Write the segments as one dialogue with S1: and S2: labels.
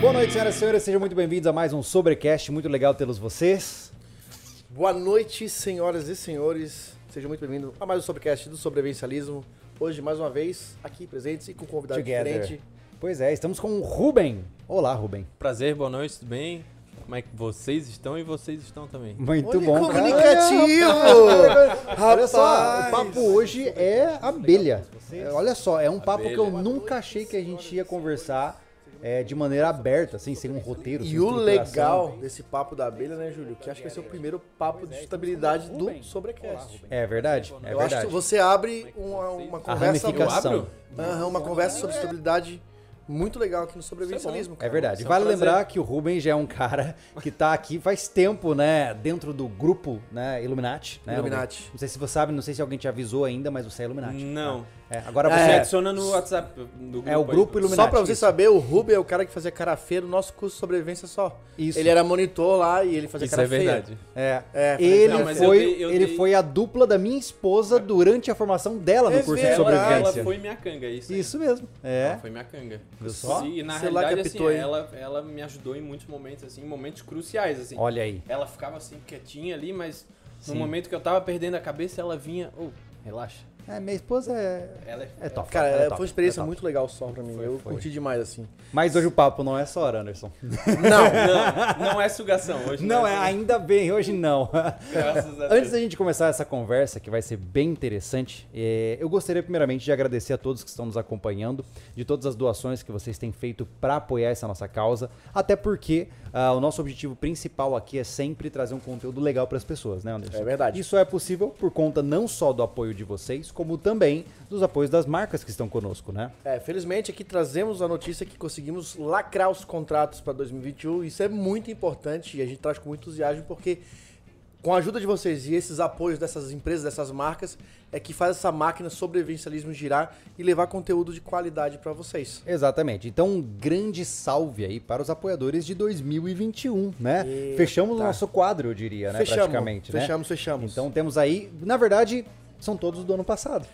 S1: Boa noite, senhoras e senhores, sejam muito bem-vindos a mais um Sobrecast, muito legal tê-los vocês.
S2: Boa noite, senhoras e senhores. Sejam muito bem-vindos a mais um sobrecast do sobrevivencialismo. Hoje, mais uma vez, aqui presentes e com um convidado diferente.
S1: Pois é, estamos com o Ruben. Olá, Ruben.
S3: Prazer, boa noite, tudo bem? Como é que vocês estão e vocês estão também?
S1: Muito
S2: Olha,
S1: bom,
S2: comunicativo!
S1: cara. Olha só, o
S2: Rapaz.
S1: papo hoje é abelha. É, Olha só, é um papo que eu
S3: Abelha.
S1: nunca achei que a gente ia conversar é, de maneira aberta, sem ser um roteiro. sem
S2: E o
S1: estruturação.
S2: legal desse papo da abelha, né, Júlio? Que acho que vai ser o primeiro papo de sustentabilidade do sobrecast.
S1: É verdade, é
S2: Eu acho que
S1: verdade.
S2: você abre uma, uma conversa.
S1: ramificação.
S2: Eu abro? Aham, uma conversa sobre sustentabilidade muito legal aqui no sobrevivencialismo.
S1: É
S2: cara.
S1: verdade.
S3: Isso é um
S1: Vale
S3: prazer.
S1: lembrar que o Rubens já é um cara que tá aqui faz tempo, né? Dentro do grupo, né? Illuminati. Né,
S2: Illuminati.
S1: Rubens? Não sei se você sabe, não sei se alguém te avisou ainda, mas você é Illuminati.
S3: Não.
S1: tá? É, agora
S3: Você
S1: você
S3: adiciona no WhatsApp do grupo.
S1: é, o
S3: aí,
S1: grupo
S3: do-
S1: Illuminati.
S2: Só pra você
S1: isso.
S2: saber, o Ruben é o cara que fazia cara feia no nosso curso de sobrevivência só.
S1: Isso.
S2: Ele era monitor lá e ele fazia
S3: Isso
S2: cara
S3: é
S2: feia.
S3: verdade.
S1: É.
S2: É,
S1: ele
S3: não, mas eu
S1: foi,
S3: dei- eu
S1: ele
S3: dei-
S1: foi a dupla da minha esposa durante a formação dela no
S2: É
S1: curso de
S2: verdade.
S3: Ela,
S1: sobrevivência.
S3: ela foi minha canga, é isso. aí.
S1: Isso mesmo.
S3: Ela
S1: É.
S3: foi minha canga.
S1: Viu só?
S3: E na
S2: Sei lá que
S3: realidade,
S2: apitou,
S3: assim,
S2: hein?
S3: ela, ela me ajudou em muitos momentos, assim, momentos cruciais, assim.
S1: Olha aí.
S3: Ela ficava assim, quietinha ali, mas
S1: Sim.
S3: no momento que eu tava perdendo a cabeça, ela vinha, ô, relaxa.
S1: É, minha esposa é,
S3: Ela é...
S1: é top.
S2: Cara,
S1: ela é top,
S2: foi uma experiência
S1: ela é top.
S2: muito legal só pra mim.
S1: Foi,
S2: eu
S1: foi.
S2: curti demais, assim.
S1: Mas hoje o papo não é só, Anderson.
S2: Não,
S3: Não, não é sugação hoje.
S1: Não, é ainda bem, hoje não.
S3: Graças a Deus.
S1: Antes da gente começar essa conversa, que vai ser bem interessante, eh, eu gostaria primeiramente de agradecer a todos que estão nos acompanhando, de todas as doações que vocês têm feito para apoiar essa nossa causa, até porque ah, o nosso objetivo principal aqui é sempre trazer um conteúdo legal para as pessoas, né, Anderson?
S2: É verdade.
S1: Isso é possível por conta não só do apoio de vocês, como também dos apoios das marcas que estão conosco, né?
S2: é, felizmente aqui trazemos a notícia que conseguimos lacrar os contratos pra 2021. Isso é muito importante e a gente traz com muito entusiasmo porque com a ajuda de vocês e esses apoios dessas empresas, dessas marcas, é que faz essa máquina sobrevivencialismo girar e levar conteúdo de qualidade pra vocês.
S1: Exatamente. Então, um grande salve aí para os apoiadores de 2021, né?
S2: Eita.
S1: Fechamos o nosso quadro, eu diria, né?
S2: fechamos,
S1: Praticamente, né?
S2: fechamos, fechamos.
S1: Então temos aí, na verdade, são todos do ano passado.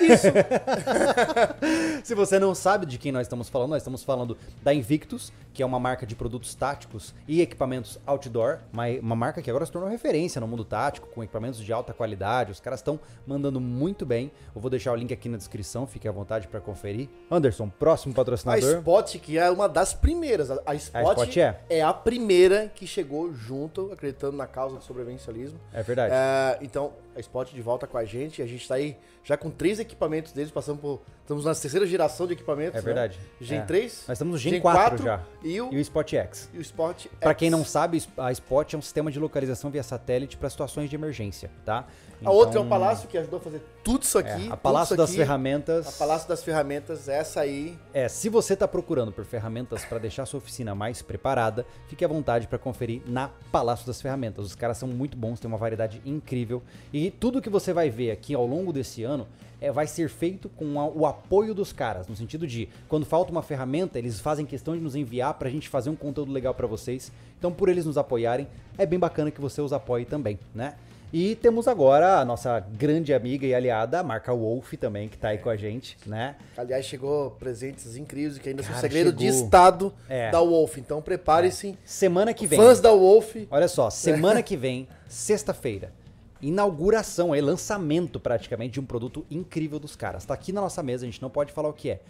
S1: Isso. Se você não sabe de quem nós estamos falando, nós estamos falando da Invictus, que é uma marca de produtos táticos e equipamentos outdoor, uma, uma marca que agora se tornou referência no mundo tático, com equipamentos de alta qualidade. Os caras estão mandando muito bem. Eu vou deixar o link aqui na descrição, fique à vontade para conferir. Anderson, próximo
S2: A
S1: patrocinador.
S2: Spot, que é uma das primeiras. A, a Spot,
S1: Spot é?
S2: a primeira que chegou junto, acreditando na causa do sobrevivencialismo.
S1: É verdade.
S2: É, então, a Spot de volta com a gente. A gente tá aí já com três equipamentos deles, passando por. Estamos na terceira geração de equipamentos.
S1: É
S2: né?
S1: verdade.
S2: Gen
S1: É.
S2: 3.
S1: Nós estamos no Gen 4 já.
S2: E o,
S1: E o Spot X.
S2: e o Spot.
S1: Pra
S2: X.
S1: quem não sabe, a Spot é um sistema de localização via satélite para situações de emergência, tá?
S2: A outra é o Palácio, que ajudou a fazer tudo isso aqui.
S1: É, a
S2: tudo
S1: Palácio
S2: isso
S1: das
S2: aqui.
S1: Ferramentas.
S2: A Palácio das Ferramentas, essa aí.
S1: É, se você está procurando por ferramentas para deixar sua oficina mais preparada, fique à vontade para conferir na Palácio das Ferramentas. Os caras são muito bons, tem uma variedade incrível. E tudo que você vai ver aqui ao longo desse ano é, vai ser feito com a- o apoio dos caras, no sentido de quando falta uma ferramenta, eles fazem questão de nos enviar para a gente fazer um conteúdo legal para vocês. Então, por eles nos apoiarem, é bem bacana que você os apoie também, né? E temos agora a nossa grande amiga e aliada, a marca Wolf também, que tá aí com a gente, né?
S2: Aliás, chegou presentes incríveis, que ainda são
S1: Cara,
S2: segredo de
S1: chegou.
S2: Estado
S1: É.
S2: da Wolf. Então, prepare-se.
S1: Semana que vem.
S2: Fãs da Wolf.
S1: Olha só, semana que vem, sexta-feira, inauguração, é lançamento praticamente de um produto incrível dos caras. Tá aqui na nossa mesa, a gente não pode falar o que é,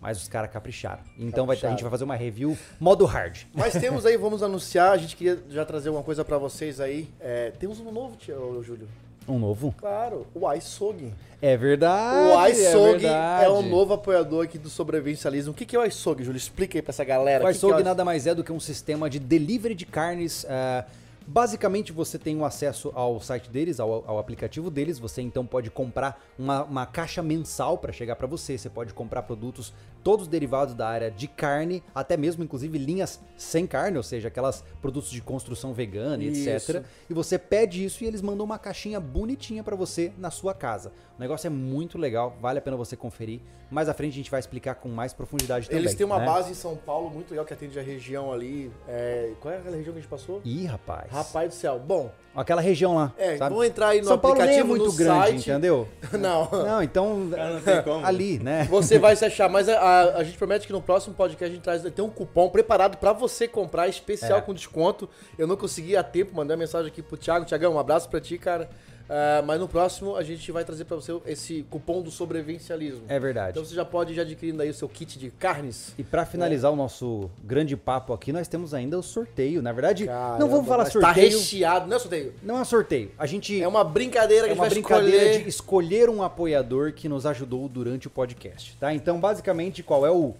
S1: mas os caras capricharam. Então vai ter- a gente vai fazer uma review modo hard.
S2: Mas temos aí, vamos anunciar. A gente queria já trazer uma coisa pra vocês aí. É, temos um novo, tio, ô, Júlio.
S1: Um novo?
S2: Claro, o iSog.
S1: É verdade.
S2: o iSog
S1: verdade.
S2: é, um novo apoiador aqui do sobrevivencialismo. O que, que é o iSog, Júlio? Explica aí pra essa galera.
S1: O
S2: que que é
S1: iSog nada mais é do que um sistema de delivery de carnes. ah, basicamente, você tem um acesso ao site deles, ao, ao aplicativo deles. Você então pode comprar uma, uma caixa mensal para chegar para você. Você pode comprar produtos todos derivados da área de carne, até mesmo inclusive linhas sem carne, ou seja, aquelas produtos de construção vegana, e etc.
S2: Isso.
S1: E você pede isso e eles mandam uma caixinha bonitinha pra você na sua casa. O negócio é muito legal, vale a pena você conferir. Mais à frente a gente vai explicar com mais profundidade também.
S2: Eles têm uma
S1: né?
S2: base em São Paulo muito legal que atende a região ali. É, qual é aquela região que a gente passou?
S1: Ih, rapaz.
S2: Rapaz do céu. Bom,
S1: Aquela região lá.
S2: é,
S1: sabe?
S2: vou entrar aí no
S1: São Paulo nem é
S2: aplicativo,
S1: muito
S2: no
S1: grande,
S2: site.
S1: entendeu?
S2: Não.
S1: Não, então.
S4: Cara, não tem como.
S1: Ali, né?
S2: Você vai se achar, mas a, a- a gente promete que no próximo podcast a gente traz tem um cupom preparado pra você comprar
S1: É.
S2: especial com desconto. Eu não consegui a tempo, mandei uma mensagem aqui pro Thiago. Thiagão, um abraço pra ti, cara. Ah, mas no próximo a gente vai trazer pra você esse cupom do sobrevivencialismo.
S1: É verdade.
S2: Então você já pode ir adquirindo aí o seu kit de carnes.
S1: E pra finalizar o nosso grande papo aqui, nós temos ainda o sorteio. Na verdade, não
S2: Caramba,
S1: vamos falar
S2: mas Tá
S1: sorteio.
S2: recheado, não é sorteio.
S1: não é sorteio. A gente
S2: É uma brincadeira que
S1: É
S2: a
S1: uma
S2: gente vai
S1: brincadeira
S2: escolher.
S1: de escolher um apoiador que nos ajudou durante o podcast, tá? Então, basicamente, qual é o,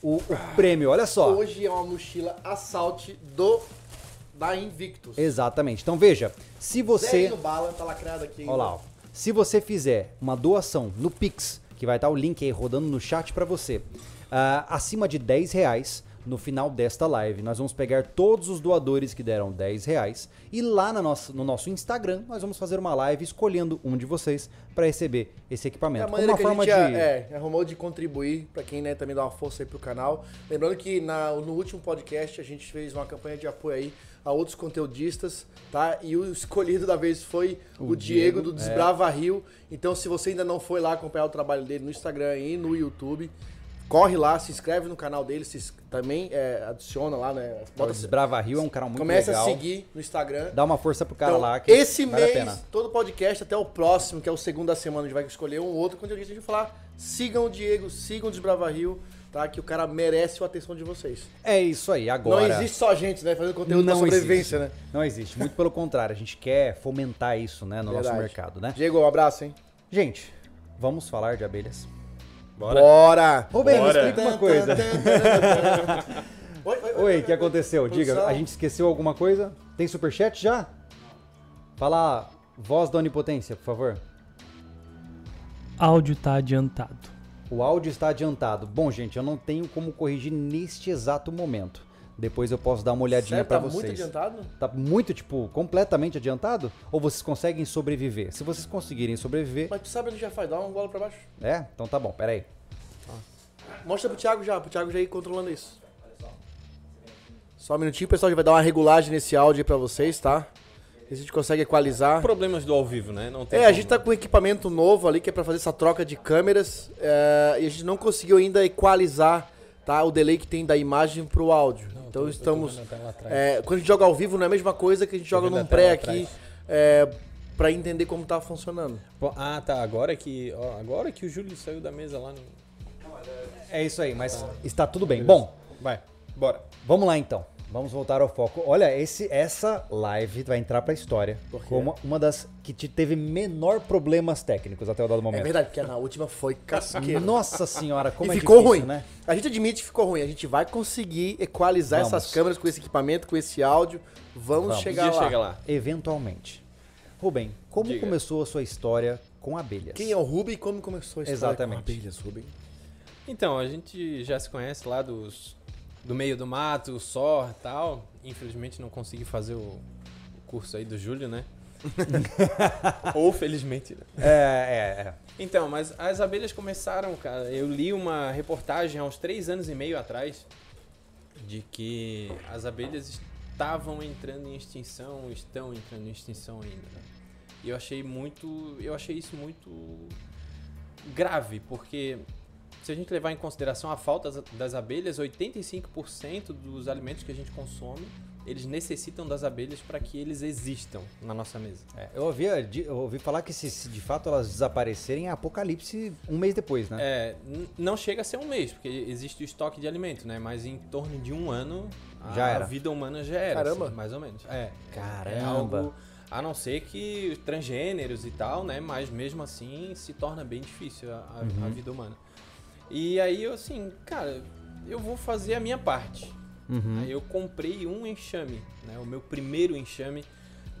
S1: o, o prêmio? Olha só.
S2: Ah, Hoje é uma mochila assalte do da Invictus.
S1: Exatamente. Então, veja, se
S2: Zé
S1: você...
S2: no bala, tá lacrado aqui.
S1: Olha lá, ó.
S2: ainda.
S1: Se você fizer uma doação no Pix, que vai estar o link aí rodando no chat pra você, ah, acima de 10 reais, no final desta live, nós vamos pegar todos os doadores que deram 10 reais e lá na nossa, no nosso Instagram nós vamos fazer uma live escolhendo um de vocês pra receber esse
S2: É
S1: equipamento.
S2: a
S1: Como
S2: maneira
S1: uma
S2: que
S1: forma
S2: a gente
S1: de...
S2: é, é, arrumou de contribuir, pra quem né, também dá uma força aí pro canal. Lembrando que na- no último podcast a gente fez uma campanha de apoio aí a outros conteudistas, tá? E o escolhido da vez foi o, Diego,
S1: é.
S2: do Desbrava Rio. Então se você ainda não foi lá acompanhar o trabalho dele no Instagram e no YouTube, corre lá, se inscreve no canal dele, se is- também é, adiciona lá, né?
S1: O
S2: Bota-
S1: Desbrava Rio é um canal muito
S2: começa
S1: legal.
S2: a seguir no Instagram.
S1: Dá uma força pro cara
S2: Então,
S1: lá que
S2: esse
S1: vale a
S2: mês,
S1: pena.
S2: todo podcast, até o próximo, que é o segundo da semana, a gente vai escolher um outro conteúdista, a gente vai falar, sigam o Diego, sigam o Desbrava Rio, tá? Que o cara merece a atenção de vocês.
S1: É isso aí, agora.
S2: Não existe só gente, né? Fazendo conteúdo da
S1: Não
S2: sobrevivência,
S1: existe.
S2: né?
S1: Não existe. Muito pelo contrário, a gente quer fomentar isso, né, no nosso
S2: Verdade.
S1: mercado, né?
S2: Diego, um abraço, hein?
S1: Gente, vamos falar de abelhas.
S4: Bora.
S2: Bora!
S1: Rubem, me
S4: Bora.
S1: Ah, explica uma coisa.
S2: Oi, oi,
S1: Oi, o que aconteceu? Diga,
S2: Produção.
S1: a gente esqueceu alguma coisa? Tem superchat já? Fala voz da onipotência, por favor.
S5: áudio tá adiantado.
S1: O áudio está adiantado. Bom, gente, eu não tenho como corrigir neste exato momento. Depois eu posso dar uma olhadinha
S2: Sério,
S1: pra
S2: tá
S1: vocês.
S2: muito adiantado?
S1: Tá muito, tipo, completamente adiantado? Ou vocês conseguem sobreviver? Se vocês conseguirem sobreviver.
S2: Mas tu sabe onde já faz, dá um gola pra baixo.
S1: É? Então tá bom, peraí.
S2: Mostra pro Thiago já, pro Thiago já ir controlando isso. Só um minutinho, pessoal, a gente vai dar uma regulagem nesse áudio aí pra vocês, tá? Se a gente consegue equalizar.
S4: Problemas do ao vivo, né? Não tem
S2: É, a
S4: como.
S2: gente tá com um equipamento novo ali que é pra fazer essa troca de câmeras é, e a gente não conseguiu ainda equalizar tá, o delay que tem da imagem pro áudio. então estamos. é, quando a gente joga ao vivo não é a mesma coisa que a gente joga
S6: vendo a
S2: num
S6: tela
S2: pré
S6: atrás.
S2: aqui é, pra entender como tá funcionando.
S6: Pô, Ah, tá. Agora que, ó, agora que o Júlio saiu da mesa lá no.
S1: É isso aí, mas está tudo bem. Bom,
S6: Vai, bora.
S1: vamos lá então. Vamos voltar ao foco. Olha, esse, essa live vai entrar pra história como uma das que te teve menor problemas técnicos até o dado
S2: É
S1: momento.
S2: verdade, porque na última foi casqueira.
S1: Nossa senhora, como
S2: e
S1: é
S2: ficou
S1: difícil,
S2: ruim.
S1: né?
S2: A gente admite que ficou ruim. A gente vai conseguir equalizar
S1: Vamos.
S2: essas câmeras com esse equipamento, com esse áudio. Vamos,
S1: Vamos.
S4: Um
S2: chegar
S4: dia
S2: lá.
S4: chega lá.
S1: Eventualmente. Rubem, como
S4: Diga.
S1: começou a sua história com abelhas?
S2: Quem é o Ruben e como começou a história com
S1: Exatamente.
S2: abelhas, Ruben?
S4: Então, a gente já se conhece lá dos, do meio do mato, só e tal. Infelizmente não consegui fazer o, o curso aí do Júlio, né? Ou felizmente, né?
S1: É, é, é.
S4: Então, mas as abelhas começaram, cara. Eu li uma reportagem há uns três anos e meio atrás de que as abelhas estavam entrando em extinção, estão entrando em extinção ainda. né? E eu achei muito, eu achei isso muito grave, porque se a gente levar em consideração a falta das- das abelhas, 85% dos alimentos que a gente consome, eles necessitam das abelhas para que eles existam na nossa mesa.
S1: É, eu, ouvi, eu ouvi falar que se, se de fato elas desaparecerem, é apocalipse um mês depois, né?
S4: É, n- não chega a ser um mês, porque existe o estoque de alimento, né? Mas em torno de um ano, a
S1: Já era.
S4: vida humana já era.
S2: Caramba.
S4: assim, mais ou menos. É.
S1: Caramba.
S4: É algo, a não ser que os transgêneros e tal, né? Mas mesmo assim se torna bem difícil a, a- a vida humana. E aí eu assim, cara, eu vou fazer a minha parte. Aí eu comprei um enxame, né? O meu primeiro enxame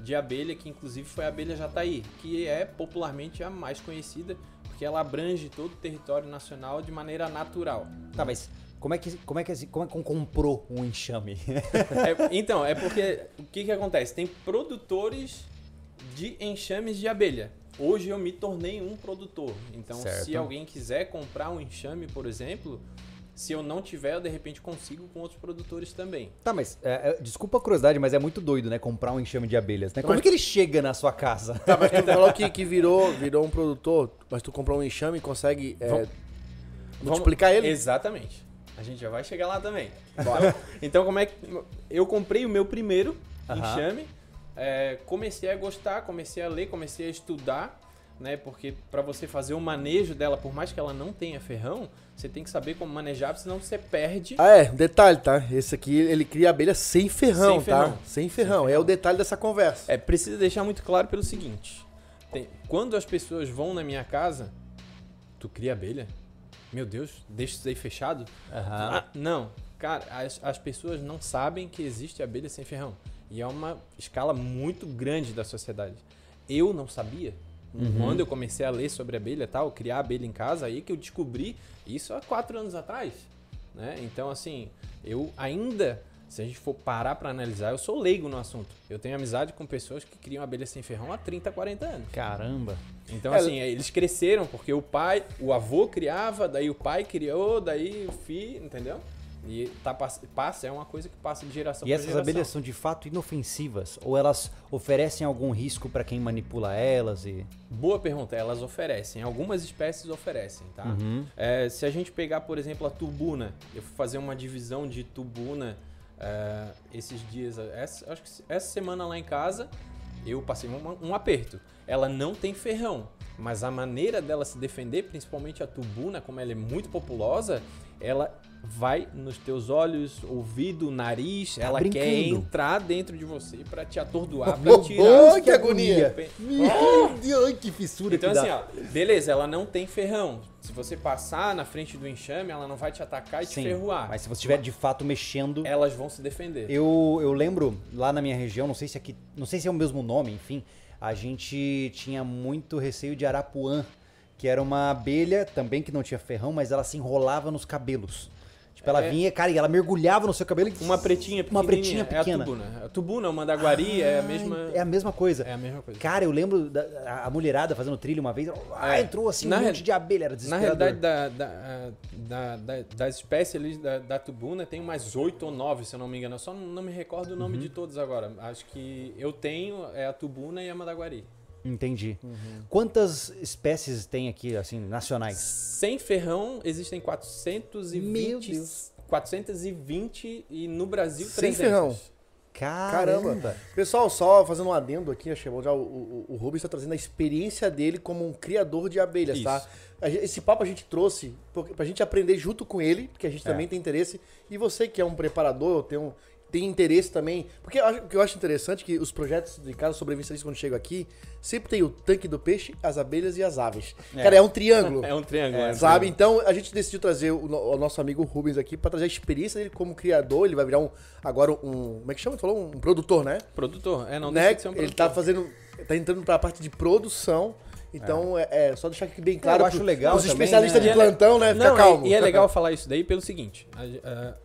S4: de abelha, que inclusive foi a abelha jataí, que é popularmente a mais conhecida, porque ela abrange todo o território nacional de maneira natural.
S1: Tá, mas como é que como é que assim- como é que comprou um enxame?
S4: É, então, é porque o que, que acontece? Tem produtores de enxames de abelha. Hoje eu me tornei um produtor. Então,
S1: Certo.
S4: se alguém quiser comprar um enxame, por exemplo, Se eu não tiver, eu de repente consigo com outros produtores também.
S1: Tá, mas é, é, desculpa a curiosidade, mas é muito doido, né? Comprar um enxame de abelhas, né? Como é que ele chega na sua casa?
S2: Tá, mas tu falou que, que virou, virou um produtor, mas tu comprou um enxame e consegue é,
S4: Vamos-
S2: multiplicar
S4: Vamos-
S2: ele?
S4: Exatamente. A gente já vai chegar lá também. Bora. então, como é que. Eu comprei o meu primeiro
S1: Aham.
S4: enxame, é, comecei a gostar, comecei a ler, comecei a estudar, né? Porque para você fazer o manejo dela, por mais que ela não tenha ferrão, você tem que saber como manejar, senão você perde.
S2: Ah, é, detalhe, tá? Esse aqui, ele cria abelha sem ferrão,
S4: Sem ferrão.
S2: tá? Sem ferrão. É o detalhe dessa conversa.
S4: É, precisa deixar muito claro pelo seguinte: tem- quando as pessoas vão na minha casa, tu cria abelha? Meu Deus, deixa isso aí fechado? Ah, não, cara, as, as pessoas não sabem que existe abelha sem ferrão. E é uma escala muito grande da sociedade. Eu não sabia. Quando eu comecei a ler sobre abelha e tal, criar abelha em casa, aí que eu descobri isso há quatro anos atrás. Né? Então, assim, eu ainda, se a gente for parar pra analisar, eu sou leigo no assunto. Eu tenho amizade com pessoas que criam abelha sem ferrão há 30, 40 anos.
S1: Caramba.
S4: Então,
S2: É,
S4: assim, eles cresceram, porque o pai, o avô criava, daí o pai criou, daí o filho, entendeu? E tá, pass- passa, é uma coisa que passa de geração
S1: E
S4: pra
S1: essas
S4: geração.
S1: abelhas são de fato inofensivas? Ou elas oferecem algum risco pra quem manipula elas e.
S4: Boa pergunta, elas oferecem, algumas espécies oferecem, tá?
S2: Uhum.
S4: É, se a gente pegar, por exemplo, a tubuna, eu fui fazer uma divisão de tubuna é, esses dias, essa, acho que essa semana lá em casa, eu passei uma- um aperto. Ela não tem ferrão, mas a maneira dela se defender, principalmente a tubuna, como ela é muito populosa, ela vai nos teus olhos, ouvido, nariz,
S2: Tá
S4: ela quer
S1: brincando.
S4: entrar dentro de você pra te atordoar,
S2: Oh,
S4: pra
S2: oh,
S4: tirar.
S2: que agonia. Meu Deus, que fissura
S4: Então assim, ó, beleza, ela não tem ferrão. Se você passar na frente do enxame, ela não vai te atacar e te ferroar.
S1: Mas se você estiver de fato mexendo.
S4: Elas vão se defender.
S1: Eu, eu lembro lá na minha região, não sei se aqui, não sei se é o mesmo nome, enfim, a gente tinha muito receio de arapuã, que era uma abelha também que não tinha ferrão, mas ela se enrolava nos cabelos. Tipo, ela
S4: É.
S1: vinha, cara, e ela mergulhava no seu cabelo e
S4: Uma pretinha pequena.
S1: uma pretinha
S4: É a
S1: pequena.
S4: tubuna. A tubuna, uma mandaguari, é a mesma.
S1: É a mesma coisa.
S4: É a mesma coisa.
S1: Cara, eu lembro da a- a mulherada fazendo trilho uma vez, ah,
S4: É.
S1: entrou assim
S4: Na
S1: um
S4: re-
S1: monte de abelha, era
S4: Na
S1: desesperador.
S4: realidade, da, da, a- da- da- das espécies ali da, da tubuna, tem umas oito ou nove, se eu não me engano. Eu só não, não me recordo o nome
S1: Uhum.
S4: de todos agora. Acho que eu tenho é a tubuna e a mandaguari.
S1: Entendi.
S4: Uhum.
S1: Quantas espécies tem aqui, assim, nacionais?
S4: Sem ferrão existem 420,
S1: Meu Deus.
S4: 420 e no Brasil
S2: Sem
S4: 300.
S2: ferrão.
S1: Caramba!
S2: Caramba. Pessoal, só fazendo um adendo aqui, achei bom já. O, o, o Rubens está trazendo a experiência dele como um criador de abelhas,
S4: Isso.
S2: tá? A gen- Esse papo a gente trouxe porque- pra gente aprender junto com ele, porque a gente também tem interesse. E você que é um preparador, tem, um, tem interesse também. Porque eu acho- o que eu acho interessante é que os projetos de casa sobrevivencialistas, quando chegam aqui, sempre tem o tanque do peixe, as abelhas e as aves. Cara, é um triângulo.
S4: É um triângulo. né?
S2: Sabe? Então a gente decidiu trazer o, no- o nosso amigo Rubens aqui pra trazer a experiência dele como criador. Ele vai virar um. Agora um. Como é que chama? Tu falou? Um produtor, né?
S4: Produtor. É, não
S2: Né?
S4: deixa de ser um
S2: ele
S4: produtor.
S2: tá fazendo. tá entrando pra parte de produção. Então é, é só deixar aqui bem claro.
S1: Eu acho
S2: pro-
S1: legal
S2: Os
S1: também,
S2: especialistas
S1: né?
S2: de plantão, né? Fica
S4: é- Não,
S2: calmo.
S4: E, e é legal falar isso daí pelo seguinte: a- a- o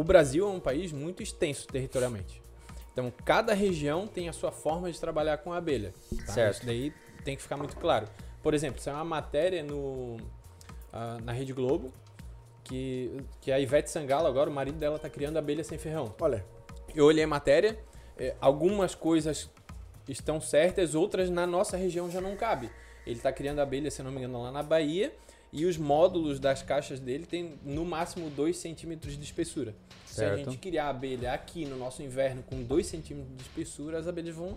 S4: o Brasil é um país muito extenso territorialmente. Então, cada região tem a sua forma de trabalhar com a abelha. tá?
S1: Certo.
S4: Isso daí tem que ficar muito claro. Por exemplo, isso é uma matéria no, ah, na Rede Globo que, que a Ivete Sangalo, agora o marido dela, está criando abelha sem ferrão.
S2: Olha.
S4: Eu olhei a matéria, eh, algumas coisas estão certas, outras na nossa região já não cabe. Ele está criando abelha, se não me engano, lá na Bahia, e os módulos das caixas dele tem no máximo 2 centímetros de espessura. Se a
S1: Certo.
S4: gente criar abelha aqui no nosso inverno com 2 centímetros de espessura, as abelhas vão,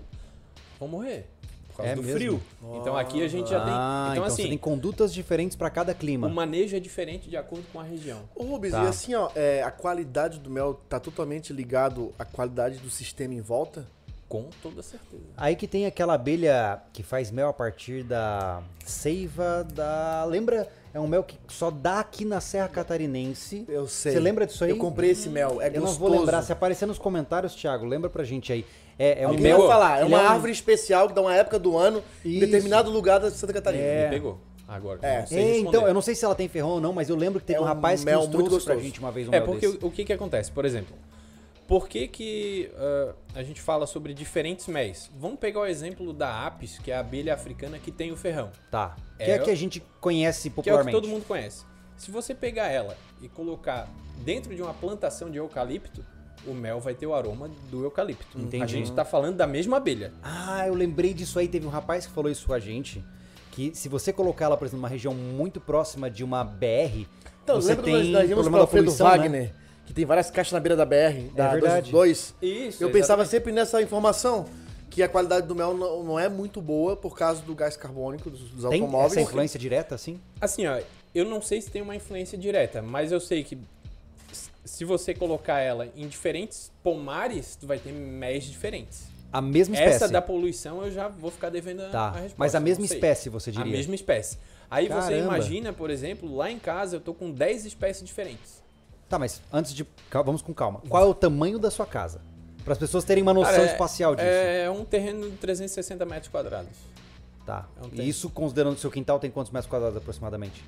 S4: vão morrer. Por causa
S1: É
S4: do
S1: mesmo?
S4: frio. Então aqui a gente já tem.
S1: Ah,
S4: Então,
S1: então, você
S4: assim,
S1: tem condutas diferentes pra cada clima.
S4: o manejo é diferente de acordo com a região.
S2: Ô, Rubens,
S1: Tá.
S2: e assim, ó, é, a qualidade do mel tá totalmente ligado à qualidade do sistema em volta?
S4: Com toda certeza.
S1: Aí que tem aquela abelha que faz mel a partir da seiva da. Lembra? É um mel que só dá aqui na Serra Catarinense.
S2: Eu sei.
S1: Você lembra disso aí?
S2: Eu comprei esse mel. É
S1: Eu
S2: gostoso.
S1: não vou lembrar. Se aparecer nos comentários, Thiago, lembra pra gente aí. É, é um
S2: Alguém
S1: mel.
S2: vai falar, é
S1: ele
S2: uma
S1: um-
S2: árvore especial que dá uma época do ano em
S1: Isso.
S2: determinado lugar da Santa Catarina.
S1: É.
S4: Me pegou. Agora.
S2: É.
S4: não sei
S1: É, então,
S4: responder.
S1: eu não sei se ela tem ferrão ou não, mas eu lembro que teve
S2: É
S1: um
S2: um
S1: rapaz que
S2: mel
S1: nos
S2: muito
S1: trouxe pra
S2: gostoso.
S1: gente uma vez um
S4: É,
S1: mel
S4: porque
S1: desse.
S4: o, o que que acontece? Por exemplo, por que que ah, a gente fala sobre diferentes MEIs? Vamos pegar o exemplo da Apis, que é a abelha africana que tem o ferrão,
S1: Tá. Que
S4: É,
S1: é a que a gente conhece
S4: que é o que
S1: popularmente.
S4: todo mundo conhece. Se você pegar ela e colocar dentro de uma plantação de eucalipto, o mel vai ter o aroma do eucalipto.
S1: Entendi.
S4: A gente tá falando da mesma abelha.
S1: Ah, eu lembrei disso aí. Teve um rapaz que falou isso com a gente. Que se você colocar ela, por exemplo, numa região muito próxima de uma BR,
S2: Então,
S1: você
S2: lembra
S1: tem
S2: do nós
S1: problema
S2: íamos pro
S1: da
S2: Alfredo
S1: poluição, né? É
S2: Wagner, que tem várias caixas na beira da BR, da
S1: verdade.
S2: 2.
S4: Isso.
S2: Eu pensava sempre nessa informação, que a qualidade do mel não não é muito boa por causa do gás carbônico dos, dos
S1: Tem
S2: automóveis.
S1: essa influência direta, assim?
S4: Assim, ó, eu não sei se tem uma influência direta, mas eu sei que s- se você colocar ela em diferentes pomares, tu vai ter més diferentes.
S1: A mesma espécie.
S4: Essa da poluição eu já vou ficar devendo a-
S1: Tá,
S4: a resposta.
S1: mas a
S4: não
S1: mesma
S4: sei.
S1: espécie, você diria?
S4: A mesma espécie. Aí você
S1: Caramba.
S4: imagina, por exemplo, lá em casa eu tô com 10 espécies diferentes.
S1: Tá, mas antes de... cal- Vamos com calma. Qual é o tamanho da sua casa? Para as pessoas terem uma noção
S4: Cara, é-
S1: espacial disso.
S4: É um terreno de 360 metros quadrados.
S1: Tá.
S4: é um
S1: E
S4: terreno.
S1: isso, considerando que seu quintal tem quantos metros quadrados aproximadamente?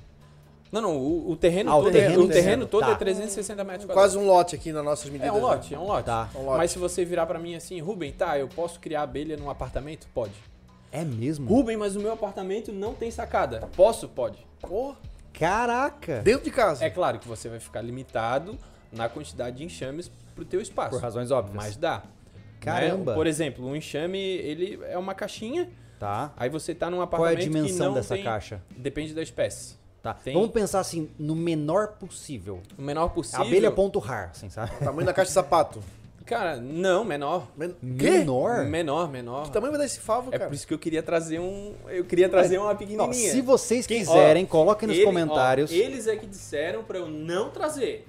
S4: Não, não, o, o terreno
S1: Ah, o
S4: todo,
S1: terreno,
S4: é, o terreno
S1: terreno,
S4: todo
S1: tá.
S4: é 360 metros quadrados.
S2: Quase um lote aqui nas nossas medidas.
S4: É um
S2: né?
S4: lote, é um lote.
S1: Tá.
S2: É um lote.
S4: Mas se você virar pra mim assim, Ruben, tá, eu posso criar abelha num apartamento? Pode.
S1: É mesmo?
S4: Ruben, mas o meu apartamento não tem sacada. Posso? Pode.
S2: Pô,
S1: Caraca!
S2: dentro de casa.
S4: É claro que você vai ficar limitado na quantidade de enxames pro teu espaço.
S1: Por razões óbvias.
S4: Mas dá.
S1: Caramba.
S4: Né? Por exemplo, um enxame, ele é uma caixinha,
S1: Tá.
S4: aí você tá num
S1: Qual é a
S4: apartamento que
S1: dimensão
S4: não
S1: dessa
S4: tem-
S1: caixa?
S4: Depende da espécie.
S1: Tá.
S4: Tem-
S1: Vamos pensar assim, no menor possível.
S4: O menor possível...
S1: Abelha ponto rar, assim, sabe?
S2: Tamanho da caixa de sapato.
S4: Cara, não, menor.
S2: Men- Quê?
S1: Menor?
S4: Menor, menor.
S2: Que tamanho vai dar esse favo,
S4: É
S2: cara?
S4: por isso que eu queria trazer um... Eu queria trazer uma
S1: Não,
S4: pequenininha.
S1: se vocês quiserem,
S4: Ó,
S1: coloquem nos
S4: Ele-
S1: comentários.
S4: ó, eles é que disseram pra eu não trazer.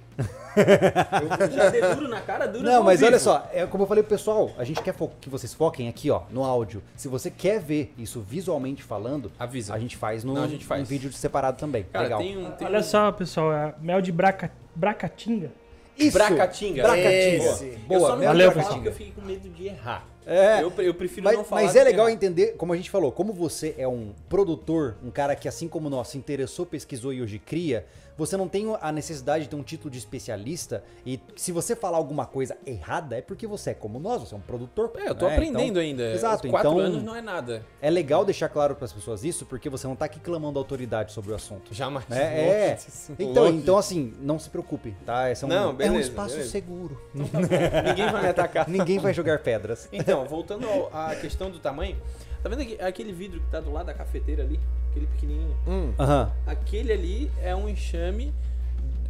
S4: eu vou ser duro na cara, duro
S1: Não,
S4: no
S1: mas
S4: vivo.
S1: olha só, é como eu falei pro pessoal, a gente quer fo- que vocês foquem aqui, ó, no áudio. Se você quer ver isso visualmente falando,
S4: Avisa.
S1: a gente faz num
S4: Não, a gente faz.
S1: um vídeo separado também.
S4: Cara,
S1: Legal.
S4: tem um... Tem
S7: Olha
S4: um...
S7: só, pessoal, é mel de braca, bracatinga.
S1: Isso!
S4: Bracatinga.
S1: Bracatinga.
S2: Esse.
S1: Boa,
S4: eu só não
S1: Mel
S7: valeu,
S4: vou falar
S7: Cristina.
S4: porque eu fiquei com medo de errar.
S1: É.
S4: Eu, pre- eu prefiro não
S1: Mas,
S4: falar.
S1: mas
S4: do
S1: é
S4: que
S1: legal
S4: errar.
S1: entender, como a gente falou, como você é um produtor, um cara que, assim como nós, se interessou, pesquisou e hoje cria, você não tem a necessidade de ter um título de especialista. E se você falar alguma coisa errada, é porque você é como nós, você é um produtor.
S4: É, eu tô
S1: né?
S4: aprendendo
S1: Então,
S4: ainda.
S1: Exato,
S4: Quatro
S1: então
S4: anos não é nada.
S1: é legal deixar claro para as pessoas isso, porque você não tá aqui clamando autoridade sobre o assunto.
S4: Jamais.
S1: É, é. Então, então, assim, não se preocupe, tá? Esse é um,
S4: Não,
S1: é um
S4: beleza,
S1: espaço
S4: beleza.
S1: seguro.
S4: Tá Ninguém vai me atacar.
S1: Ninguém vai jogar pedras.
S4: Então, voltando ao- à questão do tamanho. Tá vendo aqui- aquele vidro que tá do lado da cafeteira ali? Aquele pequenininho.
S1: Aham.
S4: Aquele ali é um enxame.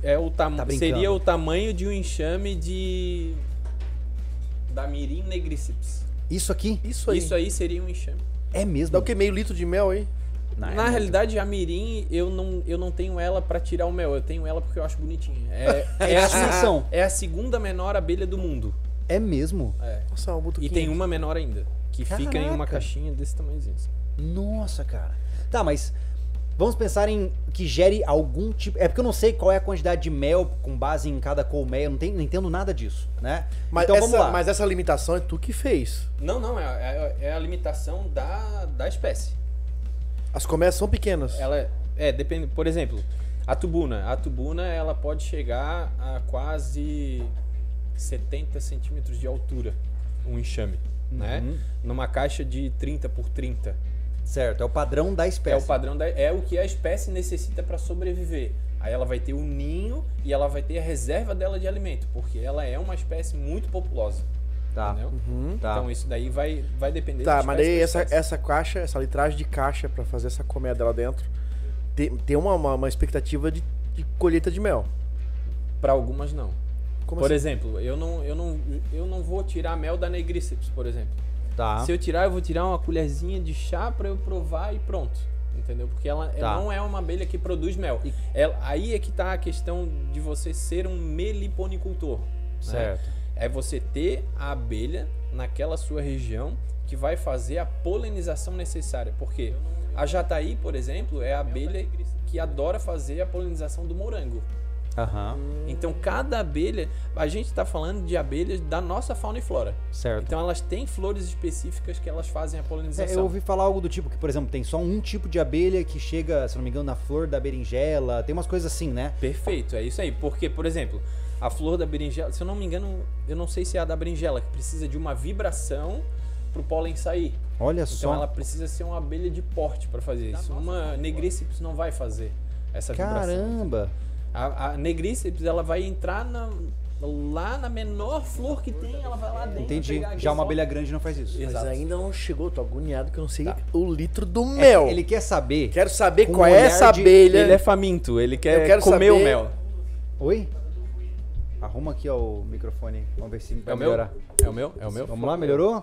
S4: É o tam...
S1: Tá brincando.
S4: seria o tamanho de um enxame de. Da Mirim negricips.
S1: Isso aqui
S2: Isso aí.
S4: Isso aí seria um enxame.
S1: é mesmo.
S2: Dá o quê? Meio litro de mel aí?
S4: Na realidade, a Mirim, eu não, eu não tenho ela pra tirar o mel. Eu tenho ela porque eu acho bonitinha. É, é, a,
S1: Extinção.
S4: é a segunda menor abelha do mundo.
S1: É mesmo.
S4: É.
S2: Nossa, uma
S4: E
S2: butuquinha.
S4: tem uma menor ainda. Que fica em uma
S1: Caraca.
S4: caixinha desse tamanhozinho. assim.
S1: Nossa, cara. Tá, mas vamos pensar em que gere algum tipo. É porque eu não sei qual é a quantidade de mel com base em cada colmeia, eu não, tem- não entendo nada disso, né?
S2: Mas,
S1: então
S2: essa,
S1: vamos lá.
S2: mas essa limitação é tu que fez.
S4: Não, não, é, é- é a limitação da, da espécie.
S2: As comércios são pequenas.
S4: Ela é, depende, por exemplo, a tubuna, a tubuna ela pode chegar a quase 70 centímetros de altura, um enxame, né? Numa caixa de 30 por 30.
S1: Certo, é o padrão da
S4: É o
S1: espécie.
S4: padrão da, é o que a espécie necessita para sobreviver. Aí ela vai ter o ninho e ela vai ter a reserva dela de alimento, porque ela é uma espécie muito populosa,
S1: Tá,
S4: entendeu?
S1: tá.
S4: Então isso daí vai vai depender
S2: Tá,
S4: da
S2: Uhum. mas
S4: espécie
S2: daí
S4: pra
S2: essa,
S4: espécie.
S2: essa caixa, essa litragem de caixa pra fazer essa colmeia dela dentro, tem, tem uma, uma, uma expectativa de, de colheita de mel.
S4: para algumas não.
S2: Como
S4: por
S2: assim?
S4: exemplo, eu não, eu, não, eu não vou tirar mel da negríceps, por exemplo.
S1: tá.
S4: Se eu tirar, eu vou tirar uma colherzinha de chá pra eu provar e pronto. Entendeu? Porque ela ela
S1: Tá.
S4: não é uma abelha que produz mel.
S1: E-
S4: Ela- aí é que tá a questão de você ser um meliponicultor. né?
S1: Certo.
S4: É você ter a abelha naquela sua região que vai fazer a polinização necessária. Porque a jataí, por exemplo, é a abelha que adora fazer a polinização do morango.
S1: Aham.
S4: Então cada abelha, a gente tá falando de abelhas da nossa fauna e flora.
S1: Certo.
S4: Então elas têm flores específicas que elas fazem a
S1: É,
S4: polinização.
S1: eu ouvi falar algo do tipo que, por exemplo, tem só um tipo de abelha que chega, se não me engano, na flor da berinjela, tem umas coisas assim, né?
S4: Perfeito, é isso aí. Porque, por exemplo, a flor da berinjela, se eu não me engano, eu não sei se é a da berinjela, que precisa de uma vibração pro pólen sair.
S1: Olha
S4: Então
S1: só.
S4: ela precisa ser uma abelha de porte para fazer isso. Uma negríceps não vai fazer. essa vibração.
S1: Caramba!
S4: A, a negríceps, ela vai entrar na- lá na menor flor que tem, ela vai lá dentro.
S1: Entendi.
S4: pegar aqui
S1: Já é uma
S4: só-
S1: abelha grande não faz isso.
S2: Mas
S4: Exato.
S2: ainda não chegou, tô agoniado que eu não sei o litro do
S1: É,
S2: mel.
S1: Ele quer saber.
S2: Quero saber
S1: Com
S2: qual
S1: um
S2: é
S1: olhar
S2: essa
S1: de-
S2: abelha.
S8: Ele é faminto, ele quer
S2: Eu quero
S8: comer o
S2: saber-
S8: mel.
S1: Oi? Arruma aqui ó, o microfone. Vamos ver se
S8: É
S1: vai
S8: o meu?
S1: melhorar.
S8: É o meu? É o meu?
S1: Vamos lá, melhorou?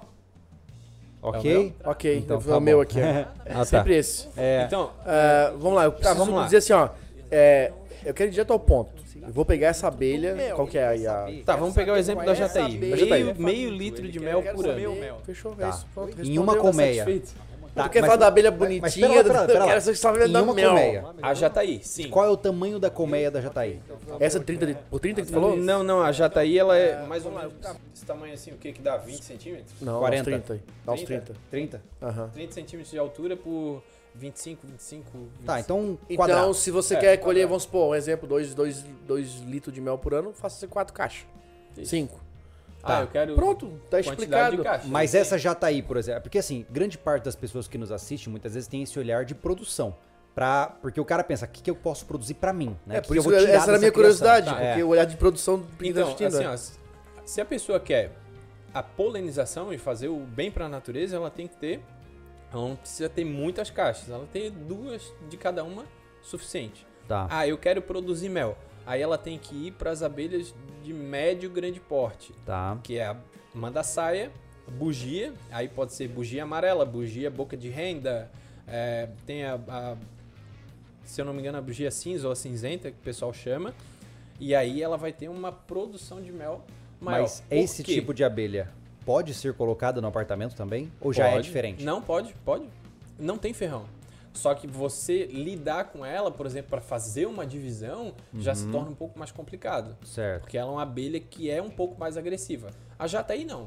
S1: Ok.
S2: Ok,
S1: Então,
S2: então,
S1: tá
S2: o meu
S1: bom.
S2: aqui, ó.
S8: Ah, tá.
S2: Sempre esse.
S1: É,
S8: Então,
S2: Ah, vamos lá, eu preciso
S8: vamos lá.
S2: dizer assim, ó. é, eu quero ir direto ao ponto. Eu vou pegar essa abelha. Qual que é aí a.
S4: Tá, vamos pegar o exemplo da
S2: qual é essa
S4: Jataí.
S2: abelha.
S8: meio,
S2: Ele
S8: meio litro de mel por ano.
S2: Fechou,
S1: Tá.
S2: é isso. Pronto,
S1: Em uma
S2: respondeu.
S1: colmeia.
S2: Tu quer falar da abelha bonitinha?
S1: Mas, pera lá, pera lá,
S2: Eu quero essa que só me
S1: Em
S2: dá
S1: uma
S2: mel.
S1: colmeia.
S8: A Jataí, sim.
S1: Qual é o tamanho da colmeia da Jataí?
S2: Essa
S1: é
S2: 30 de, por 30 que tu falou?
S4: Não, não, a jataí ela é mais ou menos desse tamanho assim, o que que dá? 20 centímetros?
S2: Não,
S1: 40.
S2: aos 30. aí. Dá uns 30.
S1: 30?
S2: Aham.
S4: 30 centímetros de altura por 25, 25... 25.
S1: Tá, então um
S2: Então,
S1: quadrado.
S2: se você
S4: É,
S2: quer colher, vamos supor, um exemplo, 2 dois, dois litros de mel por ano, faça quatro caixas.
S4: Isso.
S2: Cinco.
S4: Ah,
S1: tá.
S4: eu quero...
S2: Pronto, tá
S4: quantidade
S2: explicado.
S4: de caixa.
S1: Mas essa Jataí, por exemplo, porque assim, grande parte das pessoas que nos assistem muitas vezes tem esse olhar de produção. Pra, porque o cara pensa, o que, que eu posso produzir pra mim? Né?
S2: É,
S1: O que
S2: por
S1: que
S2: isso
S1: eu vou
S2: que
S1: tirar
S2: essa era
S1: dessa
S2: a minha
S1: criação?
S2: curiosidade,
S1: Tá,
S2: porque
S1: é.
S2: o olhar de produção do que tá
S4: Então,
S2: assistindo,
S4: assim,
S2: né?
S4: ó, se- se a pessoa quer a polinização e fazer o bem para a natureza, ela tem que ter, ela não precisa ter muitas caixas, ela tem duas de cada uma suficiente.
S1: Tá.
S4: Ah, eu quero produzir mel. Aí ela tem que ir para as abelhas de médio grande porte,
S1: Tá.
S4: que é a mandaçaia, bugia, aí pode ser bugia amarela, bugia boca de renda, é, tem a, a- se eu não me engano, a bugia cinza ou a cinzenta, que o pessoal chama, e aí ela vai ter uma produção de mel maior.
S1: Mas esse tipo de abelha pode ser colocada no apartamento também? Ou já é diferente?
S4: Não, pode, pode. Não tem ferrão. Só que você lidar com ela, por exemplo, para fazer uma divisão, já
S1: Uhum.
S4: se torna um pouco mais complicado.
S1: Certo.
S4: Porque ela é uma abelha que é um pouco mais agressiva. A jataí não.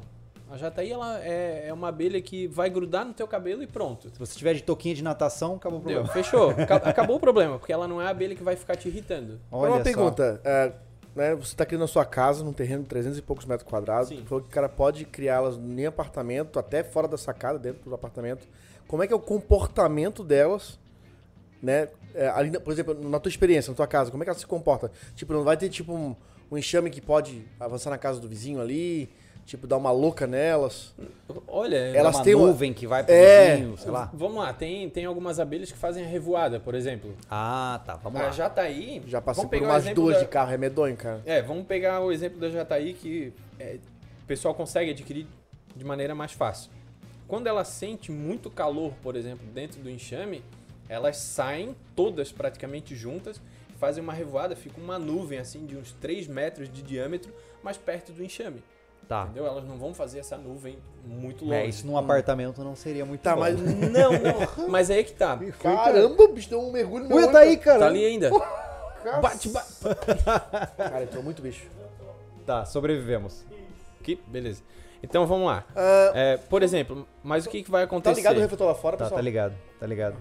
S4: A jataí ela é, é uma abelha que vai grudar no teu cabelo e pronto.
S1: Se você tiver de touquinha de natação, acabou o
S4: Entendeu?
S1: problema.
S4: Fechou. Aca- Acabou o problema, porque ela não é a abelha que vai ficar te irritando.
S1: Olha
S2: uma
S1: só.
S2: pergunta, é, né, você tá criando a sua casa num terreno de 300 e poucos metros quadrados,
S4: Sim.
S2: tu falou que o cara pode criá-las em apartamento, até fora da sacada, dentro do apartamento. Como é que é o comportamento delas, né? é, ali na- por exemplo, na tua experiência, na tua casa, como é que ela se comporta? Tipo, não vai ter tipo um, um enxame que pode avançar na casa do vizinho ali, tipo, dar uma louca nelas?
S4: Olha,
S1: Ela
S2: Elas
S1: É uma
S2: têm uma-
S1: nuvem que vai pro
S2: É.
S1: vizinho, sei lá.
S4: vamos lá, tem, tem algumas abelhas que fazem a revoada, por exemplo.
S1: Ah, tá. Vamos
S4: A
S1: lá.
S4: jataí.
S2: Já passei
S4: vamos
S2: por
S4: pegar o
S2: umas
S4: exemplo
S2: duas
S4: da-
S2: de carro, é medonho, cara.
S4: É, vamos pegar o exemplo da Jataí que é, o pessoal consegue adquirir de maneira mais fácil. Quando ela sente muito calor, por exemplo, dentro do enxame, elas saem todas praticamente juntas, fazem uma revoada, fica uma nuvem assim de uns 3 metros de diâmetro, mais perto do enxame.
S1: Tá.
S4: Entendeu? Elas não vão fazer essa nuvem muito longe.
S1: É, isso num apartamento não seria muito
S2: Tá,
S1: bom.
S2: mas-
S4: Não, não. Mas aí é que tá.
S2: Caramba, bicho, deu um mergulho no meu
S1: Ué,
S2: olho,
S1: tá aí, cara.
S4: Tá ali ainda.
S2: cara.
S4: Bate, bate.
S2: Cara, entrou muito bicho.
S1: Tá, sobrevivemos.
S4: Que beleza. Então vamos lá.
S2: Ah,
S4: É, por exemplo, mas o que, que vai
S2: Tá
S4: acontecer?
S2: ligado o refletor lá fora,
S1: Tá,
S2: pessoal?
S1: tá ligado, tá ligado.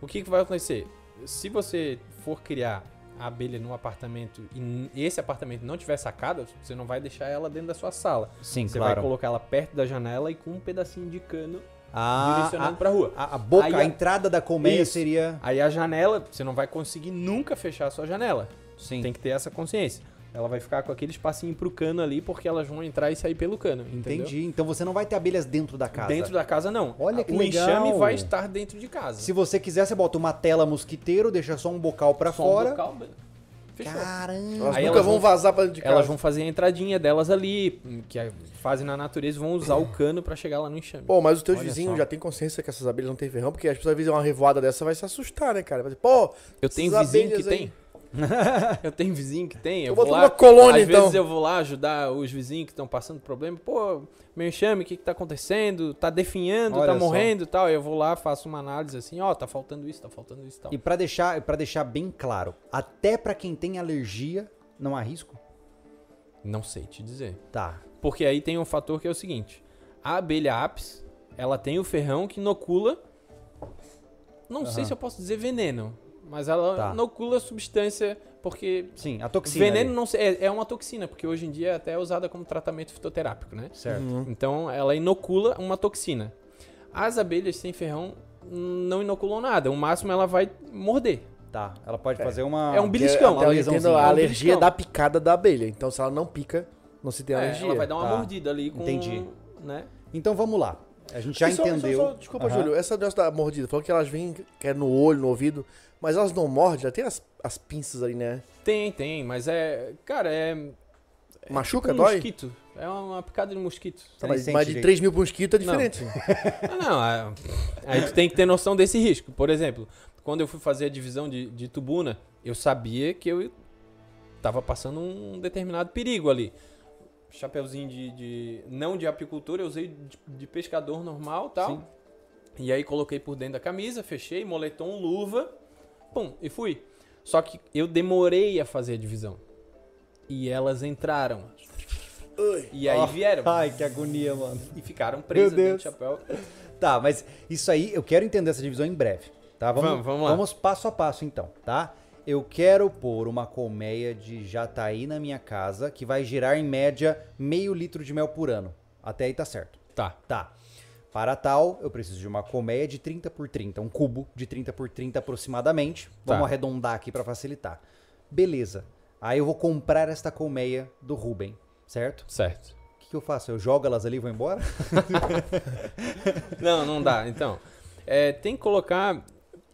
S4: O que, que vai acontecer? Se você for criar a abelha num apartamento e n- esse apartamento não tiver sacada, você não vai deixar ela dentro da sua sala.
S1: Sim,
S4: você vai
S1: claro.
S4: colocar ela perto da janela e com um pedacinho de cano
S1: Ah,
S4: direcionado pra rua.
S1: a, a boca,
S4: Aí
S1: a
S4: a-
S1: entrada da colmeia
S4: Isso.
S1: seria.
S4: Aí a janela, você não vai conseguir nunca fechar a sua janela.
S1: Sim.
S4: Tem que ter essa consciência. Ela vai ficar com aquele espacinho pro cano ali porque elas vão entrar e sair pelo cano, entendeu?
S1: Entendi. Então você não vai ter abelhas dentro da casa.
S4: Dentro da casa não.
S1: Olha que
S4: o
S1: legal.
S4: enxame vai estar dentro de casa.
S1: Se você quiser, você bota uma tela mosquiteiro, deixa só um bocal pra
S4: Só um
S1: fora.
S4: bocal, fechou.
S1: Caramba.
S2: Elas nunca
S4: Aí elas
S2: vão
S4: vão-
S2: vazar pra dentro de casa.
S4: Elas vão fazer a entradinha delas ali, que a- fazem na natureza, vão usar o cano pra chegar lá no enxame.
S2: Pô, mas os teus
S1: Olha
S2: vizinhos
S1: só.
S2: já têm consciência que essas abelhas não têm ferrão, porque as pessoas visam uma revoada dessa vai se assustar, né, cara? Vai dizer, pô,
S4: Eu tenho
S2: essas
S4: vizinho que
S2: abelhas aí.
S4: tem. eu tenho vizinho que tem.
S2: Tô
S4: Eu vou
S2: botando
S4: lá.
S2: uma colônia,
S4: às
S2: então.
S4: vezes eu vou lá ajudar os vizinhos que estão passando problema. Pô, meu enxame, o que, que tá acontecendo? Tá definhando,
S1: Olha
S4: tá
S1: só.
S4: morrendo e tal. Eu vou lá, faço uma análise assim, ó, tá faltando isso, tá faltando isso e tal.
S1: E pra deixar, para deixar bem claro, até pra quem tem alergia, não há risco?
S4: Não sei te dizer.
S1: Tá.
S4: Porque aí tem um fator que é o seguinte: a abelha apis, ela tem o ferrão que inocula. Não sei
S1: Aham.
S4: se eu posso dizer veneno, mas ela
S1: Tá.
S4: inocula substância porque
S1: Sim, a toxina.
S4: veneno
S1: ali.
S4: não se- é, é uma toxina, porque hoje em dia até é usada como tratamento fitoterápico, né?
S1: Certo.
S4: Então ela inocula uma toxina. As abelhas sem ferrão não inoculam nada, o máximo ela vai morder.
S1: Tá, ela pode fazer uma.
S4: É um beliscão.
S1: uma
S2: Então, eu entendo
S1: lesãozinha.
S2: a
S4: um
S2: alergia
S4: beliscão.
S2: da picada da abelha. Então, se ela não pica, não se tem
S4: É,
S2: alergia.
S4: ela vai dar uma
S1: Tá.
S4: mordida ali com...
S1: Entendi.
S4: Né?
S1: Então vamos lá. A gente já
S2: E só- só-
S1: entendeu.
S2: só- desculpa,
S1: Aham.
S2: Júlio. Essa negócio da mordida, falou que elas vêm que é no olho, no ouvido, mas elas não mordem, já tem as, as pinças ali, né?
S4: Tem, tem, mas é... Cara, é...
S2: Machuca,
S4: um
S2: dói? Tá,
S4: mosquito. É uma picada de mosquito.
S1: Você nem
S2: mas,
S1: sente
S2: mas de
S1: direito.
S2: 3 mil pra um mosquito é
S4: Não.
S2: diferente.
S4: Ah, não, é- aí tu tem que ter noção desse risco. Por exemplo, quando eu fui fazer a divisão de, de Tubuna, eu sabia que eu tava passando um determinado perigo ali. Chapeuzinho de, de- não de apicultura, eu usei de, de pescador normal, tal.
S1: Sim.
S4: E aí coloquei por dentro da camisa, fechei, moletom, luva, pum, e fui. Só que eu demorei a fazer a divisão. E elas entraram. E aí vieram.
S1: Ah. Ai, que agonia, mano.
S4: E ficaram presas dentro
S1: Deus.
S4: do chapéu.
S1: Tá, mas isso aí, eu quero entender essa divisão em breve, tá?
S4: Vamos, vamos lá.
S1: passo a passo então, tá? Eu quero pôr uma colmeia de jataí na minha casa que vai girar em média meio litro de mel por ano. Até aí tá certo.
S4: Tá.
S1: Tá. Para tal, eu preciso de uma colmeia de 30 por 30, um cubo de 30 por 30 aproximadamente.
S4: Tá.
S1: Vamos arredondar aqui pra facilitar. Beleza. Aí eu vou comprar esta colmeia do Ruben, certo?
S4: Certo.
S1: O que, que eu faço? Eu jogo elas ali e vou embora?
S4: Não, não dá. Então, é, tem que colocar.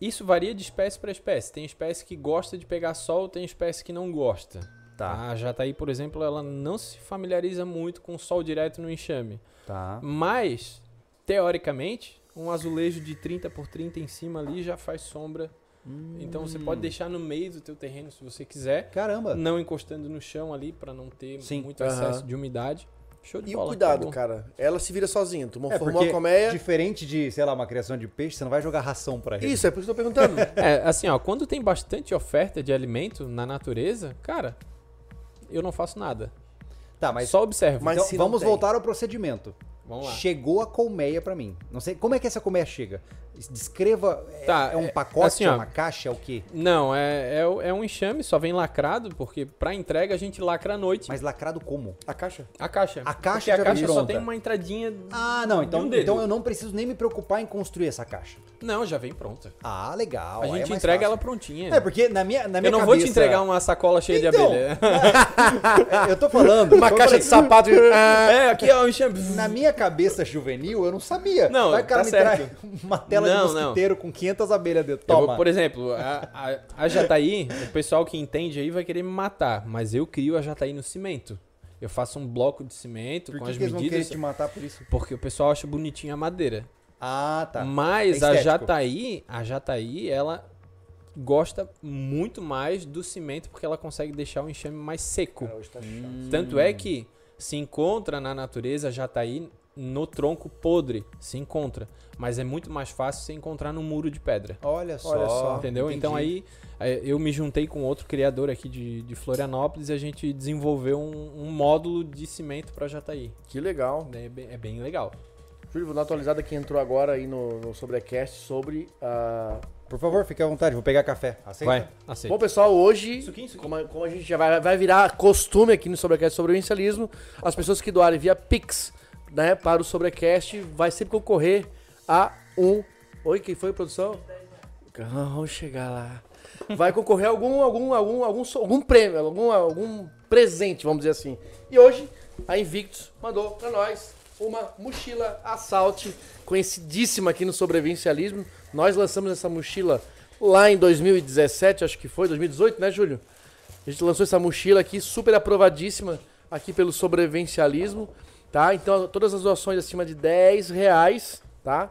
S4: Isso varia de espécie para espécie. Tem espécie que gosta de pegar sol, tem espécie que não gosta. A jataí, por exemplo, ela não se familiariza muito com sol direto no enxame.
S1: Tá.
S4: Mas, teoricamente, um azulejo de 30 por 30 em cima ali já faz sombra. Então você pode deixar no meio do teu terreno se você quiser,
S1: Caramba.
S4: não encostando no chão ali para não ter
S1: Sim.
S4: muito
S2: Aham.
S4: excesso de umidade. Show de
S2: E o
S4: bola. tá
S2: cuidado,
S4: acabou.
S2: cara. Ela se vira sozinha. Tu
S1: É,
S2: formou
S1: porque
S2: a colmeia.
S1: Diferente de, sei lá, uma criação de peixe, você não vai jogar ração pra ele.
S2: Isso, é por isso que eu tô perguntando.
S4: É, assim, ó, quando tem bastante oferta de alimento na natureza, cara, eu não faço nada.
S1: Tá, mas,
S4: Só observo.
S2: Mas
S1: então,
S2: se não
S1: vamos
S2: tem?
S1: voltar ao procedimento.
S4: Vamos lá.
S1: Chegou a colmeia pra mim. Não sei, como é que essa colmeia chega? Descreva, é-
S4: Tá,
S1: é, um
S4: é-
S1: pacote,
S4: assim,
S1: é
S4: ó.
S1: uma caixa, é o quê?
S4: Não, é, é, o- é um enxame, só vem lacrado, porque pra entrega a gente lacra à noite.
S1: Mas lacrado como?
S2: A caixa?
S4: A caixa.
S1: A caixa
S4: Porque a
S1: já
S4: caixa
S1: vem
S4: só
S1: pronta.
S4: tem uma entradinha.
S1: Ah, não, então,
S4: De um dedo.
S1: então eu não preciso nem me preocupar em construir essa caixa.
S4: Não, já vem pronta.
S1: Ah, legal.
S4: A
S1: aí é
S4: gente
S1: mais
S4: entrega ela
S1: fácil.
S4: prontinha.
S1: É, porque na minha, na minha
S4: eu não
S1: cabeça...
S4: vou te entregar um- uma sacola cheia de
S1: Então,
S4: abelha.
S1: Eu tô falando...
S2: Uma
S1: como eu
S2: caixa
S1: falei,
S2: de sapato. Ah,
S4: É, aqui ó, o enxame.
S1: Na minha cabeça juvenil, eu não sabia.
S4: Não,
S1: Vai, cara,
S4: tá
S1: me
S4: certo.
S1: traz uma tela de
S4: Não, não.
S1: mosquiteiro com 500 abelhas dentro.
S4: Eu vou-
S1: Toma.
S4: por exemplo, a, a, a jataí, o pessoal que entende aí vai querer me matar, mas eu crio a jataí no cimento. Eu faço um bloco de cimento
S1: Por
S4: com
S1: que,
S4: as
S1: que eles vão querer
S4: medidas.
S1: te matar por isso?
S4: Porque o pessoal acha bonitinho a madeira.
S1: Ah, tá.
S4: Mas
S1: É
S4: a
S1: estético.
S4: jataí, a jataí, ela gosta muito mais do cimento porque ela consegue deixar o enxame mais seco.
S2: hoje tá
S1: Hum.
S2: chato.
S4: Tanto é que se encontra na natureza jataí no tronco podre, se encontra, mas é muito mais fácil se encontrar no muro de pedra.
S1: Olha só.
S2: Olha só.
S4: Entendeu?
S1: Entendi.
S4: Então aí é, eu me juntei com outro criador aqui de, de Florianópolis e a gente desenvolveu um, um módulo de cimento pra Jataí.
S2: Que legal.
S4: Daí É bem, é bem legal.
S2: Júlio, vou dar uma atualizada que entrou agora aí no, no Sobrecast sobre a.
S1: Por favor, fique à vontade, vou pegar café. Aceita?
S4: Vai, aceita.
S2: Bom, pessoal, hoje,
S4: Suquinho, suquinho.
S2: Como, a, como a gente já vai, vai virar costume aqui no Sobrecast sobre o inicialismo, as pessoas que doarem via Pix né, para o Sobrecast vai sempre concorrer a um. Oi, quem foi, produção? Vamos chegar lá. Vai concorrer a algum, algum, algum, algum, so- algum prêmio, algum, algum presente, vamos dizer assim. E hoje, a Invictus mandou para nós uma mochila Assault, conhecidíssima aqui no sobrevivencialismo. Nós lançamos essa mochila lá em 2017, acho que foi, 2018, né, Júlio? A gente lançou essa mochila aqui, super aprovadíssima aqui pelo sobrevivencialismo, tá? Então, todas as doações acima de 10 reais, tá?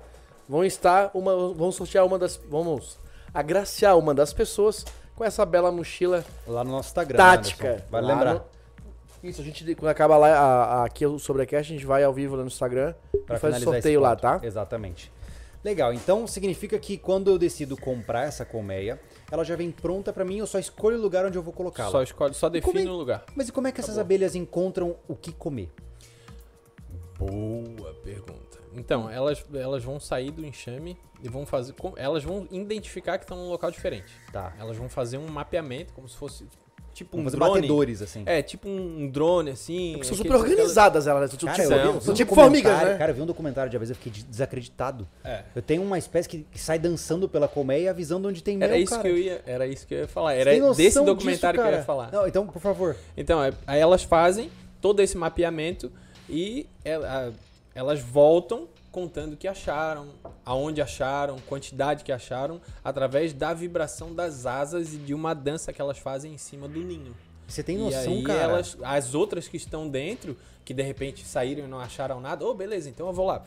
S2: Vão estar, uma, vamos sortear uma das, vamos agraciar uma das pessoas com essa bela mochila
S1: Lá no nosso Instagram. né,
S2: tática.
S1: Anderson? Vai
S2: Lá
S1: lembrar.
S2: no- Isso, a gente, quando acaba lá, a, a, aqui o Sobrecast, a gente vai ao vivo lá no Instagram
S1: pra
S2: e faz o
S1: finalizar esse
S2: sorteio lá,
S1: ponto.
S2: tá?
S1: Exatamente. Legal, então significa que quando eu decido comprar essa colmeia, ela já vem pronta pra mim, eu só escolho o lugar onde eu vou colocá-la.
S4: Só escolhe, só define
S1: Como é-
S4: o lugar.
S1: Mas e como é que essas abelhas encontram o que comer?
S4: Boa pergunta. Então, elas, elas vão sair do enxame e vão fazer. com- Elas vão identificar que estão num local diferente.
S1: Tá.
S4: Elas vão fazer um mapeamento, como se fosse. tipo um
S1: Vamos fazer
S4: drone.
S1: batedores, assim.
S4: É, tipo um drone, assim.
S2: São
S4: aqueles-
S2: super organizadas elas, né? São
S1: Cara,
S2: tipo,
S1: eu vi- eu vi
S2: são
S1: um
S2: tipo
S1: documentário-
S2: formigas, né?
S1: Cara, eu vi um documentário de uma vez, eu fiquei de- desacreditado.
S4: É.
S1: Eu tenho uma espécie que, que sai dançando pela colmeia avisando onde tem mel,
S4: Era isso
S1: cara.
S4: que eu ia, era isso que eu ia falar.
S1: Você
S4: Era
S1: tem noção
S4: desse
S1: disso,
S4: documentário que eu
S1: cara?
S4: ia falar.
S1: Não, então, por favor.
S4: Então, é- aí elas fazem todo esse mapeamento e el- a- elas voltam contando o que acharam, aonde acharam, quantidade que acharam, através da vibração das asas e de uma dança que elas fazem em cima do ninho.
S1: Você tem
S4: e
S1: noção,
S4: aí
S1: cara?
S4: elas, as outras que estão dentro, que de repente saíram e não acharam nada, ô, beleza, então eu vou lá.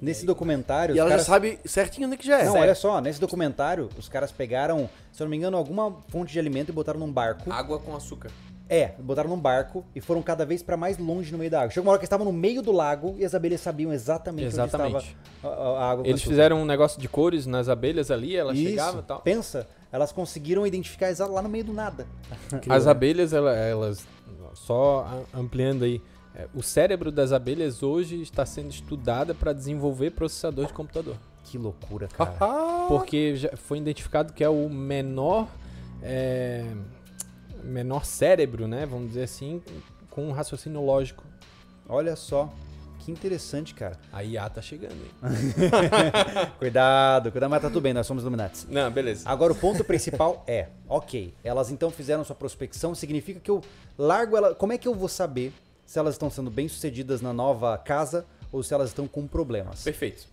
S1: Nesse documentário,
S2: E
S1: os
S2: ela já
S1: caras
S2: sabe certinho onde que já é.
S1: Não, olha só, nesse documentário, os caras pegaram, se eu não me engano, alguma fonte de alimento e botaram num barco.
S4: Água com açúcar.
S1: É, botaram num barco e foram cada vez pra mais longe no meio da água. Chegou uma hora que eles estavam no meio do lago e as abelhas sabiam exatamente, onde
S4: Exatamente.
S1: estava a, a- a água. com
S4: Eles
S1: açúcar.
S4: fizeram um negócio de cores nas abelhas ali, ela
S1: Isso,
S4: chegava e tal.
S1: Pensa, elas conseguiram identificar exa- lá no meio do nada.
S4: As abelhas, ela- elas, só a- ampliando aí, é, o cérebro das abelhas hoje está sendo estudada para desenvolver processador de computador.
S1: Que loucura, cara.
S4: Porque já foi identificado que é o menor, é, menor cérebro, né? Vamos dizer assim, com um raciocínio lógico.
S1: Olha só, que interessante, cara.
S4: A IA tá chegando, hein?
S1: Cuidado, cuidado, mas tá tudo bem, nós somos Illuminati.
S9: Não, beleza.
S1: Agora o ponto principal é, ok, elas então fizeram sua prospecção, significa que eu largo ela. Como é que eu vou saber se elas estão sendo bem sucedidas na nova casa ou se elas estão com problemas?
S9: Perfeito.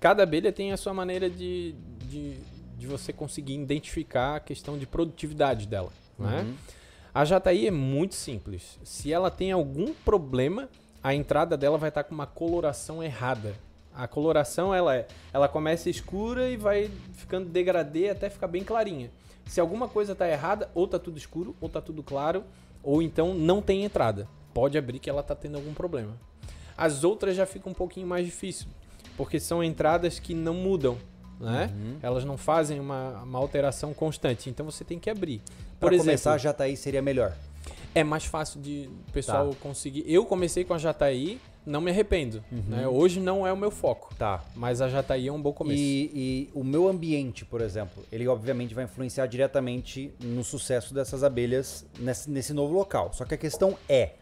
S4: Cada abelha tem a sua maneira de, de, de você conseguir identificar a questão de produtividade dela, né? A jataí é muito simples. Se ela tem algum problema, a entrada dela vai estar com uma coloração errada. A coloração ela é, ela começa escura e vai ficando degradê até ficar bem clarinha. Se alguma coisa está errada, ou tá tudo escuro, ou tá tudo claro, ou então não tem entrada. Pode abrir que ela tá tendo algum problema. As outras já fica um pouquinho mais difícil, porque são entradas que não mudam, né? Elas não fazem uma, uma alteração constante. Então você tem que abrir. Por
S1: Pra
S4: exemplo,
S1: começar, já tá aí seria melhor.
S4: é mais fácil de o pessoal conseguir. Eu comecei com a Jataí, não me arrependo. né? Hoje não é o meu foco,
S1: Tá.
S4: mas a Jataí é um bom começo.
S1: E, e o meu ambiente, por exemplo, ele obviamente vai influenciar diretamente no sucesso dessas abelhas nesse, nesse novo local. Só que a questão é,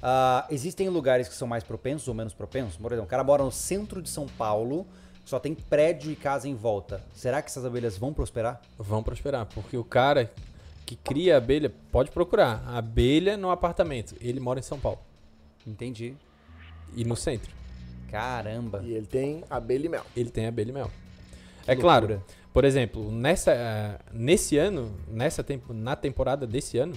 S1: ah, existem lugares que são mais propensos ou menos propensos? Por exemplo, o cara mora no centro de São Paulo, só tem prédio e casa em volta. Será que essas abelhas vão prosperar?
S4: Vão prosperar, porque o cara que cria a abelha, pode procurar. A abelha no apartamento. Ele mora em São Paulo
S1: Entendi.
S4: e no centro.
S1: Caramba.
S2: E ele tem abelha e mel.
S4: Ele tem abelha e mel. é claro,
S1: loucura.
S4: por exemplo, nessa, eh, nesse ano, nessa tempo, na temporada desse ano,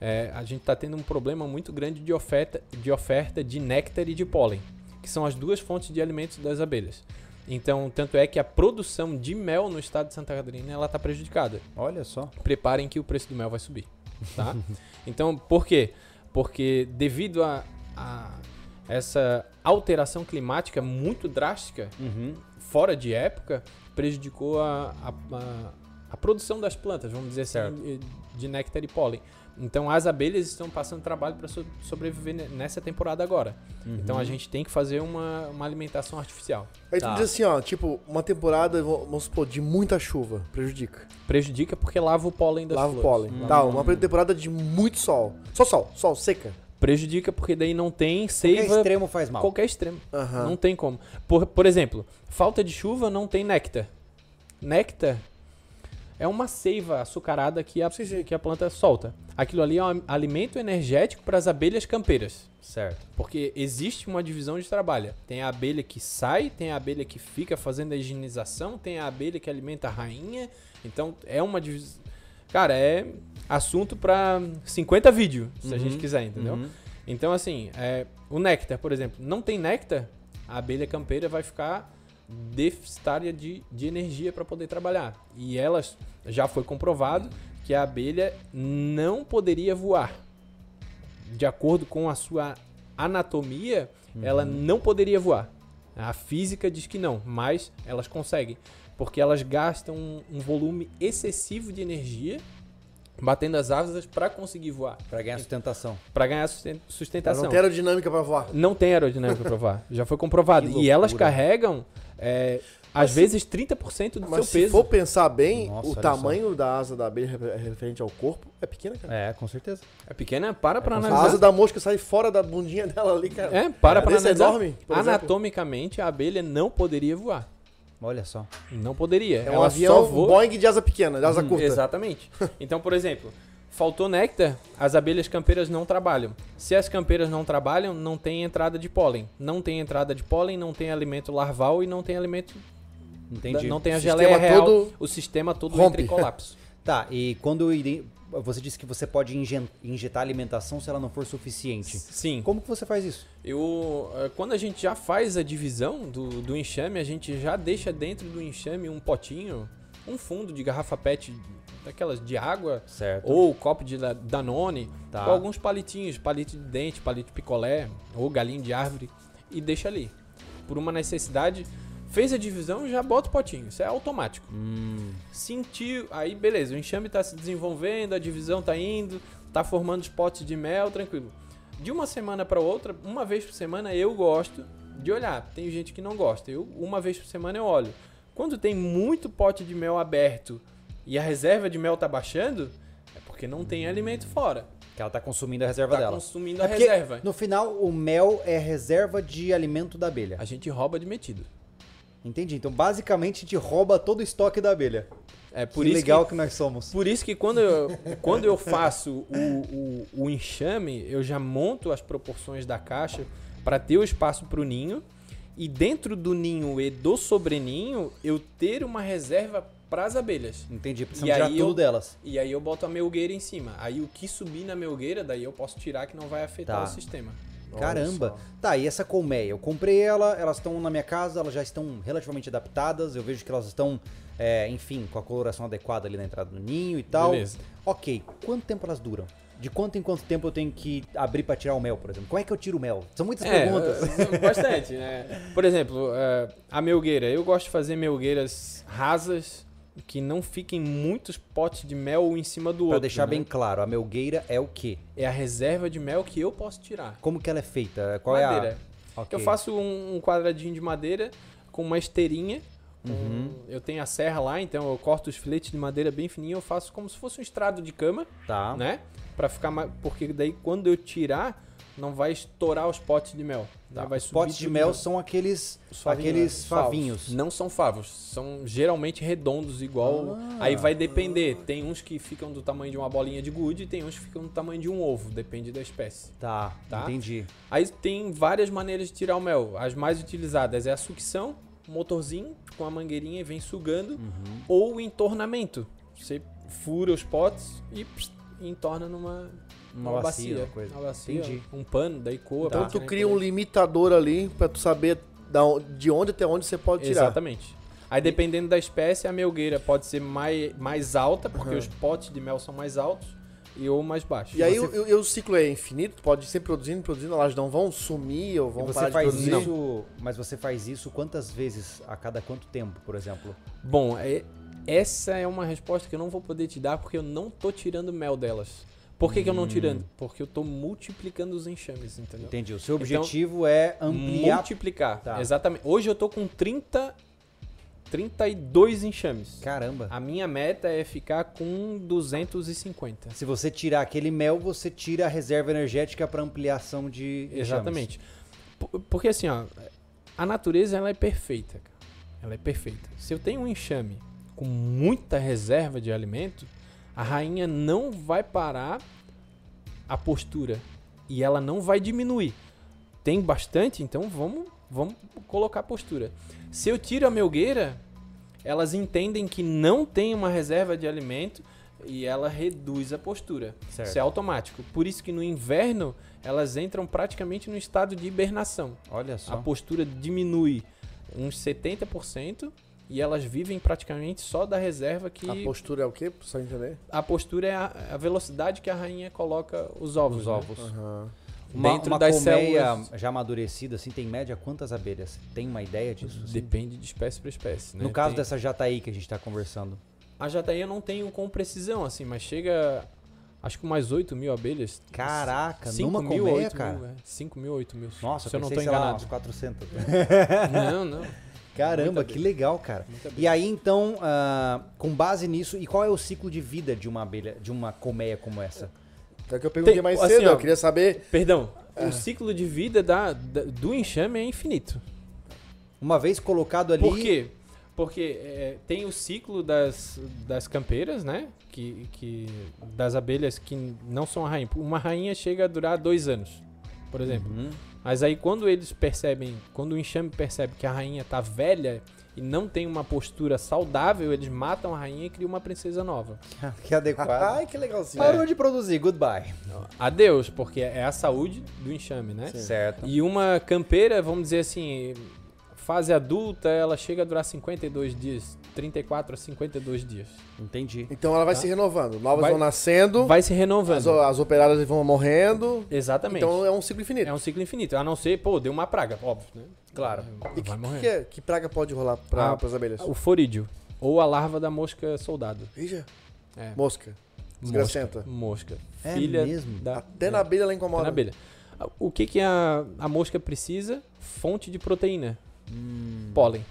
S4: eh, a gente está tendo um problema muito grande de oferta, de oferta de néctar e de pólen, que são as duas fontes de alimentos das abelhas. Então, tanto é que a produção de mel no estado de Santa Catarina ela está prejudicada
S1: Olha só.
S4: preparem que o preço do mel vai subir, tá? então, por quê? Porque devido a, a essa alteração climática muito drástica,
S1: Uhum.
S4: fora de época, prejudicou a, a- a- a produção das plantas, vamos dizer assim, de, de néctar e pólen. Então, as abelhas estão passando trabalho para so- sobreviver ne- nessa temporada agora.
S2: Uhum.
S4: Então, a gente tem que fazer uma, uma alimentação artificial.
S2: Aí tu
S1: Tá.
S2: diz assim, ó, tipo, uma temporada, vo- vamos supor, de muita chuva, prejudica.
S4: Prejudica porque lava o pólen das
S2: Lava o
S4: flores.
S2: pólen. Tá, uma temporada de muito sol. Só sol, sol, seca.
S4: Prejudica porque daí não tem
S1: Qualquer
S4: seiva
S1: extremo faz mal.
S4: Qualquer extremo.
S2: Aham.
S4: Não tem como. Por, por exemplo, falta de chuva não tem néctar. Néctar é uma seiva açucarada que a, que a planta solta. Aquilo ali é um alimento energético para as abelhas campeiras.
S1: Certo.
S4: Porque existe uma divisão de trabalho. Tem a abelha que sai, tem a abelha que fica fazendo a higienização, tem a abelha que alimenta a rainha. Então é uma divisão. Cara, é assunto para 50 vídeos, se a gente quiser, entendeu? Então, assim, é, o néctar, por exemplo, não tem néctar, a abelha campeira vai ficar deficitária de, de energia para poder trabalhar. E elas já foi comprovado que a abelha não poderia voar. De acordo com a sua anatomia, ela
S2: Uhum.
S4: não poderia voar. A física diz que não, mas elas conseguem. Porque elas gastam um, um volume excessivo de energia batendo as asas para conseguir voar,
S1: Pra ganhar sustentação.
S4: para ganhar susten-
S2: Ela não
S4: sustentação. Uhum.
S2: tem aerodinâmica pra voar.
S4: Não tem aerodinâmica pra voar. Já foi comprovado. E elas carregam É, às vezes 30% do
S2: Mas
S4: seu
S2: se
S4: peso.
S2: for pensar bem,
S1: Nossa,
S2: o
S1: olha só.
S2: tamanho da asa da abelha re- referente ao corpo é pequena, cara.
S1: É, com certeza.
S4: É pequena, para pra
S1: com
S2: A asa
S4: analisar.
S2: da mosca sai fora da bundinha dela ali, cara.
S4: É, para pra
S2: Desse é
S4: analisar.
S2: enorme, por exemplo.
S4: Anatomicamente, a abelha não poderia voar.
S1: Olha só.
S4: Não poderia.
S2: É um
S4: Ela
S2: avião
S4: só voa... Uhum.
S2: Boeing de asa pequena, de asa curta.
S4: Exatamente. Então, por exemplo, faltou néctar, as abelhas campeiras não trabalham. Se as campeiras não trabalham, não tem entrada de pólen. Não tem entrada de pólen, não tem alimento larval e não tem alimento.
S1: Entendi.
S4: Não tem a
S2: O
S4: geleia
S2: sistema
S4: real.
S2: todo
S4: O sistema todo
S2: rompe.
S4: entra em colapso.
S1: Tá, e quando eu irei- você disse que você pode inje- injetar alimentação se ela não for suficiente.
S4: Sim.
S1: Como que você faz isso?
S4: Eu, eh, quando a gente já faz a divisão do, do enxame, a gente já deixa dentro do enxame um potinho, um fundo de garrafa PET daquelas de água,
S1: Certo.
S4: ou copo de da- Danone,
S1: Tá.
S4: com alguns palitinhos, palito de dente, palito de picolé, ou galinho de árvore, e deixa ali. Por uma necessidade, fez a divisão já bota o potinho, isso é automático. Sentiu, aí beleza, o enxame tá se desenvolvendo, a divisão tá indo, tá formando os potes de mel, tranquilo. De uma semana pra outra, uma vez por semana eu gosto de olhar. Tem gente que não gosta, eu uma vez por semana eu olho. Quando tem muito pote de mel aberto e a reserva de mel tá baixando, é porque não tem alimento fora.
S1: Que ela tá consumindo a reserva
S4: Tá
S1: dela.
S4: consumindo
S1: É
S4: a
S1: porque,
S4: reserva.
S1: No final, o mel é reserva de alimento da abelha.
S4: A gente rouba de metido.
S1: Entendi. Então, basicamente, te rouba todo o estoque da abelha.
S4: É por
S1: que
S4: isso
S1: legal
S4: que
S1: que... nós somos.
S4: Por isso que quando eu, quando eu faço o, o- o enxame, eu já monto as proporções da caixa para ter o espaço para o ninho. E dentro do ninho e do sobreninho, eu ter uma reserva para as abelhas.
S1: Entendi.
S4: E
S1: Precisamos tirar
S4: aí
S1: tudo
S4: eu-
S1: delas.
S4: E aí eu boto a melgueira em cima. Aí o que subir na melgueira, daí eu posso tirar que não vai afetar
S1: Tá.
S4: o sistema.
S2: Olha
S1: Caramba.
S2: só.
S1: Tá, e essa colmeia? Eu comprei ela, elas estão na minha casa, elas já estão relativamente adaptadas. Eu vejo que elas estão, é, enfim, com a coloração adequada ali na entrada do ninho e tal.
S4: Beleza.
S1: Ok, quanto tempo elas duram? De quanto em quanto tempo eu tenho que abrir pra tirar o mel, por exemplo? Como é que eu tiro o mel? São muitas perguntas.
S4: eh, Bastante, né? Por exemplo, eh, a melgueira. Eu gosto de fazer melgueiras rasas que não fiquem muitos potes de mel um em cima do
S1: Pra
S4: outro.
S1: deixar
S4: né?
S1: bem claro, a melgueira é o quê?
S4: É a reserva de mel que eu posso tirar.
S1: Como que ela é feita? Qual é
S4: Madeira.
S1: a...
S4: Eu
S1: Ok.
S4: faço um, um quadradinho de madeira com uma esteirinha. com-
S1: Uhum.
S4: Eu tenho a serra lá, então eu corto os filetes de madeira bem fininho. Eu faço como se fosse um estrado de cama,
S1: Tá.
S4: né? Pra ficar mais. Porque daí quando eu tirar, não vai estourar os potes de mel. né?
S1: Tá.
S4: Vai
S1: Os
S4: subir
S1: potes de
S4: tudo né?
S1: mel são aqueles,
S4: Os favinhos,
S1: aqueles
S4: favos.
S1: favinhos.
S4: Não são favos, são geralmente redondos igual.
S1: Ah.
S4: Aí vai depender. Tem uns que ficam do tamanho de uma bolinha de gude, e tem uns que ficam do tamanho de um ovo, depende da espécie.
S1: Tá,
S4: Tá?
S1: entendi.
S4: Aí tem várias maneiras de tirar o mel. As mais utilizadas é a sucção, motorzinho com a mangueirinha e vem sugando,
S1: Uhum.
S4: ou o entornamento. Você fura os potes e pss, entorna numa
S1: Uma
S4: numa
S1: bacia, uma coisa.
S4: Uma bacia,
S1: Entendi.
S4: um pano, daí coa. né?
S2: Então
S4: pra
S2: tu
S4: tirar
S2: cria um
S4: entorno.
S2: limitador ali pra tu saber da on- de onde até onde você pode tirar.
S4: Exatamente. Aí dependendo da espécie, a melgueira pode ser mais, mais alta, porque
S2: Aham.
S4: os potes de mel são mais altos, e ou mais baixos.
S2: E aí
S4: Você-
S2: o, e o ciclo é infinito, tu pode sempre produzindo, produzindo, elas não vão sumir ou
S1: E
S2: vão parar
S1: você
S2: de
S1: faz
S2: produzir.
S1: isso, mas você faz isso quantas vezes a cada quanto tempo, por exemplo?
S4: Bom, é- essa é uma resposta que eu não vou poder te dar, porque eu não tô tirando mel delas. Por que, que eu
S2: Hum.
S4: não tirando? Porque eu tô multiplicando os enxames, entendeu?
S1: Entendi. O seu
S4: Então,
S1: objetivo é ampliar.
S4: Multiplicar.
S1: Tá.
S4: Exatamente. Hoje eu tô com 30, 32 enxames.
S1: Caramba.
S4: A minha meta é ficar com 250.
S1: Se você tirar aquele mel, você tira a reserva energética para ampliação de enxames.
S4: Exatamente. P- Porque assim, ó, a natureza ela é perfeita, cara. Ela é perfeita. Se eu tenho um enxame com muita reserva de alimento, a rainha não vai parar a postura e ela não vai diminuir. Tem bastante, então vamos, vamos colocar a postura. Se eu tiro a melgueira, elas entendem que não tem uma reserva de alimento e ela reduz a postura.
S1: Certo.
S4: Isso é automático. Por isso que no inverno elas entram praticamente no estado de hibernação.
S1: Olha
S4: A
S1: só.
S4: postura diminui uns 70% e elas vivem praticamente só da reserva que
S2: A postura é o quê? Só entender.
S4: a postura é a, a velocidade que a rainha coloca os ovos.
S1: Os
S4: né?
S1: ovos.
S2: Aham.
S1: Uma,
S4: Dentro
S1: uma
S4: das
S1: colmeia
S4: células.
S1: já amadurecida, assim, tem em média quantas abelhas? Tem uma ideia disso? assim?
S4: Depende de espécie para espécie. né?
S1: No caso
S4: Tem-
S1: dessa jataí que a gente está conversando.
S4: A jataí eu não tenho com precisão, assim, mas chega. Acho que umas 8 mil abelhas.
S1: Caraca,
S4: 5
S1: numa
S4: mil,
S1: colmeia,
S4: 8
S1: cara.
S4: mil, é. 5 mil, 8 mil.
S1: Nossa,
S4: se eu não
S1: pensei, sei
S4: tô
S1: lá,
S4: enganado.
S1: uns 400.
S4: Não, não.
S1: Caramba, que legal, cara. E aí, então, ah, com base nisso, e qual é o ciclo de vida de uma abelha, de uma colmeia como essa?
S2: É o que eu perguntei
S4: Tem-
S2: mais
S4: assim,
S2: cedo,
S4: ó.
S2: eu queria saber.
S4: Perdão,
S1: É.
S4: o ciclo de vida da, da- do enxame é infinito.
S1: Uma vez colocado ali.
S4: Por quê? Porque é, tem o ciclo das, das campeiras, né? Que, que, das abelhas que não são a rainha. Uma rainha chega a durar dois anos, por exemplo.
S1: Uhum.
S4: Mas aí quando eles percebem, quando o enxame percebe que a rainha tá velha e não tem uma postura saudável, eles matam a rainha e criam uma princesa nova.
S1: Que é adequado.
S2: Ai, que legalzinho.
S1: Parou de produzir, goodbye.
S4: Adeus, porque é a saúde do enxame, né?
S1: Certo.
S4: E uma campeira, vamos dizer assim, fase adulta, ela chega a durar 52 dias, 34 a 52 dias.
S1: Entendi.
S2: Então ela vai se renovando. Novas
S4: Tá. Vai-
S2: vão nascendo,
S4: Vai se
S2: as,
S4: renovando.
S2: as operárias vão morrendo.
S4: Exatamente.
S2: Então é um ciclo infinito.
S4: é um ciclo infinito. A não ser, pô, deu uma praga, óbvio, né?
S1: Claro.
S2: E
S4: Vai
S2: que,
S4: morrer.
S2: que, é- que praga pode rolar para
S4: Ah,
S2: as abelhas?
S4: O forídeo. Ou a larva da mosca soldado.
S2: Ija.
S4: É.
S2: Mosca. Desgracenta.
S4: Mosca.
S1: É
S4: Filha
S1: mesmo?
S4: da.
S2: Até na abelha ela incomoda.
S4: Até na abelha. O que, que a, a mosca precisa? Fonte de proteína.
S2: Hum.
S4: Pólen.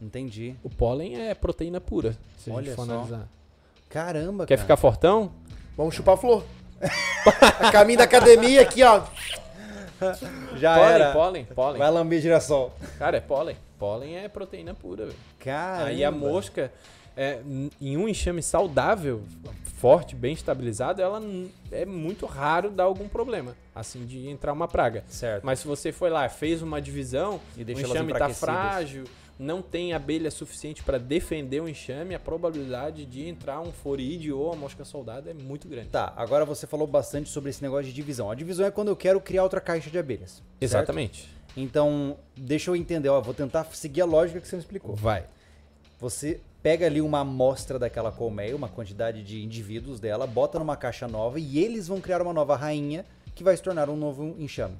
S1: Entendi.
S4: O pólen é proteína pura, se a
S1: Olha
S4: gente for
S1: só.
S4: analisar.
S1: Caramba,
S4: Quer
S1: cara.
S4: ficar fortão?
S2: Vamos chupar a flor. a caminho da academia aqui, ó. Ah,
S1: Já
S4: pólen,
S1: era.
S4: pólen, pólen.
S1: Vai lamber girassol.
S4: Cara, é pólen. Pólen é proteína pura, velho.
S1: Caramba.
S4: Aí a mosca, é, n- em um enxame saudável, forte, bem estabilizado, ela n- é muito raro dar algum problema, assim, de entrar uma praga.
S1: Certo.
S4: Mas se você foi lá, fez uma divisão,
S1: E
S4: o
S1: deixa elas
S4: enxame tá
S1: enfraquecidas.
S4: frágil, não tem abelha suficiente para defender o enxame, a probabilidade de entrar um forídeo ou a mosca soldada é muito grande.
S1: Tá, agora você falou bastante sobre esse negócio de divisão. A divisão é quando eu quero criar outra caixa de abelhas. certo?
S4: Exatamente.
S1: Então, deixa eu entender, ó, vou tentar seguir a lógica que você me explicou.
S4: Vai.
S1: Você pega ali uma amostra daquela colmeia, uma quantidade de indivíduos dela, bota numa caixa nova e eles vão criar uma nova rainha que vai se tornar um novo enxame.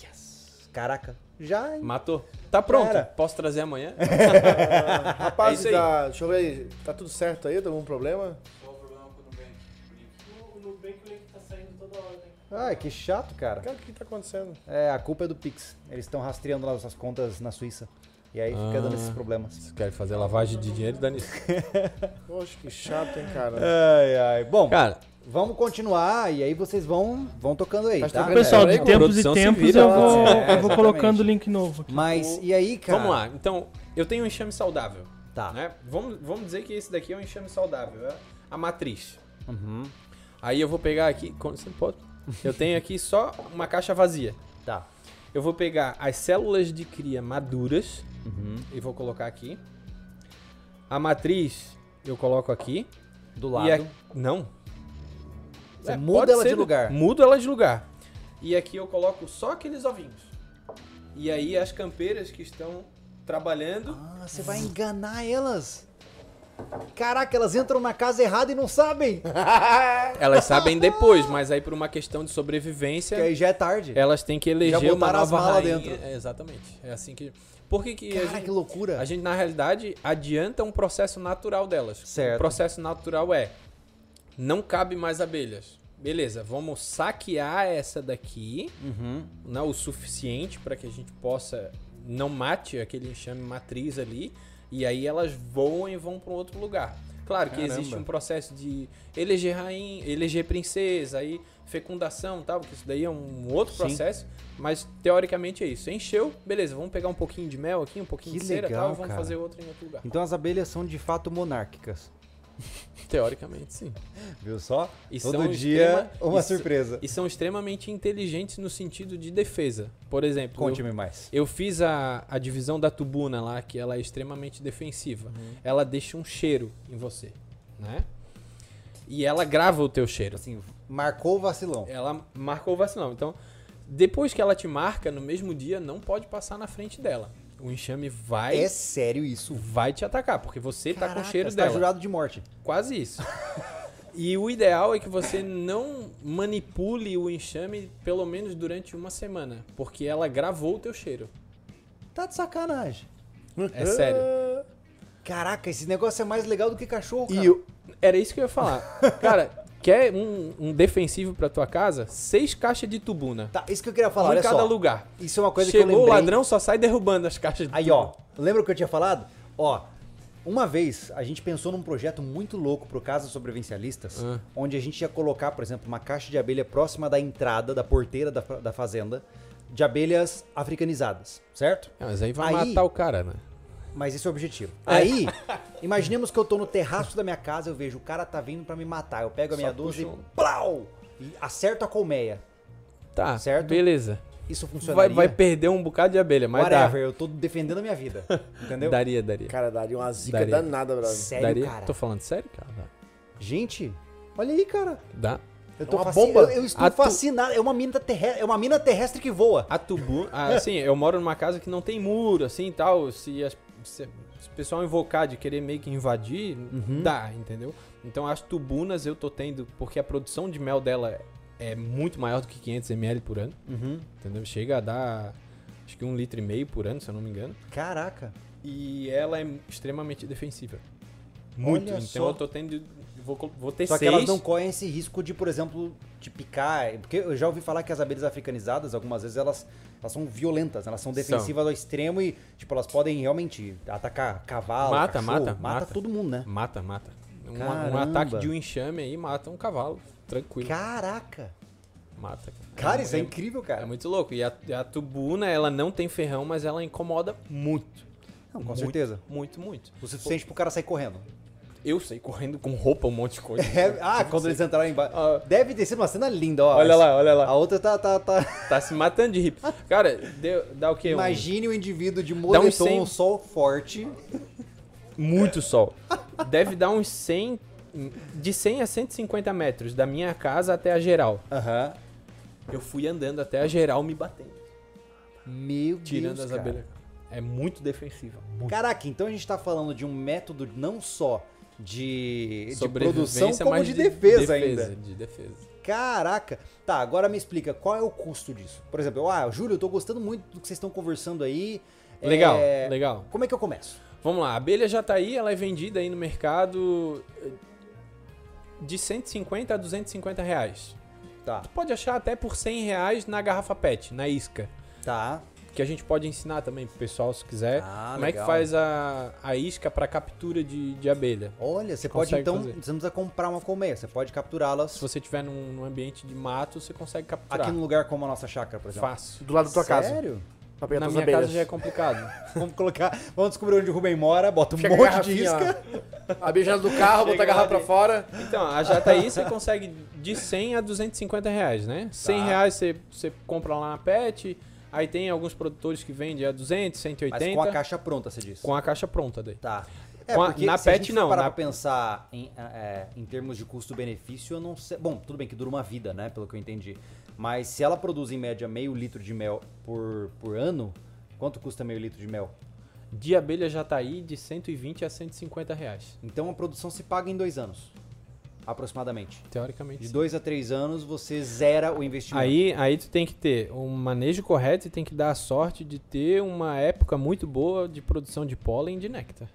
S1: Yes! Caraca, já.
S4: Matou. Tá pronto.
S1: Era.
S4: Posso trazer amanhã? É
S2: Rapaz,
S4: isso aí.
S2: da- deixa eu ver aí. Tá tudo certo aí? Tem algum problema?
S7: O Nubank o link tá saindo toda hora, né?
S1: Ai, Ah, que chato, cara.
S2: Cara, o que tá acontecendo?
S1: É, a culpa é do Pix. Eles estão rastreando lá suas contas na Suíça. E aí fica
S4: Ah.
S1: dando esses problemas.
S4: Se quer fazer lavagem de dinheiro, dá nisso.
S2: Poxa, que chato, hein, cara.
S1: Ai, ai. Bom,
S4: Cara,
S1: vamos continuar e aí vocês vão, vão tocando aí,
S2: Mas
S1: tá?
S2: tocando-
S7: Pessoal, de
S2: Peraí,
S7: tempos
S4: É, produção
S7: em
S4: se
S7: tempos
S4: vira,
S7: eu
S4: né?
S7: vou,
S1: É,
S7: eu vou
S1: exatamente.
S7: colocando o link novo aqui.
S1: Mas, e aí, cara?
S4: Vamos lá, então, eu tenho um enxame saudável.
S1: Tá.
S4: Né? Vamos, vamos dizer que esse daqui é um enxame saudável, é a matriz.
S1: Uhum.
S4: Aí eu vou pegar aqui. quando Você pode? Eu tenho aqui só uma caixa vazia.
S1: Tá.
S4: Eu vou pegar as células de cria maduras
S1: Uhum.
S4: e vou colocar aqui. A matriz eu coloco aqui.
S1: Do
S4: E
S1: lado.
S4: a- Não.
S1: Você
S4: É,
S1: muda
S4: pode
S1: ela
S4: ser
S1: de
S4: do-
S1: lugar.
S4: Mudo ela de lugar. E aqui eu coloco só aqueles ovinhos. E aí as campeiras que estão trabalhando
S1: Ah, você vai enganar elas. Caraca, elas entram na casa errada e não sabem.
S4: Elas sabem depois, mas aí por uma questão de sobrevivência,
S1: Que aí já é tarde.
S4: elas têm que eleger uma
S1: botaram as
S4: nova
S1: malas
S4: rainha.
S1: dentro.
S4: É, exatamente. É assim que... Por que que a
S1: Cara,
S4: gente,
S1: que loucura.
S4: a gente, na realidade, adianta um processo natural delas.
S1: Certo.
S4: O processo natural é, não cabe mais abelhas. Beleza, vamos saquear essa daqui,
S1: Uhum.
S4: não, o suficiente para que a gente possa não mate aquele enxame matriz ali e aí elas voam e vão para um outro lugar. Claro que
S1: Caramba.
S4: existe um processo de eleger rainha, eleger princesa, aí fecundação, e tal, que isso daí é um outro
S1: Sim.
S4: processo, mas teoricamente é isso. Encheu, beleza, vamos pegar um pouquinho de mel aqui, um pouquinho
S1: Que
S4: de cera, e
S1: legal,
S4: tal, vamos
S1: cara.
S4: fazer outro em outro lugar.
S1: Então as abelhas são de fato monárquicas.
S4: Teoricamente, sim.
S1: Viu só?
S4: E
S1: Todo
S4: são
S1: dia
S4: extrema-
S1: uma
S4: e são-
S1: surpresa.
S4: E são extremamente inteligentes no sentido de defesa. Por exemplo, eu-
S1: Conte-me mais.
S4: Eu fiz a, a divisão da tubuna lá, que ela é extremamente defensiva. Ela deixa um cheiro em você, né? E ela grava o teu cheiro.
S1: Assim, marcou o vacilão.
S4: Ela marcou o vacilão. Então, depois que ela te marca, no mesmo dia, não pode passar na frente dela. O enxame vai
S1: É sério isso.
S4: vai te atacar, porque você tá com o cheiro
S1: você
S4: dela.
S1: Tá jurado de morte.
S4: Quase isso. E o ideal é que você não manipule o enxame pelo menos durante uma semana, porque ela gravou o teu cheiro.
S1: Tá de sacanagem. Ah,
S4: É sério.
S1: Caraca, esse negócio é mais legal do que cachorro, cara.
S4: E eu- era isso que eu ia falar. Cara, quer um, um defensivo pra tua casa? Seis caixas de tubuna.
S1: Tá, isso que eu queria falar,
S4: um em
S1: olha
S4: cada
S1: só.
S4: lugar.
S1: Isso é uma coisa que eu
S4: Chegou o
S1: lembrei.
S4: ladrão, só sai derrubando as caixas de
S1: Aí,
S4: tubuna.
S1: ó. Lembra o que eu tinha falado? Ó, uma vez a gente pensou num projeto muito louco pro Casa Sobrevivencialistas,
S4: Ah.
S1: onde a gente ia colocar, por exemplo, uma caixa de abelha próxima da entrada, da porteira da, fa- da fazenda, de abelhas africanizadas, certo?
S4: É, mas aí vai
S1: Aí-
S4: matar o cara, né?
S1: Mas esse é o objetivo. Aí, imaginemos que eu tô no terraço da minha casa, eu vejo o cara tá vindo pra me matar. Eu pego a minha doce e
S4: puxa um-
S1: plau! E acerto a colmeia.
S4: Tá,
S1: Certo.
S4: beleza.
S1: Isso
S4: Vai,
S1: funcionaria?
S4: vai perder um bocado de abelha, mas
S1: Whatever, eu tô defendendo a minha vida.
S4: dá.
S1: Entendeu?
S4: Daria, daria.
S2: Cara, daria uma zica
S4: Daria.
S2: danada, brother.
S1: Sério,
S4: daria.
S1: cara.
S4: Tô falando sério, cara?
S1: Gente, olha aí, cara.
S4: Dá.
S1: Eu tô
S4: É
S2: uma
S1: fasci-
S2: bomba.
S1: Eu, eu estou
S4: A tu-
S1: fascinado. É uma mina terrestre, é uma mina terrestre que voa.
S4: A tubu... ah, assim, eu moro numa casa que não tem muro, assim, e tal. Se, as- se- se o pessoal invocar de querer meio que invadir,
S1: Uhum.
S4: dá, entendeu? Então as tubunas eu tô tendo, porque a produção de mel dela é muito maior do que 500 ml por ano,
S1: Uhum.
S4: entendeu? Chega a dar, acho que um litro e meio por ano, se eu não me engano.
S1: Caraca.
S4: E ela é extremamente defensiva. Muito.
S1: Olha
S4: então
S1: só.
S4: eu tô tendo... Vou, col- vou ter
S1: Só que
S4: seis.
S1: elas não correm esse risco de, por exemplo, de picar. Porque eu já ouvi falar que as abelhas africanizadas, algumas vezes, elas, elas são violentas, elas são defensivas ao extremo e, tipo, elas podem realmente atacar cavalo,
S4: Mata,
S1: cachorro,
S4: mata, mata.
S1: todo mundo, né?
S4: Mata, mata. Um- Um,
S1: Caramba.
S4: ataque de um enxame aí mata um cavalo. Tranquilo.
S1: Caraca.
S4: Mata.
S1: Cara, isso é
S4: incrível.
S1: incrível, cara.
S4: É muito louco. E a, a tubuna, ela não tem ferrão, mas ela incomoda é muito.
S1: Não, com
S4: Muito,
S1: certeza.
S4: Muito, muito.
S1: O suficiente pro cara sair correndo.
S4: Eu saí correndo com roupa, um monte de coisa.
S1: É, ah, quando eles entraram embaixo.
S4: Ah.
S1: Deve ter sido uma cena linda, ó.
S4: Olha lá, olha
S1: A
S4: lá.
S1: outra tá. tá, tá-
S4: Tá se matando de hip. Cara, deu- dá o quê? Um-
S1: Imagine o indivíduo de
S4: Dá um
S1: moletom, um
S4: uns cem.
S1: sol forte.
S4: muito sol. Deve dar uns 100... De 100 a 150 metros da minha casa até a geral.
S1: Aham.
S4: Eu fui andando até a geral me batendo.
S1: Meu
S4: Tirando
S1: Deus,
S4: as
S1: cara.
S4: abelhas. É muito defensiva. Muito.
S1: Caraca, então a gente tá falando de um método não só de, de
S4: Sobrevivência,
S1: produção, como
S4: mas
S1: de, defesa,
S4: defesa,
S1: ainda.
S4: De defesa.
S1: Caraca. Tá, agora me explica, qual é o custo disso? Por exemplo, eu, ah, Júlio, eu tô gostando muito do que vocês estão conversando aí. É,
S4: Legal, legal.
S1: Como é que eu começo?
S4: Vamos lá, a abelha já tá aí, ela é vendida aí no mercado eh, de 150 a 250 reais.
S1: Tá,
S4: Tu pode achar até por 100 reais na garrafa PET, na isca.
S1: tá.
S4: Que a gente pode ensinar também pro pessoal se quiser.
S1: Ah,
S4: como é
S1: legal.
S4: que faz a, a isca para captura de, de abelha?
S1: Olha, você pode
S4: Consegue
S1: então,
S4: fazer.
S1: você não precisa comprar uma colmeia, você pode capturá-las
S4: Se você tiver num, num ambiente de mato, você consegue capturar.
S1: aqui num lugar como a nossa chácara, por exemplo.
S4: Fácil.
S2: Do lado da tua casa.
S1: Sério?
S2: Pra pegar
S4: Na
S2: tuas
S4: minha
S2: abelhas.
S4: casa já é complicado.
S1: Vamos colocar, vamos descobrir onde o Rubem mora, bota um
S2: Chega a
S1: monte de
S2: garrafinha,
S1: isca.
S2: ó. A beijada do carro, botar a garrafa pra fora.
S4: Então, a Jataí você consegue de 100 a 250 reais, né? 100
S1: Tá.
S4: reais você, você compra lá na PET, aí tem alguns produtores que vendem a 200, 180,
S1: Mas com a caixa pronta, você disse.
S4: com a caixa pronta daí.
S1: Tá.
S4: Com a- na
S1: se a
S4: pet
S1: gente for
S4: não,
S1: parar
S4: na-
S1: pra pensar em, é, em termos de custo-benefício, eu não sei. Bom, tudo bem que dura uma vida, né? Pelo que eu entendi. Mas se ela produz em média meio litro de mel por, por ano, quanto custa meio litro de mel?
S4: De abelha Jataí de 120 a 150 reais,
S1: Então a produção se paga em dois anos, aproximadamente.
S4: teoricamente.
S1: De
S4: sim.
S1: dois a três anos você zera o investimento.
S4: Aí, aí tu tem que ter um manejo correto e tem que dar a sorte de ter uma época muito boa de produção de pólen e de néctar.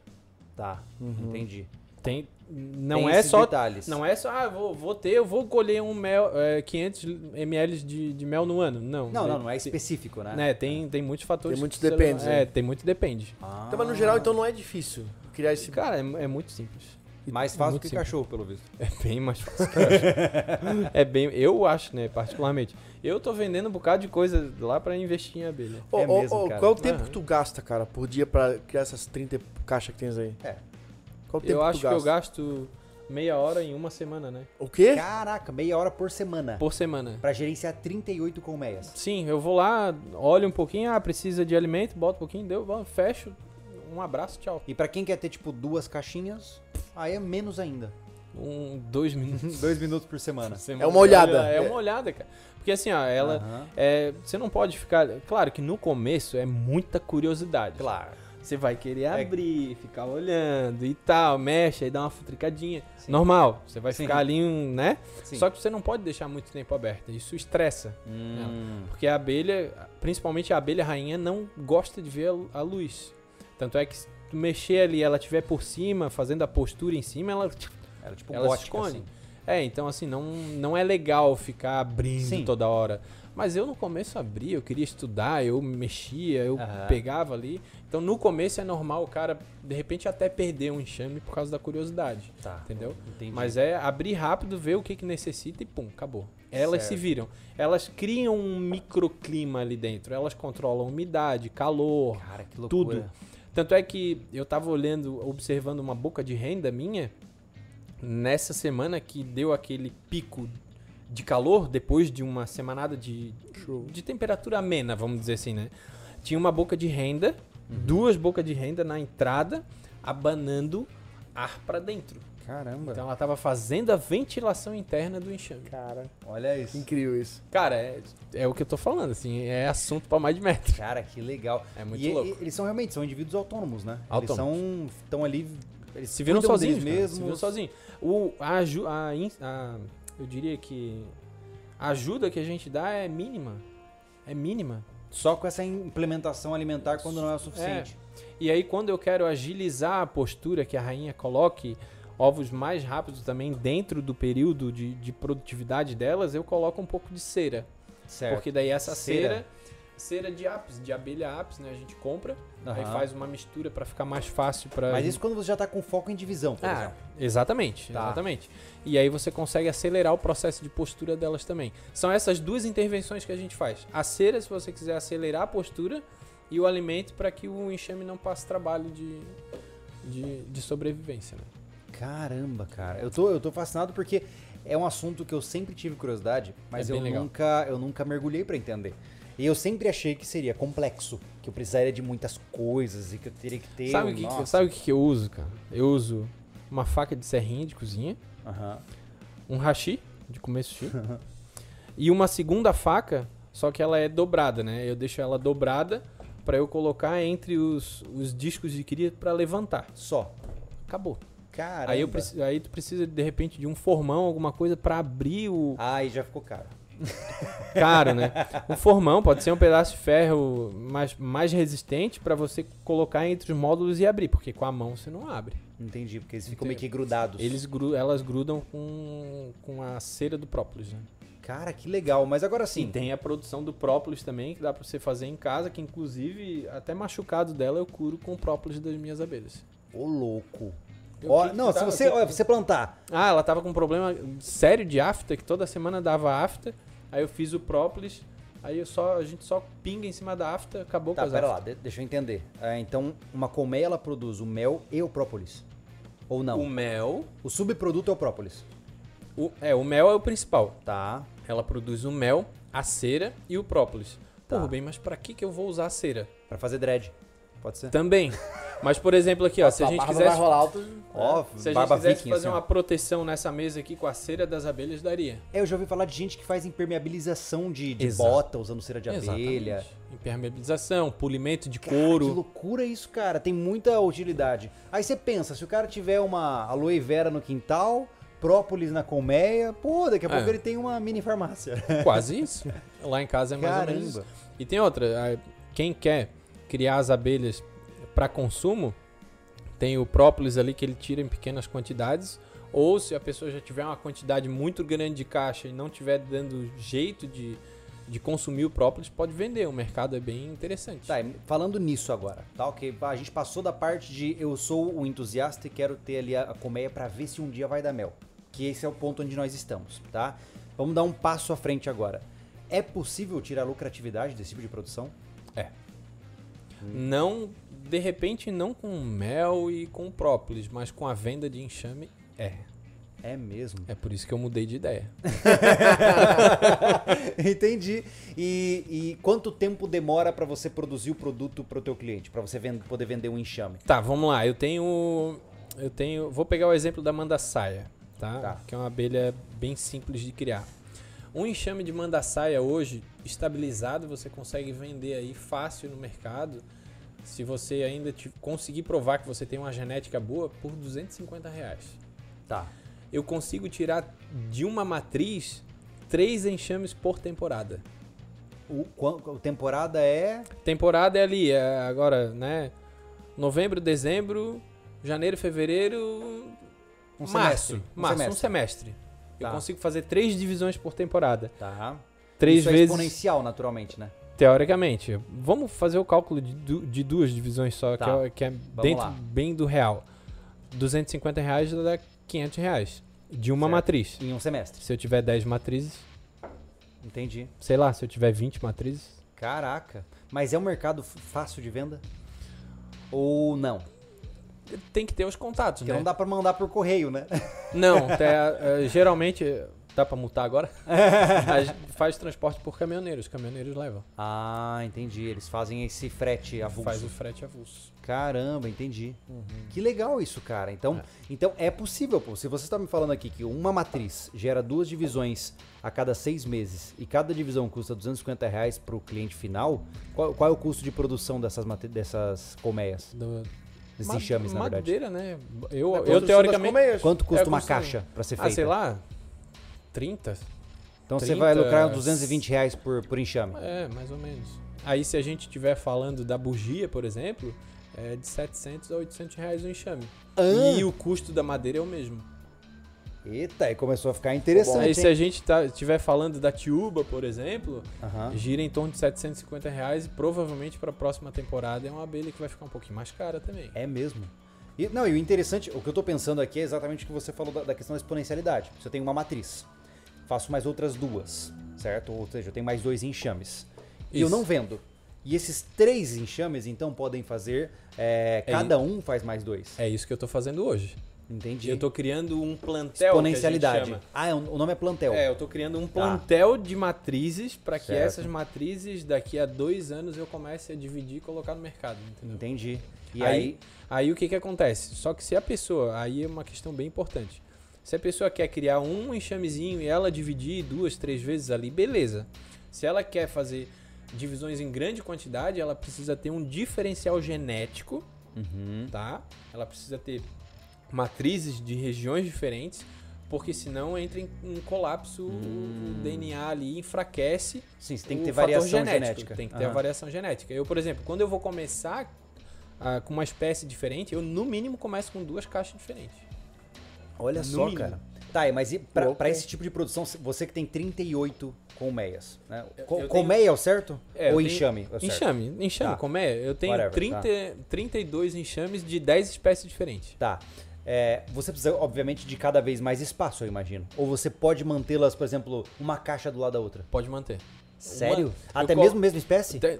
S1: Tá, entendi.
S4: Tem, Uhum. não
S1: Tem
S4: é
S1: esses
S4: só
S1: detalhes.
S4: Não é só, ah, vou, vou ter, eu vou colher um mel, é, 500 ml de, de mel no ano. Não,
S1: Não,
S4: né?
S1: não, não é
S4: Tem-
S1: específico, né?
S4: né, tem, tem muitos fatores.
S2: Tem muitos
S4: que você
S2: dependes,
S4: leva- É,
S2: né?
S4: tem muito depende.
S1: Ah,
S2: Então, mas no geral, então não é difícil criar esse.
S4: Cara, é, é muito simples.
S1: mais fácil
S4: muito
S1: que
S4: simples.
S1: cachorro, pelo visto.
S4: É bem mais fácil. que eu acho. é bem, eu acho, né, particularmente. Eu tô vendendo um bocado de coisa lá pra investir em abelha.
S2: Ô,
S1: É
S2: ô,
S1: mesmo,
S2: ô,
S1: cara.
S2: Qual é o tempo
S4: Aham.
S2: que tu gasta, cara, por dia pra criar essas 30 caixas que tens aí?
S1: É.
S2: Qual é o tempo
S4: Eu acho
S2: tu
S4: que
S2: gasta?
S4: eu gasto meia hora em uma semana, né?
S2: O quê?
S1: Caraca, meia hora por semana.
S4: Por semana.
S1: Pra gerenciar 38 colmeias.
S4: Sim, eu vou lá, olho um pouquinho, ah, precisa de alimento, boto um pouquinho, deu, bom, fecho. Um abraço, tchau.
S1: E pra quem quer ter, tipo, duas caixinhas, aí é menos ainda.
S4: Um, dois minutos.
S1: Dois minutos por semana.
S4: Semana.
S2: É uma olhada.
S4: É uma olhada, cara. Porque assim, ó, ela.
S1: Aham.
S4: é, você não pode ficar. Claro que no começo é muita curiosidade.
S1: Claro.
S4: Você vai querer
S1: É.
S4: abrir, ficar olhando e tal, mexe, aí dá uma futricadinha. Normal. Você vai
S1: Sim.
S4: ficar ali, um, né?
S1: Sim.
S4: Só que você não pode deixar muito tempo aberto. Isso estressa.
S1: Hum.
S4: Porque a abelha, principalmente a abelha rainha, não gosta de ver a a luz. Tanto é que se tu mexer ali, ela tiver por cima, fazendo a postura em cima, ela
S1: Era tipo
S4: ela se
S1: gótica,
S4: esconde.
S1: assim.
S4: É, então assim, não, não é legal ficar abrindo
S1: Sim.
S4: toda hora. Mas eu no começo abria, eu queria estudar, eu mexia, eu
S1: Aham.
S4: pegava ali. Então no começo é normal o cara, de repente, até perder um enxame por causa da curiosidade.
S1: Tá.
S4: Entendeu?
S1: Entendi.
S4: Mas é abrir rápido, ver o que, que necessita e pum, acabou. Elas se
S1: Certo.
S4: viram. Elas criam um microclima ali dentro. Elas controlam umidade, calor,
S1: Cara, que
S4: tudo.
S1: loucura.
S4: Tanto é que eu tava olhando, observando uma boca de renda minha nessa semana que deu aquele pico de calor depois de uma semanada de, de temperatura amena, vamos dizer assim, né? Tinha uma boca de renda, duas bocas de renda na entrada, abanando ar pra dentro.
S1: Caramba.
S4: Então ela tava fazendo a ventilação interna do enxame.
S2: Cara,
S1: Olha isso.
S2: incrível isso.
S4: Cara, é, é o que eu tô falando, assim, é assunto pra mais de metro.
S1: Cara, que legal.
S4: É muito
S1: e, e-
S4: louco.
S1: eles são realmente, são indivíduos autônomos, né?
S4: Autônomos.
S1: Eles são, estão ali, eles
S4: se viram
S1: cuidam deles
S4: sozinhos mesmo.
S1: mesmos.
S4: Se viram sozinhos. O, a, aju- a in- a- eu diria que a ajuda que a gente dá é mínima. É mínima.
S1: Só com essa implementação alimentar quando não é o suficiente.
S4: E aí quando eu quero agilizar a postura que a rainha coloque ovos mais rápidos também dentro do período de, de produtividade delas, eu coloco um pouco de cera.
S1: Certo.
S4: Porque daí essa
S1: Cera.
S4: cera, cera de ápice, de abelha ápice, né, a gente compra, aí
S1: Aham.
S4: faz uma mistura pra ficar mais fácil para
S1: Mas isso quando você já tá com foco em divisão, por
S4: Ah,
S1: exemplo.
S4: exatamente,
S1: Tá.
S4: exatamente. E aí você consegue acelerar o processo de postura delas também. São essas duas intervenções que a gente faz. A cera, se você quiser acelerar a postura, e o alimento para que o enxame não passe trabalho de, de, de sobrevivência. né?
S1: Caramba, cara. Eu tô, eu tô fascinado porque é um assunto que eu sempre tive curiosidade, mas
S4: É bem
S1: eu,
S4: legal.
S1: nunca, eu nunca mergulhei pra entender. E eu sempre achei que seria complexo, que eu precisaria de muitas coisas e que eu teria que ter. um
S4: sabe o que, que-
S1: nossa.
S4: sabe o que, que eu uso, cara? Eu uso uma faca de serrinha de cozinha,
S1: Aham.
S4: um hashi de comer sushi e uma segunda faca, só que ela é dobrada, né? Eu deixo ela dobrada pra eu colocar entre os, os discos de cria pra levantar.
S1: Só.
S4: Acabou.
S1: Caramba.
S4: Aí, eu preci- aí tu precisa de repente de um formão, alguma coisa pra abrir o
S1: Ah, e já ficou caro.
S4: caro, né? Um formão pode ser um pedaço de ferro mais, mais resistente pra você colocar entre os módulos e abrir, porque com a mão você não abre.
S1: Entendi, porque eles ficam meio
S4: Entendo.
S1: que grudados.
S4: Eles gru- elas grudam com, com a cera do própolis, né?
S1: Cara, que legal. Mas agora
S4: Sim,
S1: sim.
S4: tem a produção do própolis também, que dá pra você fazer em casa, que inclusive até machucado dela eu curo com o própolis das minhas abelhas.
S1: Ô, louco.
S4: Eu
S1: Ó,
S4: tenho que
S1: não, se
S4: tá-
S1: você,
S4: eu tenho
S1: ó,
S4: que-
S1: você plantar.
S4: Ah, ela tava com um problema sério de afta, que toda semana dava afta, aí eu fiz o própolis, aí eu só, a gente só pinga em cima da afta, acabou
S1: Tá,
S4: com as
S1: pera lá,
S4: aftas.
S1: de- deixa eu entender. Ah, então, uma colmeia ela produz o mel e o própolis. Ou não?
S4: O mel,
S1: O subproduto é o própolis.
S4: o- é, o mel é o principal.
S1: Tá.
S4: Ela produz o mel, a cera e o própolis.
S1: Tá.
S4: Pô, Rubem, mas pra que que eu vou usar a cera?
S1: Pra fazer dread. Pode ser?
S4: Também. Mas, por exemplo, aqui, ó, se a gente
S2: barba
S4: quisesse É.
S2: vai rolar alto.
S1: Ó,
S4: Se a gente
S1: barba
S4: quisesse
S1: viking,
S4: fazer
S1: assim, ó.
S4: uma proteção nessa mesa aqui com a cera das abelhas, daria.
S1: É, Eu já ouvi falar de gente que faz impermeabilização de, de
S4: Exato.
S1: bota usando cera de abelha.
S4: Exatamente. Impermeabilização, polimento de
S1: Que
S4: couro.
S1: loucura isso, cara. Tem muita utilidade. Aí você pensa, se o cara tiver uma aloe vera no quintal, própolis na colmeia, pô, daqui a
S4: É.
S1: pouco ele tem uma mini farmácia.
S4: Quase isso. Lá em casa é mais ou menos isso.
S1: Caramba.
S4: E tem outra. a- Quem quer criar as abelhas para consumo, tem o própolis ali que ele tira em pequenas quantidades. Ou se a pessoa já tiver uma quantidade muito grande de caixa e não tiver dando jeito de, de consumir o própolis, pode vender. O mercado é bem interessante.
S1: Tá, e falando nisso agora, tá ok? A gente passou da parte de eu sou o entusiasta e quero ter ali a a colmeia pra ver se um dia vai dar mel. Que esse é o ponto onde nós estamos, tá? Vamos dar um passo à frente agora. É possível tirar a lucratividade desse tipo de produção?
S4: Não, de repente, não com mel e com própolis, mas com a venda de enxame, é.
S1: É mesmo.
S4: É por isso que eu mudei de ideia.
S1: Entendi. E, e quanto tempo demora pra você produzir o produto pro teu cliente, Pra você ven- poder vender um enxame?
S4: Tá, vamos lá. Eu tenho. Eu tenho. Vou pegar o exemplo da mandaçaia, tá?
S1: Tá.
S4: Que é uma abelha bem simples de criar. Um enxame de mandaçaia hoje, estabilizado, você consegue vender aí fácil no mercado. Se você ainda te- conseguir provar que você tem uma genética boa, por 250 reais.
S1: Tá.
S4: eu consigo tirar de uma matriz três enxames por temporada.
S1: O, quan- a temporada é
S4: Temporada é ali, é agora, né? Novembro, dezembro, janeiro, fevereiro,
S1: um
S4: março.
S1: semestre.
S4: março, um
S1: semestre.
S4: semestre. Eu
S1: Tá.
S4: consigo fazer três divisões por temporada.
S1: Tá.
S4: Três
S1: Isso é
S4: vezes.
S1: exponencial, naturalmente, né?
S4: Teoricamente. Vamos fazer o cálculo de, du- de duas divisões só,
S1: Tá.
S4: que é, que é dentro
S1: lá.
S4: bem do real. 250 reais dá 500 reais. De uma
S1: Certo.
S4: matriz.
S1: Em um semestre.
S4: Se eu tiver 10 matrizes,
S1: Entendi.
S4: sei lá, se eu tiver 20 matrizes.
S1: Caraca. Mas é um mercado f- fácil de venda? Ou não?
S4: Tem que ter os contatos,
S1: Porque
S4: né?
S1: não dá pra mandar por correio, né?
S4: Não, tá, eh, geralmente. Dá pra multar agora? Mas faz transporte por caminhoneiros. Caminhoneiros levam.
S1: Ah, entendi. Eles fazem esse frete É avulso.
S4: Faz o frete avulso.
S1: Caramba, entendi. Que legal isso, cara. Então Uhum. é. então é possível, pô. Se você está me falando aqui que uma matriz gera duas divisões a cada seis meses e cada divisão custa 250 reais para o cliente final, qual, qual é o custo de produção dessas, matri- dessas colmeias?
S4: Do,
S1: Desses
S4: Ma-
S1: enxames, na verdade.
S4: madeira, né? Eu,
S2: Na
S4: eu
S2: É produção
S4: teoricamente.
S2: das colmeias.
S1: Quanto custa
S4: É,
S1: uma
S4: custa-
S1: caixa para ser
S4: ah,
S1: feita?
S4: sei lá. 30?
S1: então você vai
S4: 30,
S1: lucrar uns 220 reais por, por enxame.
S4: É, mais ou menos. Aí se a gente estiver falando da bugia, por exemplo, é de 700 a 800 reais o enxame.
S1: Ah!
S4: E o custo da madeira é o mesmo.
S1: Eita, aí começou a ficar interessante.
S4: Aí
S1: hein?
S4: se a gente tá- estiver falando da tiúba, por exemplo,
S1: Aham.
S4: gira em torno de 750 reais e provavelmente para a próxima temporada é uma abelha que vai ficar um pouquinho mais cara também.
S1: É mesmo. E, não, e o interessante, o que eu tô pensando aqui é exatamente o que você falou da, da questão da exponencialidade. Se eu tenho uma matriz, faço mais outras duas, certo? Ou seja, eu tenho mais dois enxames. E eu
S4: Isso.
S1: não vendo. E esses três enxames, então, podem fazer. é,
S4: É
S1: cada um faz mais dois.
S4: É isso que eu tô fazendo hoje.
S1: Entendi.
S4: Eu tô criando um plantel. que a gente
S1: Exponencialidade.
S4: chama.
S1: Ah, é, o nome é plantel.
S4: É, eu tô criando um plantel de matrizes para que
S1: Certo.
S4: essas matrizes daqui a dois anos eu comece a dividir e colocar no mercado, entendeu?
S1: Entendi. E
S4: Aí-
S1: aí,
S4: Aí o que que acontece? Só que se a pessoa, aí é uma questão bem importante. Se a pessoa quer criar um enxamezinho e ela dividir duas, três vezes ali, beleza. Se ela quer fazer divisões em grande quantidade, ela precisa ter um diferencial genético
S1: Uhum.
S4: tá? Ela precisa ter matrizes de regiões diferentes, porque senão entra em um colapso, o DNA ali enfraquece.
S1: Sim, você tem que
S4: o
S1: ter
S4: fator
S1: variação
S4: genético,
S1: genética.
S4: Tem que ter
S1: Aham.
S4: a variação genética. Eu, por exemplo, quando eu vou começar ah, com uma espécie diferente, eu no mínimo começo com duas caixas diferentes.
S1: Olha
S4: No
S1: só,
S4: mínimo.
S1: cara. Tá, e mas e pra,
S2: Louco,
S1: pra
S2: hein?
S1: esse tipo de produção, você que tem 38 colmeias, né? Co-
S4: eu tenho-
S1: colmeia é o certo?
S4: É, eu
S1: Ou
S4: tenho-
S1: enxame? é o certo?
S4: Enxame, enxame,
S1: Tá.
S4: como é? Eu tenho
S1: Whatever,
S4: 30, 32 enxames de 10 espécies diferentes.
S1: Tá. É, você precisa, obviamente, de cada vez mais espaço, eu imagino. Ou você pode mantê-las, por exemplo, uma caixa do lado da outra.
S4: Pode manter.
S1: Sério?
S4: eu
S1: Até
S4: colo-
S1: mesmo mesma espécie?
S4: Até-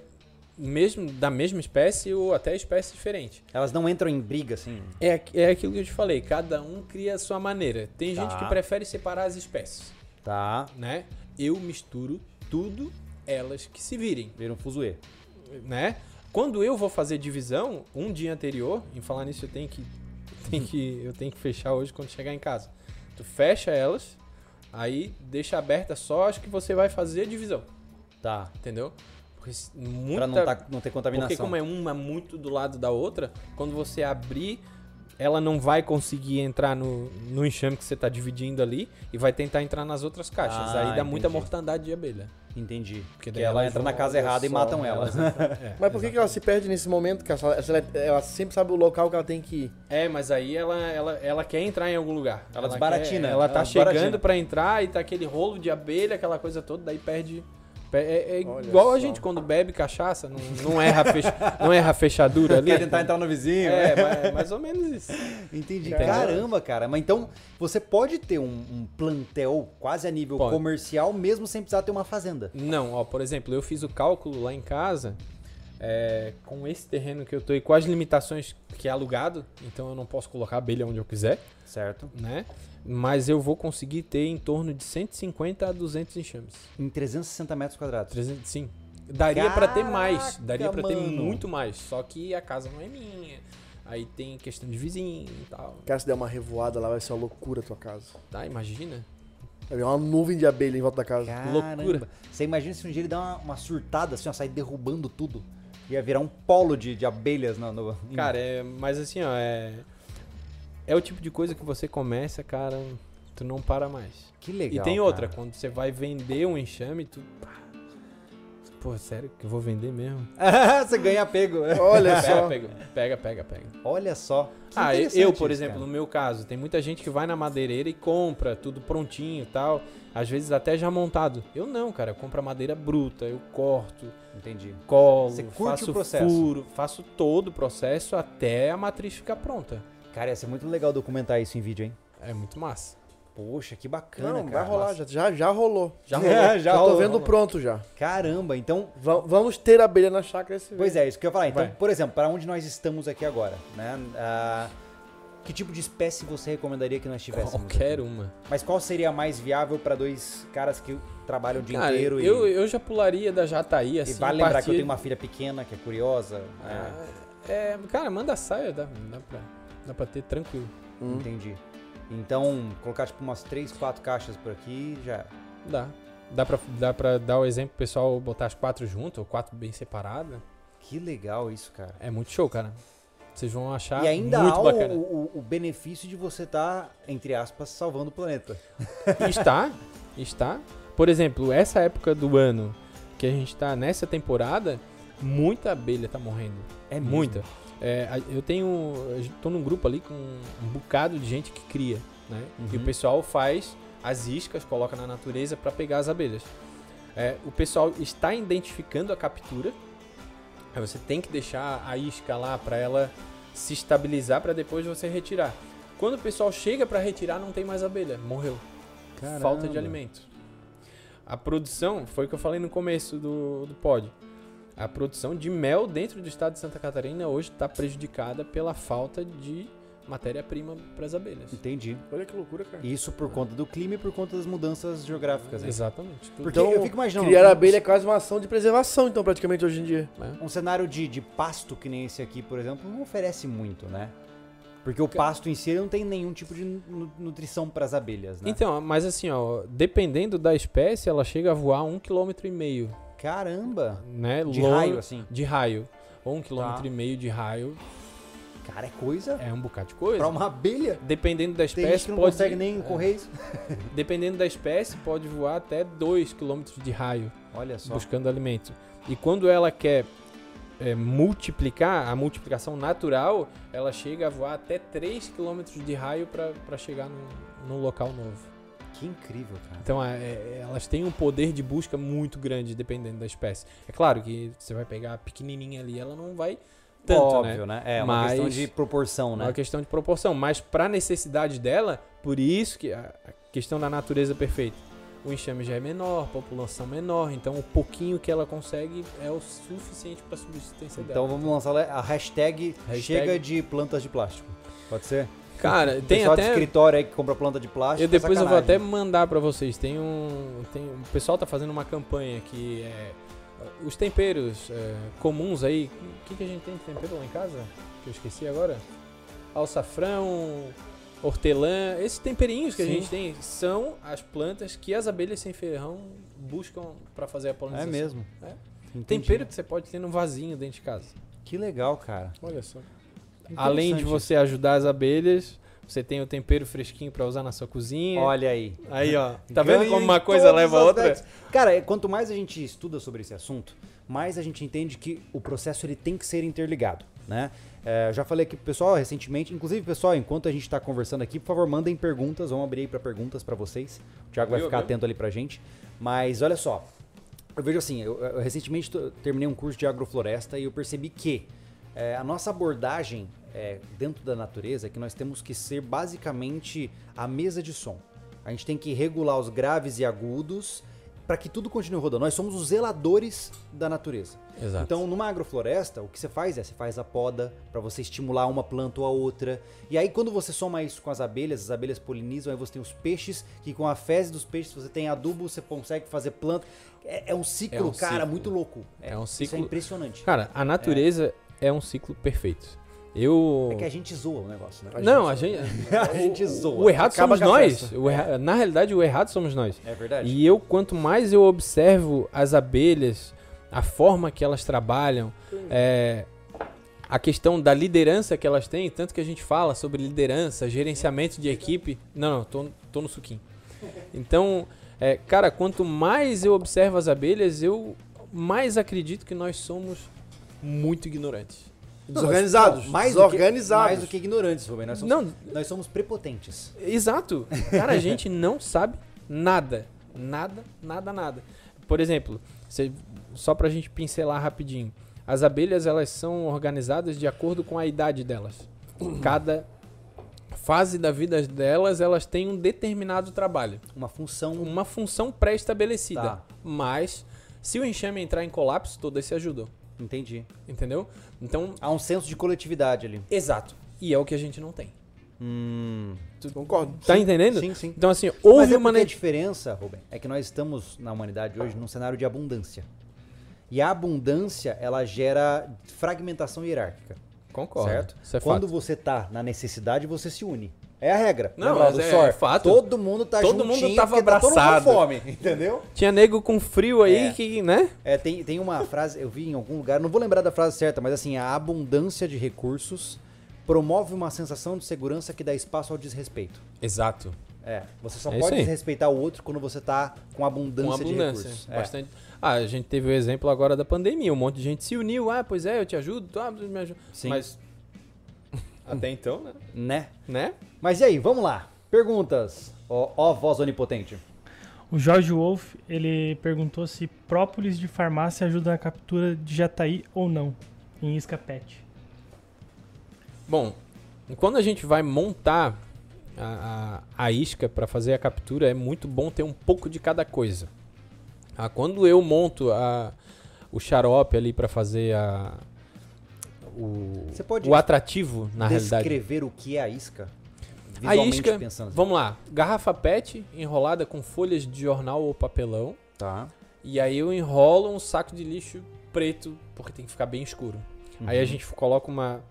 S4: mesmo, da mesma espécie ou até espécie diferente.
S1: Elas não entram em briga, assim.
S4: É, aqu- é aquilo que eu te falei, cada um cria a sua maneira. Tem
S1: Tá.
S4: gente que prefere separar as espécies,
S1: Tá.
S4: né? Eu misturo tudo, elas que se virem,
S1: Viram um fuzuê.
S4: né? Quando eu vou fazer divisão, um dia anterior, em falar nisso eu tenho que, tenho que eu tenho que fechar hoje quando chegar em casa. Tu fecha elas, aí deixa aberta só as que você vai fazer a divisão,
S1: Tá.
S4: entendeu? Porque se-
S1: Pra
S4: muita,
S1: não, tá- não ter contaminação.
S4: porque como é uma muito do lado da outra, quando você abrir, ela não vai conseguir entrar no, no enxame que você está dividindo ali e vai tentar entrar nas outras caixas.
S1: Ah,
S4: Aí dá muita
S1: entendi.
S4: mortandade de abelha.
S1: Entendi. Porque
S4: daí
S1: ela
S4: elas
S1: entra
S4: vão-
S1: na casa errada e
S4: só-
S1: matam ela.
S4: entram- é,
S2: Mas por que, que ela se perde nesse momento? Que ela, ela- ela sempre sabe o local que ela tem que ir.
S4: É, mas aí ela, ela, ela quer entrar em algum lugar.
S1: Ela desbaratina,
S4: quer- ela
S1: ela
S4: tá
S1: desbaratina.
S4: chegando para entrar e tá aquele rolo de abelha, aquela coisa toda, daí perde. pe- É, é
S2: Olha
S4: igual a
S2: só.
S4: gente quando bebe cachaça, não, não erra, a fecha- não erra a fechadura ali.
S1: Quer tentar entrar no vizinho. né?
S4: É, mais, mais ou menos isso.
S1: Entendi.
S4: Entendeu?
S1: Caramba, cara. Mas então, você pode ter um, um plantel quase a nível
S4: Pode.
S1: comercial, mesmo sem precisar ter uma fazenda.
S4: Não, ó, por exemplo, eu fiz o cálculo lá em casa é, com esse terreno que eu tô e com as limitações que é alugado, então eu não posso colocar abelha onde eu quiser,
S1: Certo.
S4: né? Mas eu vou conseguir ter em torno de 150 a 200 enxames.
S1: Em 360 metros quadrados.
S4: 300, sim. Daria pra ter mais,
S1: Caraca,
S4: daria pra ter
S1: mano.
S4: muito mais, só que a casa não é minha. Aí tem questão de vizinho e tal.
S2: Cara, se der uma revoada lá, vai ser uma loucura a tua casa.
S4: Tá, imagina.
S2: Vai vir uma nuvem de abelha em volta da casa.
S1: Loucura. Você imagina se um dia ele dá uma, uma surtada, assim, ó, sair derrubando tudo. Ia virar um polo de, de abelhas no, no- em-
S4: Cara, é, mas assim, ó, é é o tipo de coisa que você começa, cara, tu não para mais.
S1: que legal.
S4: E tem
S1: cara.
S4: outra, quando você vai vender um enxame, tu. pá, Pô, sério que eu vou vender mesmo?
S1: Você ganha apego.
S2: Olha
S4: Pega,
S2: só.
S4: pega, pega, pega. pega.
S1: Olha só. Que
S4: Ah, eu-
S1: interessante
S4: eu,
S1: isso,
S4: por exemplo,
S1: cara.
S4: no meu caso, tem muita gente que vai na madeireira e compra tudo prontinho e tal. Às vezes até já montado. Eu não, cara. Eu compro a madeira bruta, eu corto,
S1: Entendi.
S4: colo,
S1: Você curte
S4: faço
S1: o processo.
S4: furo, faço todo o processo até a matriz ficar pronta.
S1: Cara, ia ser muito legal documentar isso em vídeo, hein?
S4: É muito massa.
S1: Poxa, que bacana,
S2: Não,
S1: cara.
S2: vai rolar,
S1: Nossa.
S2: já, já, já rolou.
S1: Já rolou. É, já
S2: já tô
S1: rolou,
S2: vendo
S1: rolou.
S2: pronto já.
S1: Caramba, então
S2: Va- vamos ter abelha na chácara esse
S1: Pois é, isso que eu ia falar. Então,
S2: Vai.
S1: por exemplo, para onde nós estamos aqui agora, né? Ah, que tipo de espécie você recomendaria que nós tivéssemos?
S4: Qualquer
S1: aqui?
S4: uma.
S1: Mas qual seria a mais viável para dois caras que trabalham o dia
S4: Cara,
S1: inteiro?
S4: eu,
S1: e,
S4: eu já pularia da Jataí,
S1: e
S4: assim.
S1: vale lembrar que eu
S4: partir-
S1: tenho uma filha pequena que é curiosa. né?
S4: É, cara, manda saia, dá, dá, pra, dá pra ter tranquilo.
S2: Hum.
S1: Entendi. Então, colocar tipo umas 3, 4 caixas por aqui já. é.
S4: Dá. Dá pra, dá pra dar o exemplo pro pessoal botar as quatro juntas, ou quatro bem separadas.
S1: Que legal isso, cara.
S4: É muito show, cara. Vocês vão achar
S1: e ainda
S4: Tá muito
S1: há
S4: bacana.
S1: o, o- o benefício de você estar, entre aspas, salvando o planeta.
S4: Está, está. Por exemplo, essa época do ano que a gente tá nessa temporada, muita abelha tá morrendo.
S1: É
S4: Muita. É, a- eu tenho. eu Tô num grupo ali com um bocado de gente que cria, né?
S1: Uhum.
S4: E o pessoal faz as iscas, coloca na natureza para pegar as abelhas. É, o pessoal está identificando a captura. Aí você tem que deixar a isca lá para ela se estabilizar para depois você retirar. Quando o pessoal chega para retirar, não tem mais abelha, morreu. Falta de
S1: Caramba.
S4: alimento. A produção, foi o que eu falei no começo do, do pod. A produção de mel dentro do estado de Santa Catarina hoje está prejudicada pela falta de matéria-prima para as abelhas.
S1: Entendi.
S2: Olha que loucura, cara.
S1: Isso por conta do clima e por conta das mudanças geográficas. né?
S4: Exatamente. Então, tudo.
S1: Porque eu fico imaginando.
S2: Então, Criar abelha é quase uma ação de preservação, então, praticamente hoje em dia.
S1: Um cenário de, de pasto que nem esse aqui, por exemplo, não oferece muito, né? Porque o pasto em si ele não tem nenhum tipo de nu- nutrição para as abelhas, né?
S4: Então, mas assim, ó, dependendo da espécie, ela chega a voar um quilômetro e meio,
S1: Caramba!
S4: né?
S1: De
S4: Lon-
S1: raio, assim.
S4: De raio. Ou um
S1: Tá.
S4: quilômetro e meio de raio
S1: Cara, é coisa.
S4: é um bocado de coisa.
S1: Para uma abelha,
S4: Dependendo da
S1: tem gente
S4: espécie,
S1: que não
S4: pode
S1: consegue nem
S4: é.
S1: correr isso.
S4: Dependendo da espécie, pode voar até 2 km de raio
S1: Olha só.
S4: buscando alimento. E quando ela quer é, multiplicar, a multiplicação natural, ela chega a voar até 3 km de raio para chegar num, num local novo.
S1: Que incrível, cara.
S4: Então é- é- elas têm um poder de busca muito grande dependendo da espécie. É claro que você vai pegar a pequenininha ali, ela não vai tanto, né?
S1: Óbvio, né? É uma
S4: Mas-
S1: questão de proporção,
S4: É uma
S1: né?
S4: questão de proporção, mas para necessidade dela, por isso que a a questão da natureza perfeita. O enxame já é menor, a população menor, então o pouquinho que ela consegue é o suficiente para a subsistência
S1: Então
S4: dela.
S1: vamos lançar a hashtag,
S4: Hashtag-
S1: chega de plantas de plástico. Pode ser?
S4: Cara,
S1: O
S4: tem
S1: pessoal de
S4: até
S1: escritório aí que compra planta de plástico.
S4: eu
S1: é
S4: depois eu vou até
S1: sacanagem.
S4: mandar para vocês. Tem um, tem um- o pessoal tá fazendo uma campanha que é os temperos é, comuns aí. O que, que a gente tem de tempero lá em casa? Que eu esqueci agora. Alçafrão, hortelã, esses temperinhos que a
S1: Sim.
S4: gente tem são as plantas que as abelhas sem ferrão buscam para fazer a
S1: É
S4: polinização.
S1: mesmo.
S4: É.
S1: Entendi.
S4: Tempero que você pode ter num vasinho dentro de casa.
S1: Que legal, cara.
S2: Olha só.
S4: Além de
S1: Interessante
S4: você ajudar as abelhas, você tem o tempero fresquinho para usar na sua cozinha.
S1: Olha aí.
S4: Aí, ó. Tá
S1: Ganha
S4: vendo como uma
S1: em
S4: coisa
S1: todos
S4: leva a
S1: os
S4: outra?
S1: aspectos. Cara, é, quanto mais a gente estuda sobre esse assunto, mais a gente entende que o processo ele tem que ser interligado, né? É, já falei aqui pro pessoal recentemente, inclusive pessoal, enquanto a gente tá conversando aqui, por favor, mandem perguntas, vamos abrir aí pra perguntas pra vocês. O Thiago vai
S3: Viu,
S1: ficar
S3: viu?
S1: atento ali pra gente. Mas olha só, eu vejo assim, eu, eu recentemente to- terminei um curso de agrofloresta e eu percebi que é, a nossa abordagem é, dentro da natureza é que nós temos que ser basicamente a mesa de som. A gente tem que regular os graves e agudos para que tudo continue rodando. Nós somos os zeladores da natureza.
S4: Exato.
S1: Então, numa agrofloresta, o que você faz é você faz a poda para você estimular uma planta ou a outra. E aí, quando você soma isso com as abelhas, as abelhas polinizam, aí você tem os peixes, que com a fezes dos peixes você tem adubo, você consegue fazer planta. É, é um ciclo,
S4: É um
S1: cara,
S4: ciclo.
S1: muito louco.
S4: É um
S1: Isso é
S4: ciclo-
S1: impressionante.
S4: Cara, a natureza é, um ciclo perfeito. Eu.
S1: É que a gente zoa o negócio, né?
S4: não, a gente.
S1: a gente zoa.
S4: O errado
S2: Acaba
S4: somos
S2: com a
S4: nós.
S2: festa.
S4: O erra- Na realidade, o errado somos nós.
S1: É verdade.
S4: E eu, quanto mais eu observo as abelhas, a forma que elas trabalham, é, a questão da liderança que elas têm, tanto que a gente fala sobre liderança, gerenciamento de equipe. Não, não, tô, tô no suquinho. Então, é, cara, quanto mais eu observo as abelhas, eu mas acredito que nós somos muito ignorantes.
S2: Desorganizados.
S1: Não, mais
S2: desorganizados.
S1: Do que, mais do que ignorantes, Rubem. Nós somos,
S4: Não,
S1: nós somos prepotentes.
S4: Exato. Cara, a gente não sabe nada. Nada, nada, nada. Por exemplo, se- só pra gente pincelar rapidinho. As abelhas, elas são organizadas de acordo com a idade delas.
S1: Uhum.
S4: Cada fase da vida delas, elas têm um determinado trabalho.
S1: Uma função.
S4: Uma função pré-estabelecida.
S1: Tá.
S4: Mas, se o enxame entrar em colapso, todas se ajudam.
S1: Entendi.
S4: Entendeu? Então,
S1: Há um senso de coletividade ali.
S4: exato. E é o que a gente não tem.
S2: Concordo.
S4: Tá entendendo?
S1: Sim, sim.
S4: Então, assim, houve
S1: Mas é
S4: uma...
S1: porque a diferença, Rubem, é que nós estamos na humanidade hoje num cenário de abundância. E a abundância, ela gera fragmentação hierárquica,
S4: Concordo.
S1: certo?
S4: Isso é
S1: Quando
S4: fato.
S1: você tá na necessidade, você se une. É a regra.
S4: Não,
S1: Lembra
S4: mas
S1: do
S4: é
S1: SOR?
S4: fato.
S1: Todo mundo tá
S4: Todo
S1: juntinho
S4: mundo tava
S1: porque tá todo mundo com
S4: abraçado.
S1: fome, entendeu?
S4: Tinha nego com frio aí
S1: É.
S4: que, né?
S1: É, tem, tem uma frase, eu vi em algum lugar, não vou lembrar da frase certa, mas assim, a abundância de recursos promove uma sensação de segurança que dá espaço ao desrespeito.
S4: Exato.
S1: É, você só
S4: É isso
S1: pode
S4: aí.
S1: desrespeitar o outro quando você tá com abundância,
S4: Com
S1: de
S4: abundância.
S1: recursos. É.
S4: Bastante. Ah, a gente teve o exemplo agora da pandemia. Um monte de gente se uniu. Ah, pois é, eu te ajudo. tu, Ah, me ajuda.
S1: Sim.
S4: Mas. Até então, né?
S1: Né?
S4: Né?
S1: Mas e aí, vamos lá. Perguntas. Ó, ó voz onipotente.
S7: O Jorge Wolf, ele perguntou se própolis de farmácia ajuda na captura de jataí ou não, em isca pet.
S4: Bom, quando a gente vai montar a, a- a isca para fazer a captura, é muito bom ter um pouco de cada coisa. Ah, quando eu monto a- o xarope ali para fazer a- o,
S1: Você pode
S4: o atrativo, na realidade.
S1: Descrever o que é a isca?
S4: A
S1: Visualmente
S4: isca,
S1: pensando.
S4: vamos lá, garrafa PET enrolada com folhas de jornal ou papelão.
S1: Tá.
S4: E aí eu enrolo um saco de lixo preto, porque tem que ficar bem escuro.
S1: Uhum.
S4: Aí a gente coloca uma,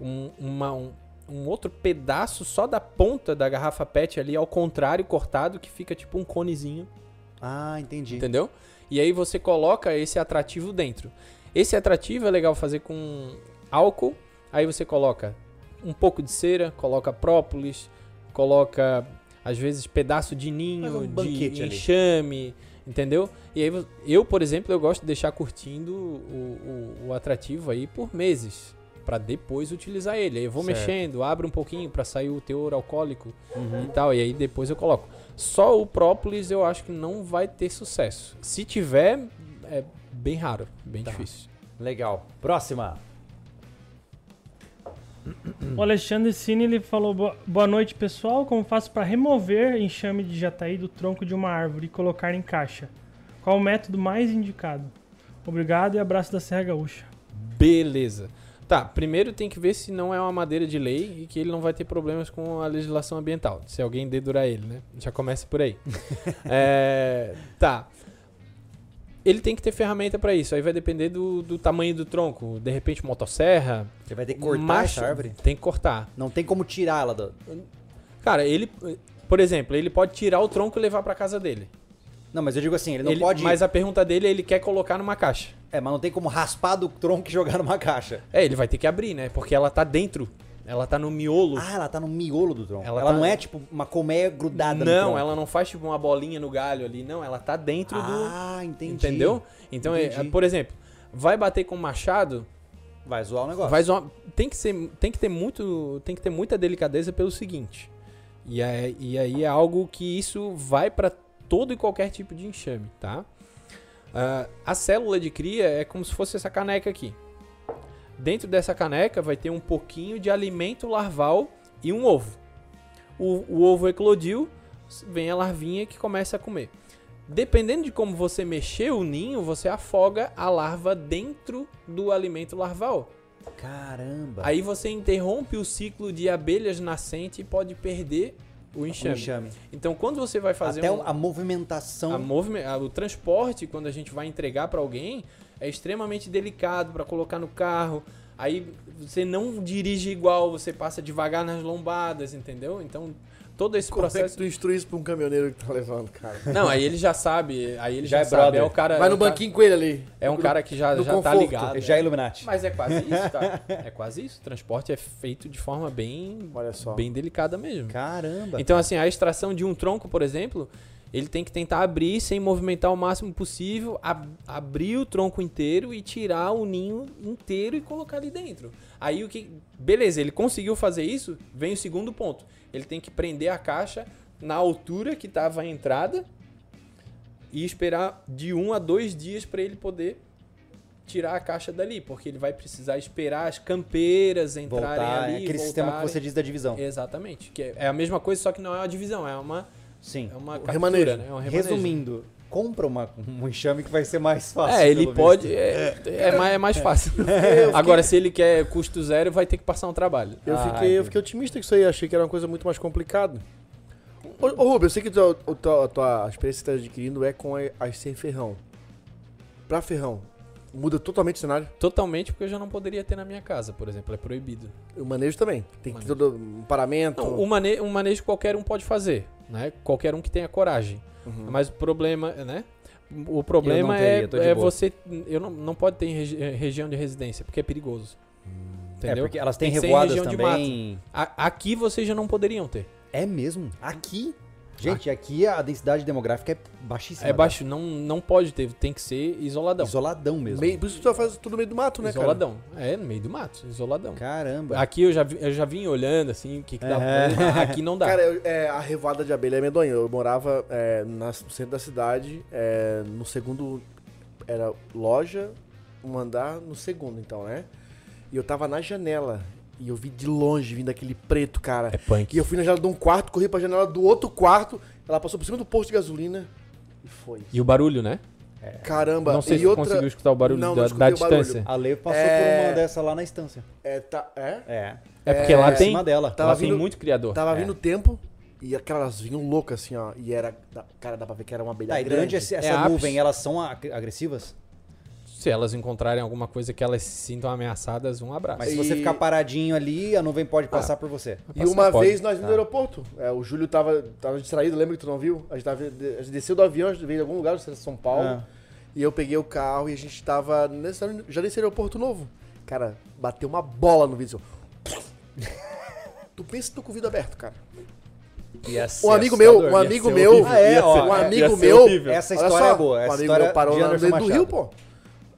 S4: um, uma- um, um outro pedaço só da ponta da garrafa PET ali, ao contrário, cortado, que fica tipo um conezinho,
S1: Ah, entendi.
S4: entendeu? E aí você coloca esse atrativo dentro. Esse atrativo é legal fazer com álcool. Aí você coloca um pouco de cera, coloca própolis, coloca às vezes pedaço de
S1: Faz um
S4: ninho,
S1: banquete
S4: de
S1: ali.
S4: enxame, entendeu? E aí vo- eu, por exemplo, eu gosto de deixar curtindo o, o- o atrativo aí por meses. Pra depois utilizar ele. Aí eu vou
S1: Certo.
S4: mexendo, abro um pouquinho pra sair o teor alcoólico
S1: Uhum.
S4: e tal. E aí depois eu coloco. Só o própolis eu acho que não vai ter sucesso. Se tiver, é bem raro, bem
S1: Tá.
S4: difícil.
S1: Legal. Próxima.
S4: Hum.
S7: O Alexandre Cine, ele falou, "Boa- boa noite pessoal, como faço para remover enxame de jataí do tronco de uma árvore e colocar em caixa? Qual o método mais indicado? Obrigado e abraço da Serra Gaúcha.
S4: Beleza. Tá, primeiro tem que ver se não é uma madeira de lei e que ele não vai ter problemas com a legislação ambiental. Se alguém dedurar ele, né? Já começa por aí. É, tá. Ele tem que ter ferramenta pra isso. Aí vai depender do, do tamanho do tronco. De repente, motosserra.
S1: Você vai ter que cortar
S4: macho-
S1: essa árvore?
S4: Tem que cortar.
S1: Não tem como tirar ela do...
S4: Cara, ele. Por exemplo, ele pode tirar o tronco e levar pra casa dele.
S1: Não, mas eu digo assim, ele não
S4: Ele-
S1: pode...
S4: Mas a pergunta dele é ele quer colocar numa caixa.
S1: É, mas não tem como raspar do tronco e jogar numa caixa.
S4: É, ele vai ter que abrir, né? Porque ela tá dentro. Ela tá no miolo.
S1: Ah, ela tá no miolo do tronco. Ela,
S4: Ela tá-
S1: não é tipo uma colmeia grudada no
S4: não,
S1: tronco.
S4: ela não faz tipo uma bolinha no galho ali. Não, ela tá dentro do.
S1: Ah, entendi.
S4: Entendeu? Então, é-
S1: Entendi.
S4: por exemplo, vai bater com um machado,
S1: Vai zoar o negócio.
S4: vai zoar- tem que ser, tem que ter muito, tem que ter muita delicadeza pelo seguinte. E aí, e aí é algo que isso vai pra todo e qualquer tipo de enxame, tá? Ah, a célula de cria é como se fosse essa caneca aqui. Dentro dessa caneca vai ter um pouquinho de alimento larval e um ovo. O, o ovo eclodiu, vem a larvinha que começa a comer. Dependendo de como você mexer o ninho, você afoga a larva dentro do alimento larval.
S1: Caramba.
S2: Tá.
S4: Aí você interrompe o ciclo de abelhas nascente e pode perder o
S1: Um
S4: enxame.
S1: enxame.
S4: Então, quando você vai fazer
S1: Até
S4: um-
S1: a movimentação.
S4: a movime- a- o transporte, quando a gente vai entregar para alguém, é extremamente delicado para colocar no carro. Aí você não dirige igual, você passa devagar nas lombadas, entendeu? Então, todo esse
S2: Como é que
S4: processo.
S2: tu instrui isso pra um caminhoneiro que tá levando, cara?
S4: Não, aí ele já sabe, aí ele
S1: Já
S4: já,
S1: é
S4: sabe.
S1: brother.
S4: É o cara.
S2: Vai no
S4: é o cara-
S2: banquinho com ele ali.
S4: É um cara que já,
S2: no
S4: já tá
S2: conforto.
S4: ligado.
S1: já é Illuminati.
S4: Mas é quase isso, tá? É quase isso. O transporte é feito de forma bem,
S2: Olha só.
S4: bem delicada mesmo.
S1: Caramba.
S4: Então, assim, a extração de um tronco, por exemplo, Ele tem que tentar abrir sem movimentar o máximo possível, ab- abrir o tronco inteiro e tirar o ninho inteiro e colocar ali dentro. Aí o que. Beleza, ele conseguiu fazer isso, vem o segundo ponto. Ele tem que prender a caixa na altura que estava a entrada e esperar de um a dois dias para ele poder tirar a caixa dali, porque ele vai precisar esperar as campeiras entrarem
S1: Voltar,
S4: ali.
S1: é aquele sistema que
S4: voltarem.
S1: você diz da divisão.
S4: Exatamente. Que é- é a mesma coisa, só que não é uma divisão, é uma,
S1: Sim.
S4: é uma captura,
S2: remanejo.
S4: né? É um remanejo.
S1: Resumindo, compra uma, um enxame que vai ser mais fácil.
S4: É, ele
S1: pelo
S4: pode.
S1: visto.
S4: É, é mais, é mais fácil. Agora, se ele quer custo zero, vai ter que passar um trabalho.
S2: Eu,
S1: Ah,
S2: fiquei, eu fiquei otimista com isso aí, achei que era uma coisa muito mais complicada. Ô, ô Rubio, eu sei que tua- o tua- a tua experiência que está adquirindo é com a- as sem ferrão. Pra ferrão, muda totalmente o cenário.
S4: Totalmente, porque eu já não poderia ter na minha casa, por exemplo. É proibido.
S2: O manejo também. Tem que ter todo um paramento.
S4: Não, um, mane um manejo qualquer um pode fazer, né? Qualquer um que tenha coragem. Mas o problema, né? O problema
S1: teria, tô de
S4: é, é
S1: boa.
S4: você. Eu não, não pode ter em regi- eh, região de residência, porque é perigoso.
S1: É,
S4: Entendeu?
S1: porque elas têm
S4: Tem que ser em
S1: revoadas
S4: região de
S1: também.
S4: A- aqui vocês já não poderiam ter.
S1: É mesmo? Aqui? Gente, aqui a densidade demográfica é baixíssima.
S4: Ah. É baixo, não, não pode ter, tem que ser isoladão.
S1: Né? Isoladão mesmo.
S2: meio, por isso que tu faz tudo no meio do mato, né, cara?
S4: isoladão. É, no meio do mato, isoladão.
S1: Caramba.
S4: Aqui eu já, vi- eu já vim olhando assim, o que, que dá pra fazer. Aqui não dá.
S2: É. Cara, eu- é, a revoada de abelha é medonha. Eu morava é, nas- no centro da cidade, é, no segundo. Era loja, um andar no segundo, então, né? E eu tava na janela. E eu vi de longe vindo aquele preto, cara.
S4: é punk.
S2: E eu fui na janela de um quarto, corri pra janela do outro quarto. Ela passou por cima do posto de gasolina e foi.
S4: E o barulho, né?
S2: Caramba,
S4: não sei
S2: e
S4: se tu
S2: outra.
S4: conseguiu escutar o barulho
S2: Não,
S4: da,
S2: não
S4: da
S2: escutei o barulho.
S4: distância.
S1: A Lê passou por
S2: É.
S1: uma dessa lá na estância.
S2: É, tá, é?
S1: É.
S4: É porque lá
S1: Em
S4: tem, Tá
S1: cima dela.
S2: Tava
S4: lá tem
S2: vindo-
S4: muito criador. É.
S2: Tava vindo o tempo. E aquelas vinham loucas assim, ó. E era. da- Cara, dá pra ver que era uma abelha
S1: Tá, e
S2: grande.
S1: durante esse-
S4: É
S1: essa
S4: ápice.
S1: nuvem, elas são a- agressivas?
S4: Se elas encontrarem alguma coisa que elas se sintam ameaçadas, um abraço.
S1: Mas se você
S2: E-
S1: ficar paradinho ali, a nuvem pode passar por você.
S2: E uma
S4: Passaporte.
S2: vez nós vimos no aeroporto. É, o Júlio tava, tava distraído, lembra que tu não viu? A gente, tava- a gente desceu do avião, a gente veio de algum lugar, não sei se era São Paulo.
S1: É.
S2: E eu peguei o carro e a gente tava nesse, já nesse aeroporto novo. Cara, bateu uma bola no vídeo. tu pensa que tô com o vidro aberto, cara. Um amigo meu, um amigo meu,
S1: horrível. Ah, é, ó,
S2: um
S1: ia
S2: amigo
S4: ser
S2: meu,
S4: horrível.
S1: Essa
S2: olha
S1: história
S2: só,
S1: é boa, essa
S2: um amigo
S1: história
S2: meu parou
S1: de
S2: lá no
S1: Anderson
S2: meio do Rio, pô.
S1: Machado.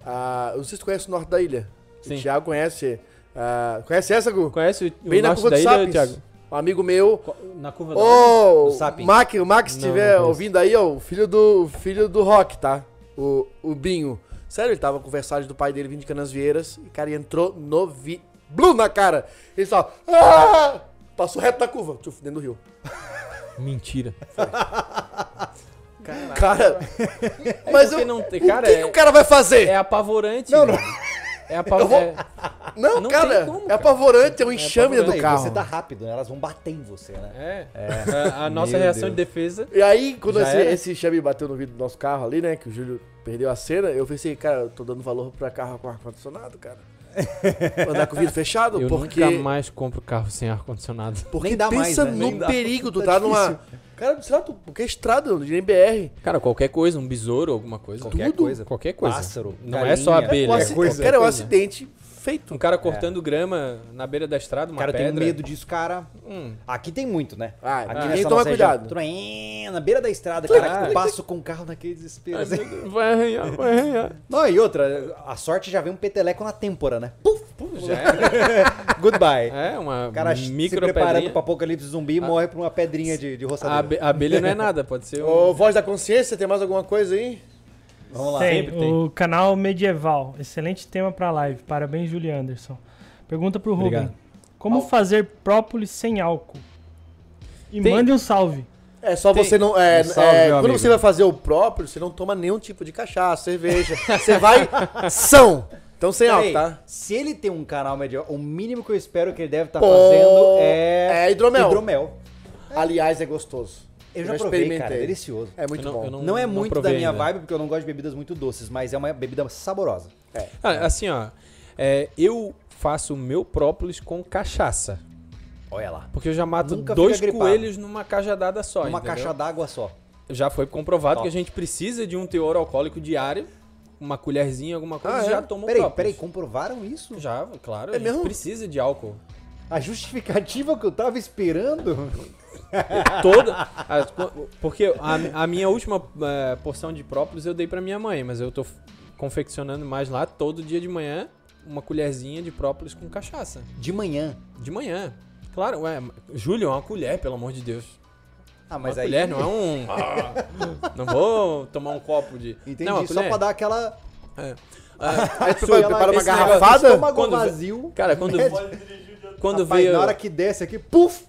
S2: Ah, eu não sei se tu conhece o norte da ilha.
S4: Sim.
S2: O Thiago conhece. ah, conhece essa, Gu?
S4: Conhece o,
S2: Bem
S4: o
S2: na
S4: norte
S2: curva
S4: da
S2: do
S4: ilha,
S2: Sapiens.
S4: Thiago?
S2: Um amigo meu.
S4: Na curva
S2: Ô,
S1: Do Sapiens.
S2: Mac, o Max, se
S4: Não,
S2: estiver
S4: não conheço.
S2: ouvindo aí, ó, o filho do, o filho do Rock, tá? O, o Binho. Sério, ele tava com o versagem do pai dele vindo de Canasvieiras e, cara, ele entrou no vi... Blue na cara. Ele só... "Ah!" Passou reto na curva, tchuf, dentro do rio.
S4: Mentira.
S2: Cara, mas
S4: porque
S2: eu,
S4: não
S2: o
S4: tem- cara,
S2: que,
S4: é-
S2: que o cara vai fazer?
S4: É apavorante. Não, não. É apavorante.
S2: não,
S4: não
S2: cara,
S4: tem como,
S2: é
S4: cara.
S2: apavorante, é um enxame dentro
S1: Não,
S2: do
S1: e
S2: carro.
S1: Você tá rápido, né? Elas vão bater em você, né?
S4: É. A, a nossa
S1: Meu
S4: reação
S1: Deus.
S4: de defesa.
S2: E aí, quando
S1: Já
S2: esse,
S1: era?
S2: esse chame bateu no vidro do nosso carro ali, né? Que o Júlio perdeu a cena, eu pensei, cara, eu tô dando valor pra carro com ar-condicionado, cara. Vou Andar com o vidro fechado,
S4: Eu
S2: porque.
S4: nunca mais compro carro sem ar-condicionado.
S2: Porque
S1: Nem dá mais,
S2: pensa
S1: né?
S2: no
S1: Nem dá.
S2: perigo, tu
S1: Tá
S2: tá, numa. Cara, sei lá, tu, porque é estrada, não diria nem BR.
S4: Cara, qualquer coisa, um besouro, alguma coisa.
S1: Qualquer
S4: tudo.
S1: coisa.
S4: Qualquer coisa.
S1: Pássaro,
S4: Não é
S1: galinha.
S4: só abelha.
S2: Um
S1: É
S2: aci-
S1: coisa,
S2: cara, é um
S4: coisa.
S2: acidente feito.
S4: Um cara cortando grama na beira da estrada, uma
S1: É. cara, eu
S4: pedra.
S1: tenho medo disso, cara.
S4: Hum.
S1: Aqui tem muito, né?
S2: Ah,
S1: Aqui
S2: ah,
S1: nessa
S2: tem que
S1: nossa
S2: tomar
S1: região.
S2: cuidado.
S1: Trum, Na beira da estrada, cara, eu passo com o carro naquele desespero. assim.
S4: Vai arranhar, vai arranhar.
S1: Não, e outra, a sorte já vem um peteleco na têmpora, né? Puf, puf,
S4: Já é,
S1: goodbye.
S4: é uma
S1: O cara se
S4: micro
S1: preparando
S4: pedrinha.
S1: pra apocalipse zumbi e morre pra uma pedrinha de, de
S4: A
S1: roçadeira.
S4: abe- a abelha não é nada, pode ser um...
S2: Ô, voz da consciência, tem mais alguma coisa aí?
S1: Vamos lá.
S7: Tem,
S4: sempre tem.
S7: o canal Medieval. Excelente tema pra live. Parabéns, Julie Anderson. Pergunta pro
S4: Obrigado.
S7: Ruben. Como fazer própolis sem álcool? E mande um salve.
S2: É só
S4: Tem.
S2: você não. é,
S4: Um salve,
S2: é,
S4: meu
S2: quando
S4: amigo.
S2: você vai fazer o próprio, você não toma nenhum tipo de cachaça, cerveja. você vai são. Então sem álcool,
S1: Peraí,
S2: tá?
S1: Se ele tem um canal medieval, o mínimo que eu espero que ele deve estar
S2: Pô,
S1: fazendo é...
S2: é hidromel.
S1: Hidromel.
S2: Aliás, é gostoso.
S1: Eu já provei, cara, é delicioso.
S2: É muito
S4: Eu não-
S2: bom.
S4: eu
S1: Não, é muito da
S4: provei
S1: minha
S4: ainda.
S1: vibe, porque eu não gosto de bebidas muito doces, mas é uma bebida saborosa.
S4: Ah, assim, ó. é, eu faço o meu própolis com cachaça.
S1: Olha lá.
S4: Porque eu já mato
S1: Nunca
S4: dois
S1: fica gripado.
S4: coelhos numa cajadada só,
S1: uma
S4: entendeu?
S1: caixa d'água só.
S4: Já foi comprovado
S1: Top.
S4: que a gente precisa de um teor alcoólico diário. Uma colherzinha, alguma coisa,
S2: Ah, é?
S4: já toma o
S1: Peraí,
S4: própolis.
S1: peraí, comprovaram isso?
S4: Já, claro,
S2: É
S4: a gente
S2: mesmo?
S4: precisa de álcool.
S1: A justificativa que eu tava esperando.
S4: Toda. a- porque a, a minha última eh, porção de própolis eu dei pra minha mãe, mas eu tô f- confeccionando mais lá todo dia de manhã uma colherzinha de própolis com cachaça.
S1: De manhã.
S4: De manhã. Claro, ué, Júlio, é uma colher, pelo amor de Deus.
S1: Ah,
S4: Uma
S1: mas aí.
S4: colher não é um. Ah, não vou tomar um copo de.
S1: Entendi,
S4: não, uma
S1: só
S4: colher.
S1: pra dar aquela.
S4: É.
S2: Aí tu prepara, prepara uma
S4: esse negócio-
S2: garrafada.
S1: Estômago
S4: Quando-
S1: vazio.
S4: Cara, quando, quando
S1: Rapaz,
S4: veio.
S1: na hora que desce aqui, puf!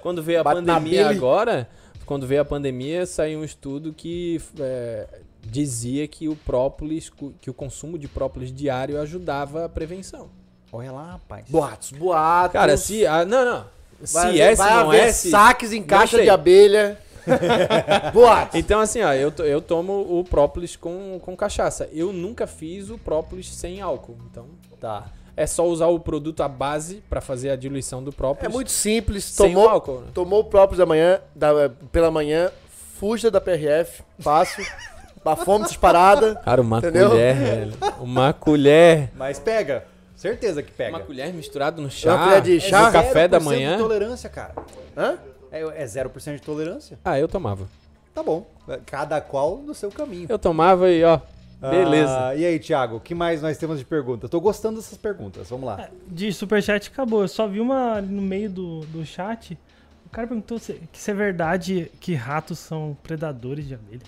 S4: Quando veio a
S1: Bate na
S4: pandemia
S1: bile.
S4: agora, quando veio a pandemia, saiu um estudo que é, dizia que o própolis, que o consumo de própolis diário ajudava a prevenção.
S1: Olha lá, rapaz.
S2: Boatos, boatos.
S4: Cara, se a, não, não. Se
S2: Vai,
S4: é, se
S2: vai
S4: não
S2: haver
S4: é, se...
S2: saques em caixa
S4: sei.
S2: de abelha. boatos.
S4: Então assim, ó, eu, to- eu tomo o própolis com, com cachaça. Eu nunca fiz o própolis sem álcool. Então,
S1: Tá.
S4: é só usar o produto à base pra fazer a diluição do
S2: É
S4: própolis.
S2: muito simples.
S4: sem o
S2: Tomou,
S4: álcool. né?
S2: tomou o próprio da manhã, da- eh, pela manhã, fuja da PRF, fácil. a fome disparada.
S4: Cara, uma
S2: Entendeu?
S4: colher, velho. Uma colher.
S1: Mas pega. Certeza que pega.
S4: Uma colher misturada no chá.
S2: Uma colher de chá?
S4: No café da
S1: 0%
S4: manhã.
S1: de tolerância, cara.
S2: Hã?
S1: É, é 0% de tolerância?
S4: Ah, eu tomava.
S1: Tá bom. Cada qual no seu caminho.
S4: Eu tomava e ó, beleza.
S1: Ah, e aí, Thiago, o que mais nós temos de pergunta? Tô gostando dessas perguntas. Vamos lá.
S7: De superchat acabou. Eu só vi uma ali no meio do, do chat. O cara perguntou se, que se é verdade que ratos são predadores de abelha.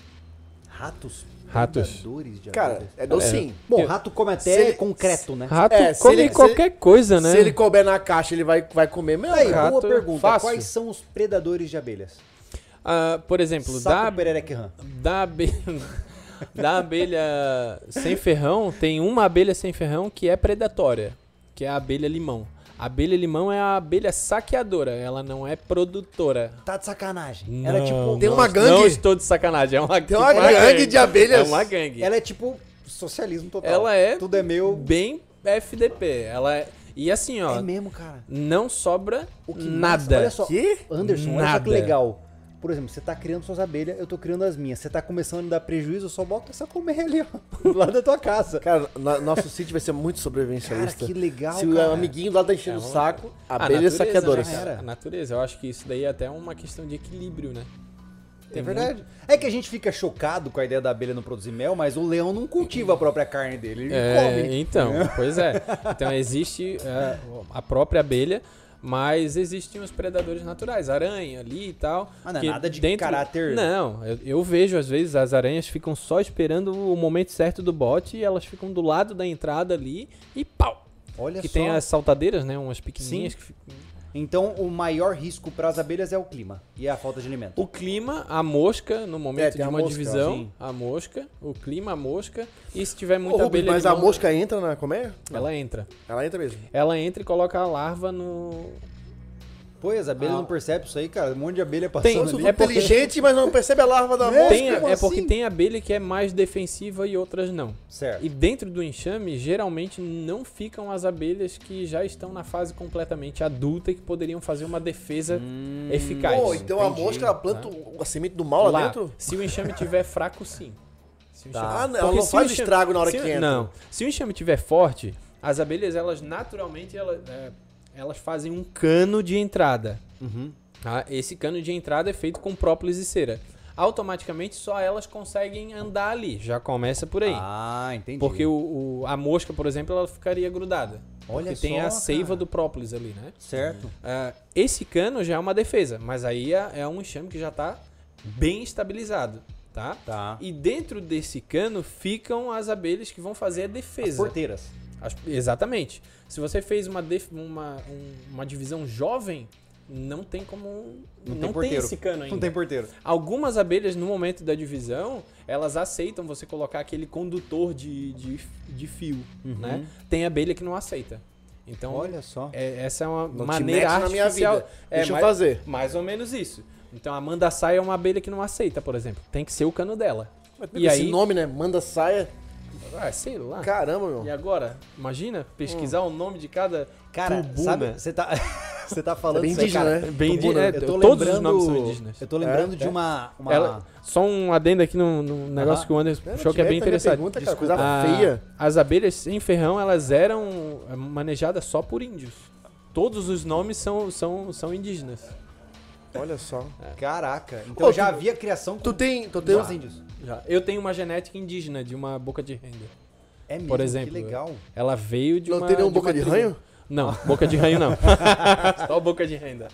S1: Ratos?
S4: Ratos.
S1: predadores de
S2: Cara,
S1: abelhas.
S2: é docinho.
S1: Bom, rato come até
S2: Se ele-
S1: concreto, né?
S4: Rato
S2: É, se
S4: come
S2: ele- se
S4: qualquer coisa, né?
S2: Se ele couber na caixa, ele vai, vai comer mesmo.
S1: Aí,
S2: cara.
S1: boa
S4: rato,
S1: pergunta.
S4: fácil.
S1: Quais são os predadores de abelhas?
S4: Ah, por exemplo, da,
S1: Sapo perereca e rã.
S4: da, abelha, da abelha sem ferrão, tem uma abelha sem ferrão que é predatória, que é a abelha limão. A abelha limão é a abelha saqueadora, ela não é produtora.
S1: Tá de sacanagem.
S4: Não,
S1: ela é tipo...
S2: Tem
S4: não,
S2: uma gangue?
S4: Não estou de sacanagem, é uma,
S2: Tem uma gangue de
S4: É
S2: abelhas.
S4: uma gangue.
S1: Ela é tipo socialismo total.
S4: Ela é
S1: Tudo é meu...
S4: bem FDP. Ela é... E assim, ó,
S1: É mesmo, cara.
S4: não sobra
S1: O que
S4: nada.
S1: massa. Olha só.
S2: Que?
S1: Anderson, olha só que
S4: Nada.
S1: legal. Por exemplo, você tá criando suas abelhas, eu tô criando as minhas. Você tá começando a me dar prejuízo, eu só boto essa colmeia ali, ó. Do lado da tua casa.
S2: Cara, na- nosso sítio vai ser muito
S1: Cara,
S2: sobrevivencialista.
S1: que legal,
S2: Se o
S1: cara.
S2: amiguinho lá tá
S4: É,
S2: enchendo o saco, é
S4: A
S2: abelhas
S4: Ah, natureza,
S2: saqueadoras.
S4: né, cara?
S1: Era.
S4: A natureza, eu acho que isso daí é até uma questão de equilíbrio, né?
S1: É verdade. É que a gente fica chocado com a ideia da abelha não produzir mel, mas o leão não cultiva a própria carne dele, ele come.
S4: É, então, pois é. Então existe é, a própria abelha, mas existem os predadores naturais, aranha ali e tal.
S1: Ah, não é
S4: que
S1: nada de caráter-
S4: Não, eu, eu vejo às vezes as aranhas ficam só esperando o momento certo do bote e elas ficam do lado da entrada ali e pau!
S1: Olha
S4: que
S1: só.
S4: tem as saltadeiras, né? Umas pequenininhas que ficam.
S1: Então, o maior risco para as abelhas é o clima e a falta de alimento.
S4: O clima, a mosca, no
S2: É,
S4: momento
S2: tem
S4: de
S2: a
S4: uma
S2: mosca,
S4: divisão,
S1: sim.
S4: a mosca, o clima, a mosca, e se tiver
S2: Ô,
S4: muita
S2: Rubens,
S4: abelha é
S2: mas
S4: limão,
S2: a mosca entra na colmeia?
S4: ela entra.
S2: Ela entra mesmo.
S4: Ela entra e coloca a larva no...
S1: Pô, e as abelhas
S4: Ah.
S1: não percebem isso aí, cara. Um monte de abelha
S4: Tem-
S1: passando ali.
S4: é porque-
S2: inteligente, mas não percebe a larva da mosca.
S4: Tem-
S2: como
S4: é porque
S2: assim?
S4: tem abelha que é mais defensiva e outras não.
S1: Certo.
S4: E dentro do enxame, geralmente não ficam as abelhas que já estão na fase completamente adulta e que poderiam fazer uma defesa eficaz.
S2: Pô, então
S1: Entendi.
S2: a mosca ela planta o- a semente do mal lá,
S4: Tá. Lá,
S2: dentro?
S4: se o enxame tiver fraco, sim. Se o
S1: Tá.
S4: enxame-
S2: Ah, não,
S4: Porque
S2: ela não
S4: se
S2: faz
S4: o enxame-
S2: estrago na hora
S4: se o-
S2: que entra.
S4: Não. Se o enxame tiver forte, as abelhas, elas naturalmente, elas, é, elas fazem um cano de entrada.
S1: Uhum.
S4: tá? Esse cano de entrada é feito com própolis e cera. Automaticamente, só elas conseguem andar ali. Já começa por aí.
S1: Ah, entendi.
S4: Porque o, o- a mosca, por exemplo, ela ficaria grudada.
S1: Olha
S4: porque tem
S1: só,
S4: a seiva
S1: cara.
S4: do própolis ali, né?
S1: Certo.
S4: Ah, esse cano já é uma defesa, mas aí é, é um enxame que já tá bem estabilizado, tá?
S1: Tá.
S4: E dentro desse cano ficam as abelhas que vão fazer a defesa.
S1: Porteiras.
S4: As- exatamente. Se você fez uma, def- uma, um- uma divisão jovem, não tem como.
S1: Não tem
S4: Não, tem
S1: porteiro.
S4: esse cano ainda.
S1: Não tem porteiro.
S4: Algumas abelhas, no momento da divisão, elas aceitam você colocar aquele condutor de, de, de fio,
S2: Uhum.
S4: né? Tem abelha que não aceita. Então,
S1: Olha só.
S4: é- essa é uma
S2: Não te
S4: maneira
S2: mete na minha
S4: artificial.
S2: vida.
S4: É,
S2: Deixa eu
S4: mais,
S2: fazer.
S4: mais ou menos isso. Então, a mandaçaia é uma abelha que não aceita, por exemplo. Tem que ser o cano dela.
S2: E
S4: E
S2: Esse
S4: aí-
S2: nome, né? Manda saia.
S4: Ah, sei lá.
S2: Caramba, meu.
S4: E agora? Imagina pesquisar o nome de cada
S1: Cara,
S4: tubuna.
S1: sabe, você tá, você tá
S2: É
S1: falando
S2: bem
S1: isso aí,
S2: indígena,
S1: cara.
S2: né?
S4: Bem
S1: Tubuna,
S4: indígena.
S1: eu tô
S4: Todos os
S1: lembrando,
S4: nomes são indígenas.
S1: Eu tô lembrando
S2: É,
S1: de
S2: é.
S1: uma... uma...
S4: Ela- só um adendo aqui no, no negócio
S1: Aham.
S4: que o Anderson
S2: Cara,
S4: puxou, que é
S2: direto
S4: bem
S2: na minha
S4: interessante.
S2: Pergunta, cara, coisa
S4: Ah,
S2: feia.
S4: As abelhas sem ferrão, elas eram manejadas só eh, por índios. Todos os nomes são, são, são indígenas. Ah.
S2: Olha só.
S1: Caraca. Então
S2: Ô,
S1: já
S2: tu-
S1: havia criação com
S2: Tu tem. Tu tem
S1: os
S2: um...
S1: índios.
S4: Já. Eu tenho uma genética indígena de uma boca de renda.
S1: É mesmo,
S4: Por exemplo,
S1: que legal.
S4: Ela veio de
S2: Não
S4: uma.
S2: tem nenhum
S4: de uma
S2: boca de
S4: tribo.
S2: ranho?
S4: Não, boca de ranho não. Só boca de renda.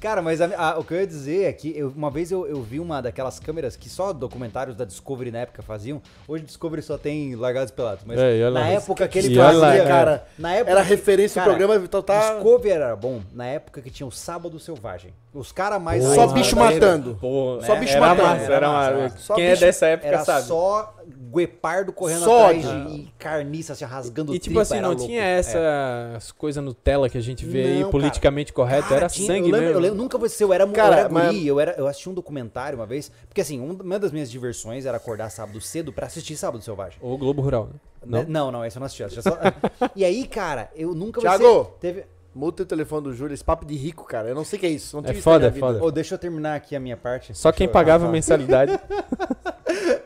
S1: Cara, mas a- a- o que eu ia dizer é que eu- uma vez eu, eu vi uma daquelas câmeras que só documentários da Discovery na época faziam. Hoje Discovery só tem largados e pelados. Mas
S4: É, e olha
S1: na
S4: lá.
S1: época que ele
S4: E olha
S1: fazia,
S4: lá,
S1: cara. Na época
S2: Era
S1: que-
S2: referência
S1: cara,
S2: ao programa, então tá.
S1: Discovery era bom na época que tinha o Sábado Selvagem. Os caras mais...
S2: Só
S1: raiz
S2: bicho
S1: da galera-
S2: matando.
S4: Pô,
S2: Só bicho
S4: era
S2: matando.
S4: Massa, era
S1: Era
S4: uma-
S1: massa.
S2: Só
S4: Quem
S2: bicho-
S4: é dessa época
S1: Era
S4: sabe.
S1: só guepardo correndo
S2: Só,
S1: atrás
S2: cara.
S1: de, e carniça, assim, rasgando
S4: E
S1: tripa,
S4: tipo assim,
S1: era
S4: não
S1: louco.
S4: tinha
S1: É.
S4: essas coisas Nutella que a gente vê
S1: Não,
S4: aí
S1: cara.
S4: politicamente correto,
S1: Cara,
S4: era
S1: Ah, tinha-
S4: sangue
S1: eu lembro,
S4: mesmo.
S1: Eu lembro, nunca vou ser, eu era, mu-
S2: Cara,
S1: eu era guri,
S2: mas-
S1: eu, era, eu assisti um documentário uma vez, porque assim, um- uma das minhas diversões era acordar sábado cedo pra assistir Sábado Selvagem.
S4: Ou Globo Rural. né? Não?
S1: Né? Não, não, esse eu não assisti. eu assisti só- e aí, cara, eu nunca vou
S2: Thiago!
S1: ser... Teve...
S2: Muta o telefone do Júlio, esse papo de rico, cara. Eu não sei o que é isso. Não
S4: É
S2: tive isso
S4: foda, é
S2: na minha vida.
S4: foda.
S1: Ô, deixa eu terminar aqui a minha parte.
S4: Só
S1: Deixa
S4: quem
S1: eu-
S4: pagava
S1: Ah, tá.
S4: mensalidade.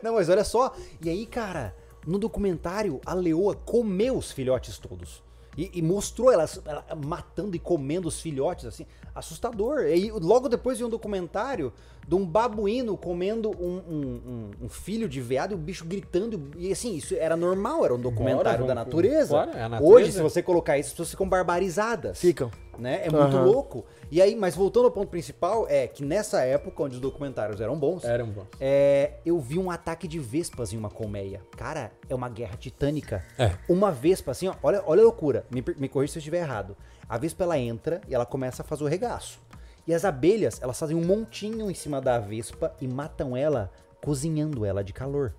S1: Não, mas olha só. E aí, cara, no documentário, a leoa comeu os filhotes todos. E, e mostrou ela, ela matando e comendo os filhotes, assim. Assustador. E aí, logo depois de um documentário de um babuíno comendo um, um- um- um filho de veado e o bicho gritando. E assim, isso era normal, era um documentário
S4: vamos-
S1: da natureza.
S4: claro, é a natureza.
S1: Hoje, se você colocar isso, as pessoas ficam barbarizadas
S2: Ficam.
S1: né? É muito
S2: Aham.
S1: louco. E aí, mas voltando ao ponto principal, é que nessa época, onde os documentários eram bons,
S4: Eram bons.
S1: é, eu vi um ataque de vespas em uma colmeia. Cara, é uma guerra titânica.
S4: É.
S1: Uma vespa, assim, ó, olha, olha a loucura. Me, per- me corrija se eu estiver errado. A vespa, ela entra e ela começa a fazer o regaço. E as abelhas, elas fazem um montinho em cima da vespa e matam ela, cozinhando ela de calor.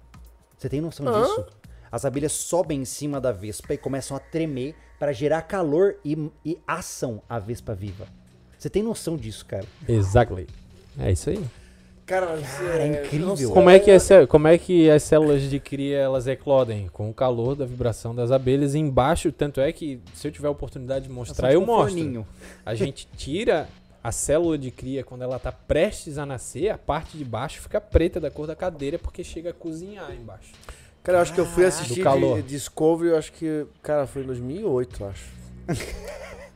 S1: Você tem noção disso? As abelhas sobem em cima da vespa e começam a tremer para gerar calor e, e assam a vespa viva. Você tem noção disso, cara?
S4: Exactly. É isso aí.
S2: Cara, você-
S1: Cara, é
S2: eu não
S1: incrível.
S2: sei.
S4: Como é, que essa- como é que as células de cria elas eclodem? Com o calor da vibração das abelhas embaixo. Tanto é que se eu tiver a oportunidade de mostrar, eu
S1: Tipo um
S4: mostro.
S1: forninho.
S4: A gente tira a célula de cria quando ela tá prestes a nascer, a parte de baixo fica preta da cor da cadeira porque chega a cozinhar embaixo.
S2: Cara, eu acho que eu fui
S4: Do
S2: assistir
S4: calor.
S2: de, Discovery, eu acho que, cara, foi em 2008, eu acho.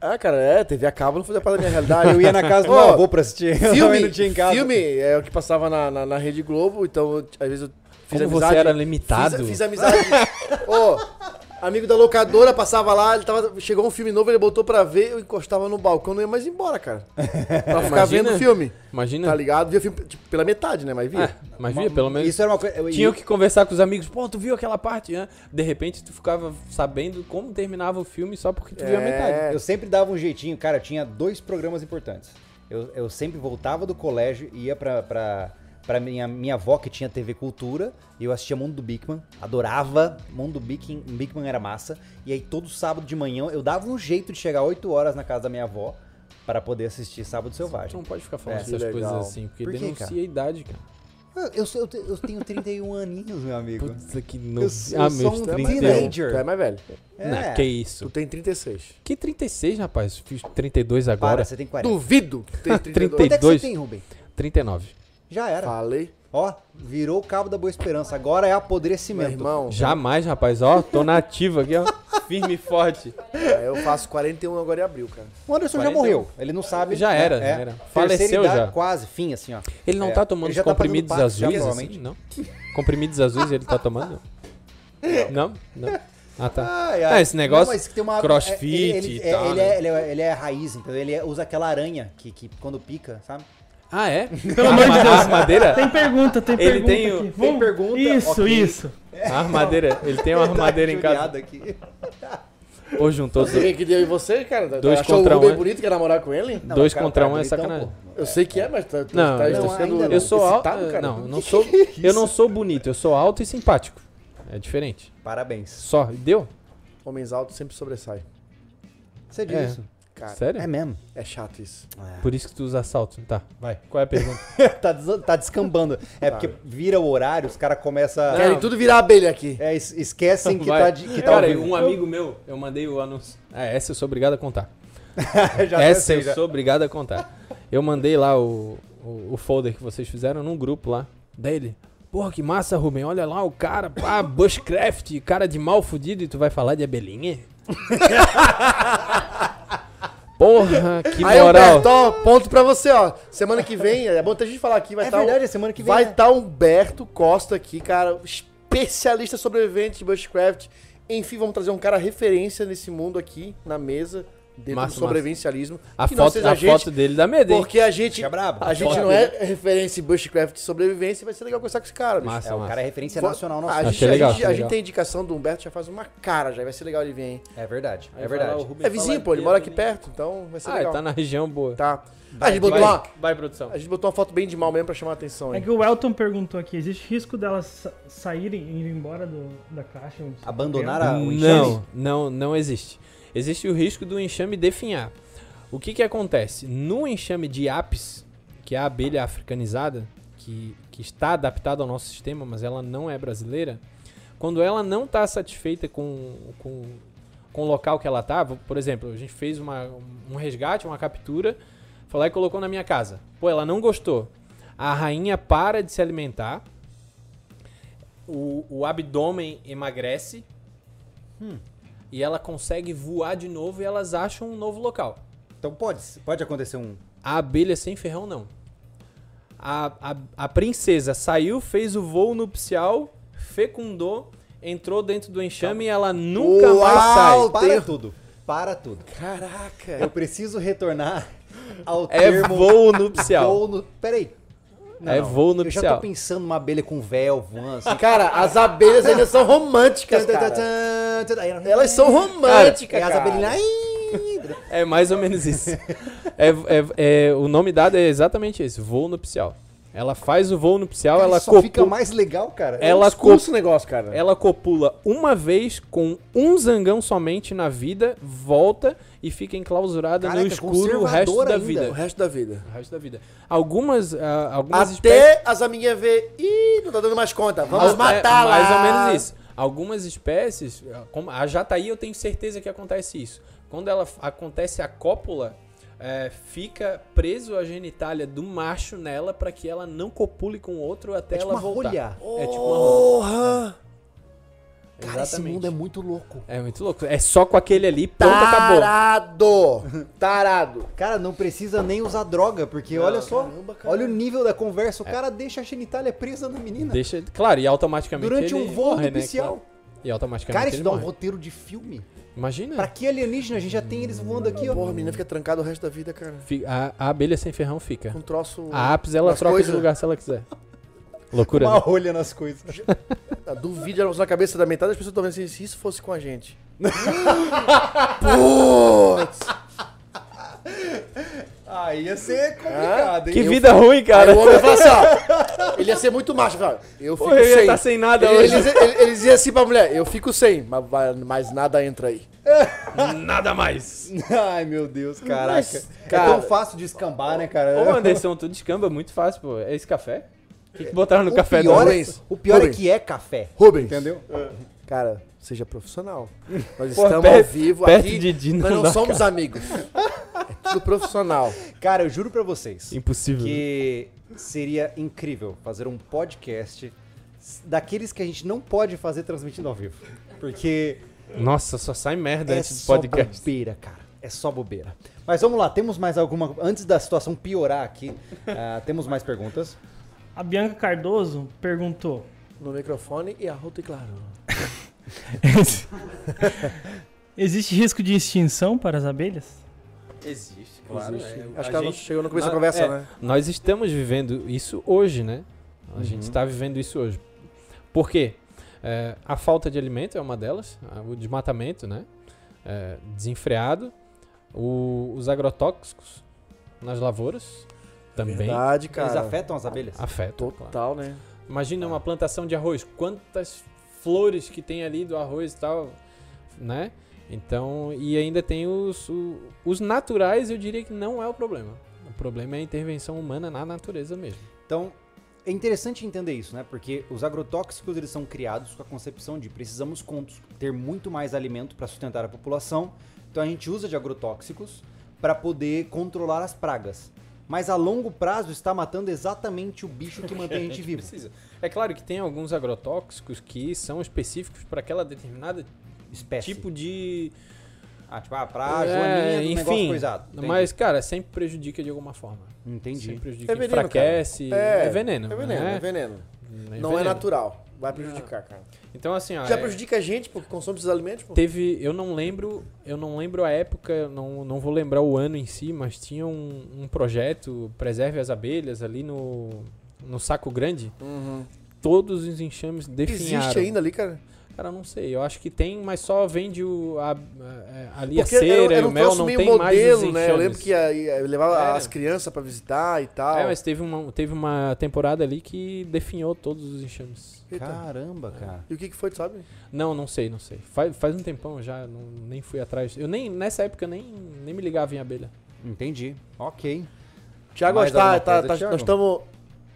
S2: ah, cara, é, TV a cabo não fazia parte da minha realidade.
S1: Eu ia na casa do
S2: Ô,
S1: meu avô pra assistir. eu também
S2: Filme,
S1: não tinha em casa.
S2: filme é o que passava na, na, na Rede Globo, então eu- às vezes eu fiz
S4: Como
S2: amizade.
S4: você era
S2: fiz,
S4: limitado.
S2: fiz amizade. Ô, amigo da locadora passava lá, ele tava, chegou um filme novo, ele botou pra ver, eu encostava no balcão, não ia mais embora, cara. Pra ficar
S4: Imagina.
S2: vendo o filme,
S4: Imagina.
S2: tá ligado? Via filme tipo, pela metade, né, mas via.
S4: Ah, mas via, pelo menos
S1: Isso era uma coisa. eu-
S4: tinha que conversar com os amigos. Pô, tu viu aquela parte, né? De repente tu ficava sabendo como terminava o filme só porque tu
S1: É.
S4: viu a metade.
S1: Eu sempre dava um jeitinho, cara, eu tinha dois programas importantes. Eu, eu sempre voltava do colégio e ia pra, pra, pra minha, minha avó, que tinha TV Cultura, e eu assistia Mundo do Bigman, adorava Mundo do Bigman, Bigman era massa. E aí todo sábado de manhã eu dava um jeito de chegar 8 horas na casa da minha avó para poder assistir Sábado
S4: Tu
S1: Selvagem.
S4: não pode ficar falando
S2: É,
S4: essas
S2: legal.
S4: coisas assim, porque
S1: Por que,
S4: denuncia
S1: cara?
S4: a idade, cara.
S1: Eu, eu, sou- eu te- eu tenho 31 aninhos, meu amigo.
S4: Puta que
S1: Eu,
S4: não.
S1: eu sou
S4: Ah, meus
S1: um
S4: 31.
S1: teenager.
S2: Tu é mais velho.
S4: Não, que isso.
S2: Tu tem 36.
S4: Que 36, rapaz? Fiz 32
S1: Para,
S4: agora.
S1: você tem 40.
S2: Duvido que tu tem 32.
S1: Quanto é que você
S4: 32?
S1: tem, Rubem?
S4: 39.
S1: Já era.
S2: Falei.
S1: Ó, virou o cabo da Boa Esperança. Agora é
S2: Meu
S1: apodrecimento.
S2: irmão,
S4: Jamais, rapaz. Ó, tô na ativa aqui, ó. Firme e forte.
S2: é, eu faço 41 agora em abril, cara.
S1: O Anderson já
S4: 41.
S1: morreu. Ele não sabe.
S4: Já
S1: né?
S4: era, já era. Faleceu
S1: Terceira idade,
S4: já.
S1: Quase, fim, assim, ó.
S4: Ele não
S1: É,
S4: tá tomando
S1: ele
S4: os
S1: já tá fazendo
S4: comprimidos
S1: parte, já,
S4: azuis,
S1: provavelmente.
S4: assim, não? Comprimidos azuis ele tá tomando? Não? Não? Ah, tá.
S1: Ai,
S4: Ah, esse negócio,
S1: mas que tem uma-
S4: crossfit
S1: é, ele, ele-
S4: e
S1: é,
S4: tal,
S1: ele,
S4: né?
S1: é, ele, é, ele é raiz, entendeu? Ele é- usa aquela aranha que, que quando pica, sabe?
S4: Ah, é?
S7: Pelo amor de
S4: Arma-
S7: Deus.
S4: Armadeira?
S7: Tem pergunta, tem
S4: É. Ele
S7: pergunta
S4: tem o-
S7: aqui.
S4: tem
S7: Vamos-
S1: pergunta,
S7: Isso,
S1: ok.
S7: isso.
S4: Armadeira. Ele tem uma
S1: tá
S4: armadeira em casa.
S1: Juliado aqui.
S4: Ou juntou os dois.
S2: que deu em você, cara?
S4: Dois contra um,
S2: Rubem
S4: é?
S2: bonito, quer namorar com ele?
S1: Não,
S4: Dois
S1: cara,
S4: contra
S1: tá
S4: um é
S1: bonitão,
S4: sacanagem.
S1: pô.
S2: Eu sei que é, mas tá, tá-
S4: Não,
S2: tá,
S1: não,
S2: tá sendo
S1: ainda não.
S4: Eu sou alto. é,
S2: excitado, cara.
S4: Não, eu não sou.
S1: é
S4: Eu não sou bonito, eu sou alto e simpático. É diferente.
S1: Parabéns.
S4: Só. Deu?
S2: Homens altos sempre sobressai.
S1: Você diz
S4: É.
S1: isso?
S2: Cara,
S4: Sério?
S1: É mesmo.
S2: é chato isso.
S4: Por isso que tu usa salto. Tá, vai. Qual é a pergunta?
S1: tá, des- tá descambando. É porque vira o horário, os caras começam...
S2: Querem tudo virar abelha aqui.
S1: É, es- esquecem que
S4: Vai.
S1: tá, de, que tá
S4: Cara,
S1: ao vivo.
S4: um amigo meu, eu mandei o anúncio. Ah, essa eu sou obrigado a contar.
S1: Já
S4: essa
S1: sei,
S4: eu
S1: já.
S4: sou obrigado a contar. Eu mandei lá o, o, o folder que vocês fizeram num grupo lá. Daí ele, porra, que massa, Rubem. Olha lá o cara, pá, bushcraft, cara de mal fudido e tu vai falar de abelhinha? Porra, que
S2: Aí,
S4: moral.
S2: Humberto, ó, ponto pra você, ó. Semana que vem, é bom ter gente falar aqui, vai
S1: É
S2: estar
S1: verdade, é semana que vem,
S2: Vai
S1: né?
S2: estar Humberto Costa aqui, cara, um especialista sobrevivente de Bushcraft. Enfim, vamos trazer um cara referência nesse mundo aqui, na mesa, dentro
S4: Massa,
S2: do sobrevivencialismo.
S4: A,
S2: que não
S4: foto,
S2: seja
S4: a
S2: gente,
S4: foto dele dá medo, hein?
S2: Porque a gente,
S1: Fica brabo.
S2: a gente
S1: Foda.
S2: não é referência em Bushcraft de sobrevivência, vai ser legal conversar com esse cara, bicho.
S4: Massa,
S1: É, o
S4: massa.
S1: cara é referência
S2: Fo-
S1: nacional
S2: A
S1: nossa.
S2: gente,
S4: Achei
S2: a
S4: é legal,
S2: gente- a
S4: achei
S2: gente
S4: legal.
S2: tem indicação do Humberto, já faz uma cara, já vai ser legal ele vir, hein?
S1: É verdade,
S3: Aí
S1: é
S3: vai lá, o
S1: verdade.
S3: Rubens
S2: É
S3: fala
S2: vizinho, pô, ele
S3: dele
S2: mora aqui
S3: também.
S2: perto, então vai ser
S4: Ah, ele
S2: legal.
S4: tá na região boa.
S2: Tá. A gente botou
S3: vai,
S2: uma,
S3: vai, produção.
S2: a gente botou uma foto bem de mal mesmo pra chamar a atenção,
S7: É
S2: hein?
S7: que o Elton perguntou aqui, existe risco delas sa- saírem e ir embora do, da caixa? Não sei
S1: Abandonar
S7: o
S1: a- o enxame?
S4: Não, não, não existe. Existe o risco do enxame definhar. O que que acontece? No enxame de apis, que é a abelha africanizada, que, que está adaptada ao nosso sistema, mas ela não é brasileira, quando ela não está satisfeita com, com, com o local que ela está, por exemplo, a gente fez uma, um resgate, uma captura, foi lá e colocou na minha casa. Pô, ela não gostou. A rainha para de se alimentar, o, o abdômen emagrece, e ela consegue voar de novo e elas acham um novo local.
S1: Então pode, pode acontecer um.
S4: A abelha sem ferrão não. A, a, a princesa saiu, fez o voo nupcial, fecundou, entrou dentro do enxame e ela nunca mais sai.
S2: Uau!
S1: Para
S2: Ter-
S1: tudo. Para tudo.
S2: Caraca!
S1: Eu preciso retornar ao
S4: É
S1: termo
S4: voo nupcial.
S1: voo no- Peraí.
S4: É voo
S1: Eu já
S4: nupcial.
S1: tô pensando numa abelha com véu voando assim.
S2: Cara, as abelhas ainda são românticas, cara. Elas
S1: Elas
S2: são românticas,
S1: E as
S2: cara.
S1: abelhinhas.
S4: É mais ou menos isso. É, é, é- o nome dado é exatamente esse, voo nupcial. Ela faz o voo nupcial, ela,
S1: só fica
S4: copu-
S1: mais legal, cara.
S4: ela
S2: cursa o negócio, cara.
S4: É. Ela copula uma vez com um zangão somente na vida, volta e fica enclausurada
S1: Caraca,
S4: no escuro o resto da
S1: conservadora
S4: vida.
S2: O resto da vida.
S4: O resto da vida. Algumas, ah, algumas espécies.
S2: Até as amiguinhas ver. Ih, não tá dando mais conta. Vamos
S4: É,
S2: matá-la.
S4: Mais ou menos isso. Algumas espécies, ah, como a jataí, eu tenho certeza que acontece isso. Quando ela acontece a cópula, é, fica preso a genitália do macho nela para que ela não copule com outro até
S1: É tipo uma
S4: ela voltar.
S1: rolha.
S4: É tipo uma rolha.
S2: Porra!
S1: Cara, esse
S4: Exatamente.
S1: mundo é muito louco.
S4: É muito louco. É só com aquele ali, pronto, acabou.
S2: Tarado! Tarado!
S1: Cara, não precisa nem usar droga, porque olha só,
S2: caramba, cara.
S1: olha o nível da conversa. O cara deixa a genitália presa na menina
S4: É. Deixa, claro, e automaticamente
S1: durante
S4: ele
S1: um voo
S4: morre, né,
S1: nupcial.
S4: claro. E automaticamente
S1: Cara,
S4: ele
S1: isso dá um
S4: morre.
S1: roteiro de filme.
S4: Imagina.
S1: Pra que alienígena? A gente já tem eles voando aqui, ó.
S2: Porra, a menina fica trancada o resto da vida, cara.
S4: Fi- A, a abelha sem ferrão fica.
S2: Com um troço.
S4: A apis, ela
S2: As
S4: troca
S2: coisas-
S4: de lugar se ela quiser. Loucura,
S1: Uma
S4: né?
S1: rolha nas coisas.
S2: Duvide na cabeça da metade das pessoas estão vendo assim, se isso fosse com a gente. Putz!
S1: Ah, ia ser complicado, hein?
S4: né? Que vida ruim, cara.
S2: Aí o homem ia falar assim, ó. Ele ia ser muito macho. Cara. Eu fico
S4: Pô, eu ia
S2: sem.
S4: estar sem nada
S2: Ele-
S4: hoje.
S2: eles, ele- eles iam assim pra mulher, eu fico sem, mas, mas nada entra aí.
S4: Nada mais.
S1: Ai, meu Deus, caraca.
S2: cara-
S1: É tão fácil de escambar, né, cara?
S4: Ô, Anderson, tu descamba muito fácil, pô. É esse café? O que, que botaram no
S1: o
S4: café
S1: pior,
S4: do
S1: é,
S2: Rubens.
S1: o pior é
S2: Rubens.
S1: que é café.
S2: Rubens.
S1: Entendeu?
S2: Cara, seja profissional. Nós
S4: Pô,
S2: estamos ao
S4: perto-
S2: vivo
S4: perto
S2: aqui.
S4: de Dino
S2: nós não
S4: dá,
S2: somos amigos. É tudo profissional.
S1: Cara, eu juro pra vocês
S4: Impossível.
S1: que
S4: Uhum.
S1: seria incrível fazer um podcast daqueles que a gente não pode fazer transmitindo ao vivo. Porque
S4: Nossa, só sai merda
S1: é
S4: antes do
S1: só
S4: podcast.
S1: bobeira, cara. É só bobeira. Mas vamos lá, temos mais alguma. Antes da situação piorar aqui, ah, temos mais perguntas.
S7: A Bianca Cardoso perguntou.
S2: No microfone e a ruta e claro.
S7: Existe risco de extinção para as abelhas?
S3: Existe, claro.
S2: Existe.
S3: é, a
S2: Acho que ela
S3: gente-
S2: chegou no começo da
S3: na-
S2: conversa,
S3: é,
S2: né?
S4: Nós estamos vivendo isso hoje, né? A
S2: Uhum.
S4: gente está vivendo isso hoje. Por quê? É, a falta de alimento é uma delas, a- o desmatamento, né? É, desenfreado. O- os agrotóxicos nas lavouras também
S2: Verdade,
S1: Eles
S2: cara.
S1: afetam as abelhas?
S4: afetam. claro.
S2: Total, né?
S4: Imagina uma plantação de arroz, quantas flores que tem ali do arroz e tal, né? Então, e ainda tem os, o- os naturais, eu diria que não é o problema. O problema é a intervenção humana na natureza mesmo.
S1: Então, é interessante entender isso, né? Porque os agrotóxicos eles são criados com a concepção de precisamos cons- ter muito mais alimento para sustentar a população. Então a gente usa de agrotóxicos para poder controlar as pragas. Mas a longo prazo está matando exatamente o bicho que mantém a gente vivo.
S4: Precisa. É claro que tem alguns agrotóxicos que são específicos para aquela determinada
S1: Espécie.
S4: tipo de
S1: Ah, tipo, ah, pra Joaninha do negócio coisado. Entendi.
S4: Mas, cara, sempre prejudica de alguma forma. Sempre
S1: Entendi.
S4: prejudica,
S2: É veneno,
S4: enfraquece.
S2: cara.
S4: É,
S2: É,
S4: veneno.
S2: É veneno,
S4: né?
S2: é veneno.
S4: É
S2: Não é
S4: veneno.
S2: natural. Vai prejudicar, cara.
S4: Então, assim, ó,
S2: Já
S4: é-
S2: prejudica a gente porque consome esses alimentos, pô.
S4: Teve, eu não lembro, eu não lembro a época, eu não, não vou lembrar o ano em si, mas tinha um, um projeto Preserve as Abelhas ali no, no Saco Grande. Todos os enxames definharam.
S2: Uhum. Existe ainda ali, cara.
S4: Cara, eu não sei, eu acho que tem, mas só vende o, a- a- ali
S2: Porque
S4: a cera
S2: era
S4: e
S2: um
S4: o mel,
S2: troço
S4: não
S2: meio
S4: tem mais os
S2: modelo,
S4: enxames.
S2: né? Eu lembro que a- eu levava
S4: Era.
S2: as crianças pra visitar e tal.
S4: É, mas teve uma, teve uma temporada ali que definhou todos os enxames.
S2: Eita.
S1: Caramba, cara.
S2: E o que, que foi, tu sabe?
S4: Não, não sei, não sei. Faz, faz um tempão já, não, nem fui atrás. Eu nem, nessa época, eu nem, nem me ligava em abelha.
S1: Entendi. Ok.
S2: Tiago,
S1: Mais
S2: nós, tá,
S1: alguma
S2: tá-
S1: coisa,
S2: tá-
S1: Thiago?
S2: nós estamos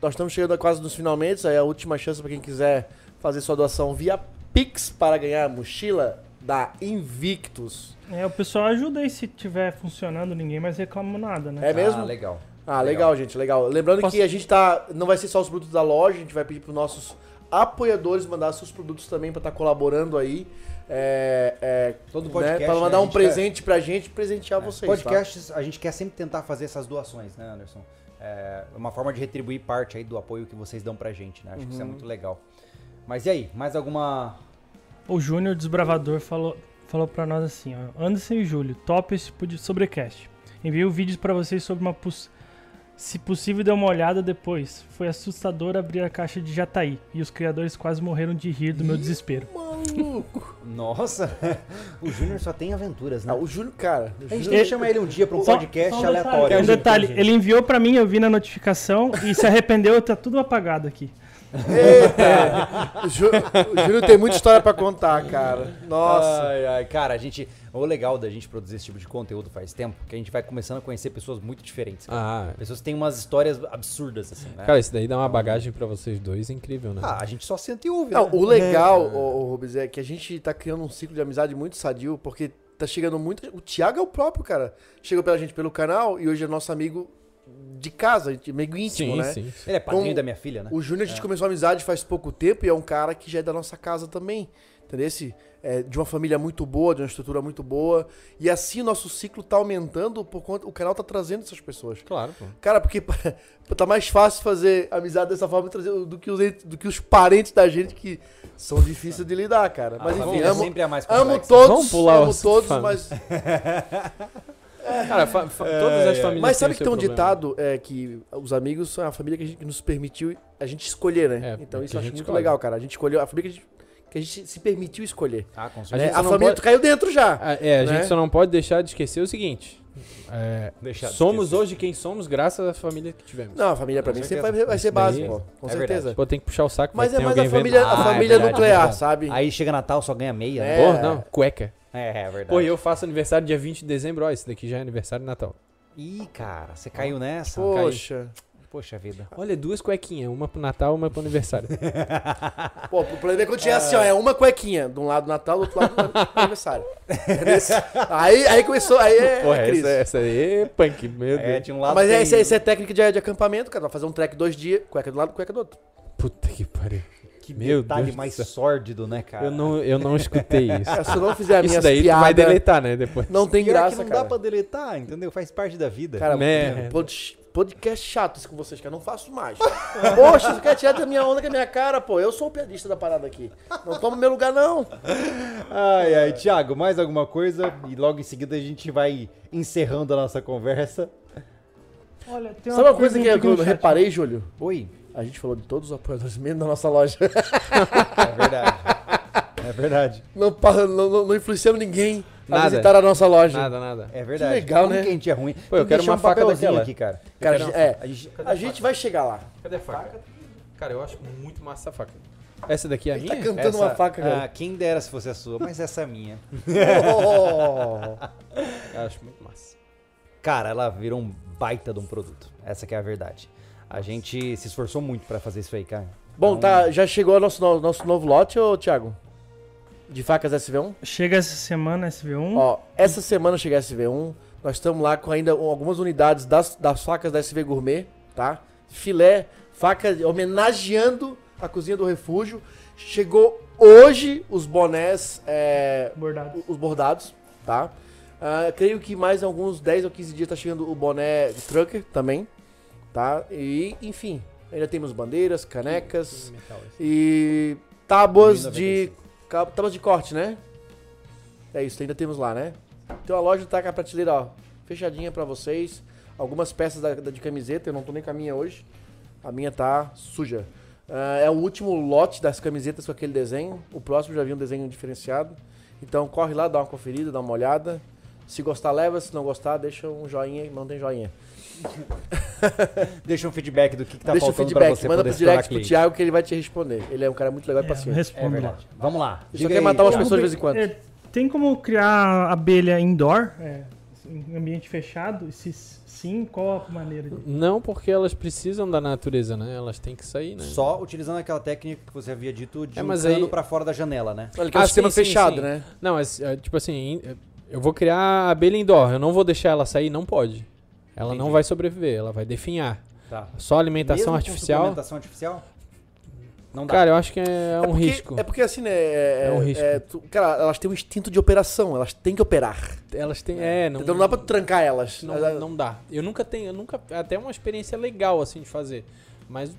S2: nós estamos chegando quase nos finalmente, aí é a última chance para quem quiser fazer sua doação via Pix para ganhar a mochila da Invictus.
S7: É, o pessoal ajuda aí se tiver funcionando, ninguém mais reclama nada, né?
S2: É mesmo?
S1: Ah, legal.
S2: Ah, legal, gente, legal. Lembrando
S4: Posso-
S2: que a gente tá. Não vai ser só os produtos da loja, a gente vai pedir pros nossos apoiadores mandar seus produtos também para estar colaborando aí. É, é,
S1: Todo podcast,
S2: Pra
S1: né,
S2: mandar
S1: a
S2: um
S1: gente É,
S2: presente pra gente presentear vocês. Tá?
S1: Podcasts, a gente quer sempre tentar fazer essas doações, né, Anderson? É uma forma de retribuir parte aí do apoio que vocês dão pra gente, né? Acho que isso é muito legal. Mas e aí, mais alguma.
S7: O Júnior Desbravador falou, falou pra nós assim, ó. Anderson e Júlio, top esse pod- sobrecast. Enviei o vídeo pra vocês sobre uma... Pos... Se possível, dê uma olhada depois. Foi assustador abrir a caixa de Jataí. E os criadores quase morreram de rir do meu desespero.
S2: Maluco!
S1: Nossa! o Júnior só tem aventuras, né?
S2: Ah, o Júlio, cara. o
S1: A gente
S2: Júlio-
S1: tem que chamar ele um dia pra um
S7: Só-
S1: podcast
S7: só um detalhe,
S1: aleatório.
S7: Um detalhe, ele enviou pra mim, eu vi na notificação e se arrependeu, tá tudo apagado aqui.
S2: Eita! o Jú- o Júlio tem muita história pra contar, cara. Nossa.
S1: Ai, ai, cara, a gente. O legal da gente produzir esse tipo de conteúdo faz tempo que a gente vai começando a conhecer pessoas muito diferentes. Cara.
S4: Ah,
S1: Pessoas que têm umas histórias absurdas, assim, né?
S4: É. cara, isso daí dá uma bagagem pra vocês dois incrível, né?
S1: ah, a gente só senta e ouve.
S2: Não,
S1: né?
S2: o legal, ô, ô, Rubens, é que a gente tá criando um ciclo de amizade muito sadio, porque tá chegando muito. O Thiago é o próprio, cara. Chegou pela gente pelo canal e hoje é nosso amigo de casa, de- amigo íntimo,
S4: sim,
S2: né?
S4: sim. É.
S1: Ele é padrinho
S2: com-
S1: da minha filha, né?
S2: O Júnior, a gente começou a amizade faz pouco tempo e é um cara que já é da nossa casa também. Entendeu? Esse, é, de uma família muito boa, de uma estrutura muito boa. E assim o nosso ciclo tá aumentando por conta. O canal tá trazendo essas pessoas.
S4: Claro, pô.
S2: Cara, porque tá mais fácil fazer amizade dessa forma do que os, do que os parentes da gente que são difíceis de lidar, cara.
S1: A
S2: Mas enfim,
S1: família
S2: amo,
S1: sempre é a mais
S2: amo
S1: complexa.
S2: todos,
S4: Vamos pular o
S2: amo
S4: assunto,
S2: todos,
S4: Fábio.
S2: mas,
S4: É, Cara, fa- fa- todas as famílias.
S2: É, mas
S4: têm
S2: sabe
S4: o
S2: que tem
S4: seu
S2: um
S4: problema.
S2: ditado é, que os amigos são a família que, a gente, que nos permitiu a gente escolher, né?
S4: É,
S2: então
S4: que
S2: isso
S4: a
S2: eu acho
S4: gente
S2: muito
S4: escolhe.
S2: legal, cara. A gente escolheu a família que a gente, que a gente se permitiu escolher.
S1: Ah, com
S4: A
S2: né?
S1: certeza.
S2: A,
S4: gente só não
S2: família
S4: pode-
S2: tu caiu dentro já.
S4: Ah, É, a
S2: né?
S4: gente só não pode deixar de esquecer o seguinte. é,
S1: Deixar de
S4: somos
S1: esquecer.
S4: hoje quem somos graças à família que tivemos.
S2: Não, a família pra
S1: Com
S2: mim sempre
S1: certeza.
S2: vai, vai ser
S4: Daí-
S2: base, pô. Com
S1: É
S2: certeza.
S1: verdade.
S4: Pô, tem que puxar o saco,
S2: Mas
S4: vai
S2: é
S4: ter
S2: mais
S4: alguém
S2: a família,
S4: vendo.
S1: Ah,
S2: a
S1: é
S2: família
S1: verdade, é
S2: nuclear,
S1: verdade.
S2: sabe?
S1: Aí chega Natal, só ganha meia, né?
S2: É.
S4: Porra, não, cueca.
S1: É, é verdade.
S4: Pô, e eu faço aniversário dia 20 de dezembro, ó, esse daqui já é aniversário de Natal.
S1: Ih, cara, você caiu nessa?
S2: Poxa.
S1: Caiu. Poxa vida.
S4: Olha, duas cuequinhas, uma pro Natal, uma pro aniversário.
S2: Pô, o problema é quando tinha assim, ó, é uma cuequinha. De um lado Natal, do outro lado aniversário. Entendeu? aí, aí começou, aí é,
S4: Porra,
S2: é crise.
S4: essa, essa aí é punk, meu
S1: É,
S4: Deus.
S1: de um lado
S2: Mas
S1: tem...
S2: é, isso, é, isso é técnica de, de acampamento, cara. Vai fazer um track dois dias, cueca do lado, cueca do outro.
S1: tipo-
S4: Puta que pariu.
S1: Que
S4: Meu
S1: detalhe
S4: Deus do
S1: mais
S4: céu.
S1: sórdido, né, cara?
S4: Eu não, eu não escutei isso.
S2: Cara, se eu não fizer a minha
S4: Isso daí tu vai
S2: piada,
S4: deletar, né, depois.
S2: não tem
S1: Pior que
S2: graça,
S1: não
S2: cara.
S1: dá pra deletar, entendeu? Faz parte da vida.
S2: Cara,
S4: Merda.
S2: pod- podcast chato isso com vocês, cara. Não faço mais. Poxa, você quer tirar da minha onda com a minha cara, pô. Eu sou o piadista da parada aqui. Não toma meu lugar, não.
S1: Ai, ai, Thiago, mais alguma coisa? E logo em seguida a gente vai encerrando a nossa conversa.
S7: Olha, tem
S2: Sabe uma coisa que
S7: pergunta aqui
S2: eu
S7: no chat.
S2: reparei, Júlio?
S1: Oi.
S2: A gente falou de todos os apoiadores, menos da nossa loja.
S1: É verdade. é verdade.
S2: Não, pa- não, não- não influenciamos ninguém
S4: Nada.
S2: a visitar a nossa loja.
S4: Nada, nada.
S1: É verdade.
S2: Que legal,
S1: Como
S2: né?
S1: que a gente é ruim.
S4: Pô,
S1: Tem
S4: eu
S1: que
S4: quero
S1: deixar
S4: uma
S1: um
S4: faca
S1: papelzinho
S4: daquela.
S1: aqui, cara.
S2: Cara,
S4: Não.
S2: é,
S1: A gente...
S2: a gente vai chegar lá.
S4: Cadê a faca? Cara, eu acho muito massa essa faca. Essa daqui é a
S2: Ele tá
S4: minha?
S2: cantando uma faca,
S1: ah,
S2: cara.
S1: quem dera se fosse a sua, mas essa é a minha.
S2: Oh.
S4: É, Eu acho muito massa.
S1: Cara, ela virou um baita de um produto. Essa que é a verdade. A gente se esforçou muito pra fazer isso aí, cara.
S2: Bom, tá, já chegou o nosso, no- nosso novo lote, ô Thiago? De facas SV1?
S7: Chega essa semana, SV1.
S2: Ó, essa semana chega a SV1. Nós estamos lá com ainda algumas unidades das, das facas da SV Gourmet, tá? Filé, faca homenageando a cozinha do refúgio. Chegou hoje os bonés é,
S7: Bordado.
S2: os bordados, tá? Ah, creio que mais alguns 10 ou 15 dias tá chegando o boné Trucker também, tá? E, enfim, ainda temos bandeiras, canecas e tábuas de ca- tábuas de corte, né? É isso, ainda temos lá, né? Então a loja tá com a prateleira, ó, fechadinha pra vocês. Algumas peças da, da- de camiseta, eu não tô nem com a minha hoje. A minha tá suja. Ah, é o último lote das camisetas com aquele desenho. O próximo já vi um desenho diferenciado. Então corre lá, dá uma conferida, dá uma olhada. Se gostar, leva. Se não gostar, deixa um joinha e mantém joinha.
S1: Deixa um feedback do que, que tá
S2: deixa o
S1: faltando pra
S2: feedback,
S1: você
S2: manda
S1: poder
S2: pro
S1: se tornar
S2: direct pro
S1: cliente.
S2: Thiago que ele vai te responder. Ele é um cara muito legal e
S7: eu
S2: paciente.
S1: É
S7: respondo lá.
S1: verdade. Vamos lá.
S2: Ele Só
S1: Diga
S2: quer
S1: aí,
S2: matar umas
S1: Thiago.
S2: pessoas de vez em quando.
S7: É, tem como criar abelha indoor, é, em ambiente fechado? E Se sim, qual a maneira? de-
S4: Não porque elas precisam da natureza, né? Elas têm que sair, né?
S1: Só utilizando aquela técnica que você havia dito de
S4: É,
S1: um
S4: mas
S1: cano
S4: aí-
S1: pra fora da janela, né?
S2: Olha, que é um
S4: Ah,
S2: sistema
S4: sim, sim,
S2: fechado,
S4: sim.
S2: né?
S4: Não, mas, é, tipo assim, in- eu vou criar a abelha indoor, eu não vou deixar ela sair, não pode. Ela não
S1: Entendi.
S4: vai sobreviver, ela vai definhar.
S1: Tá.
S4: Só alimentação
S1: Mesmo com
S4: artificial.
S1: suplementação artificial? Não dá.
S4: Cara, eu acho que é, um
S2: porque,
S4: risco.
S2: É porque assim, né? É,
S4: É um risco.
S2: é, tu- cara, elas têm um instinto de operação, elas têm que operar.
S4: Elas têm. É, não,
S2: então não dá pra tu trancar elas.
S4: não,
S2: Elas-
S4: não dá. Eu nunca tenho, eu nunca. é Até uma experiência legal assim de fazer. Mas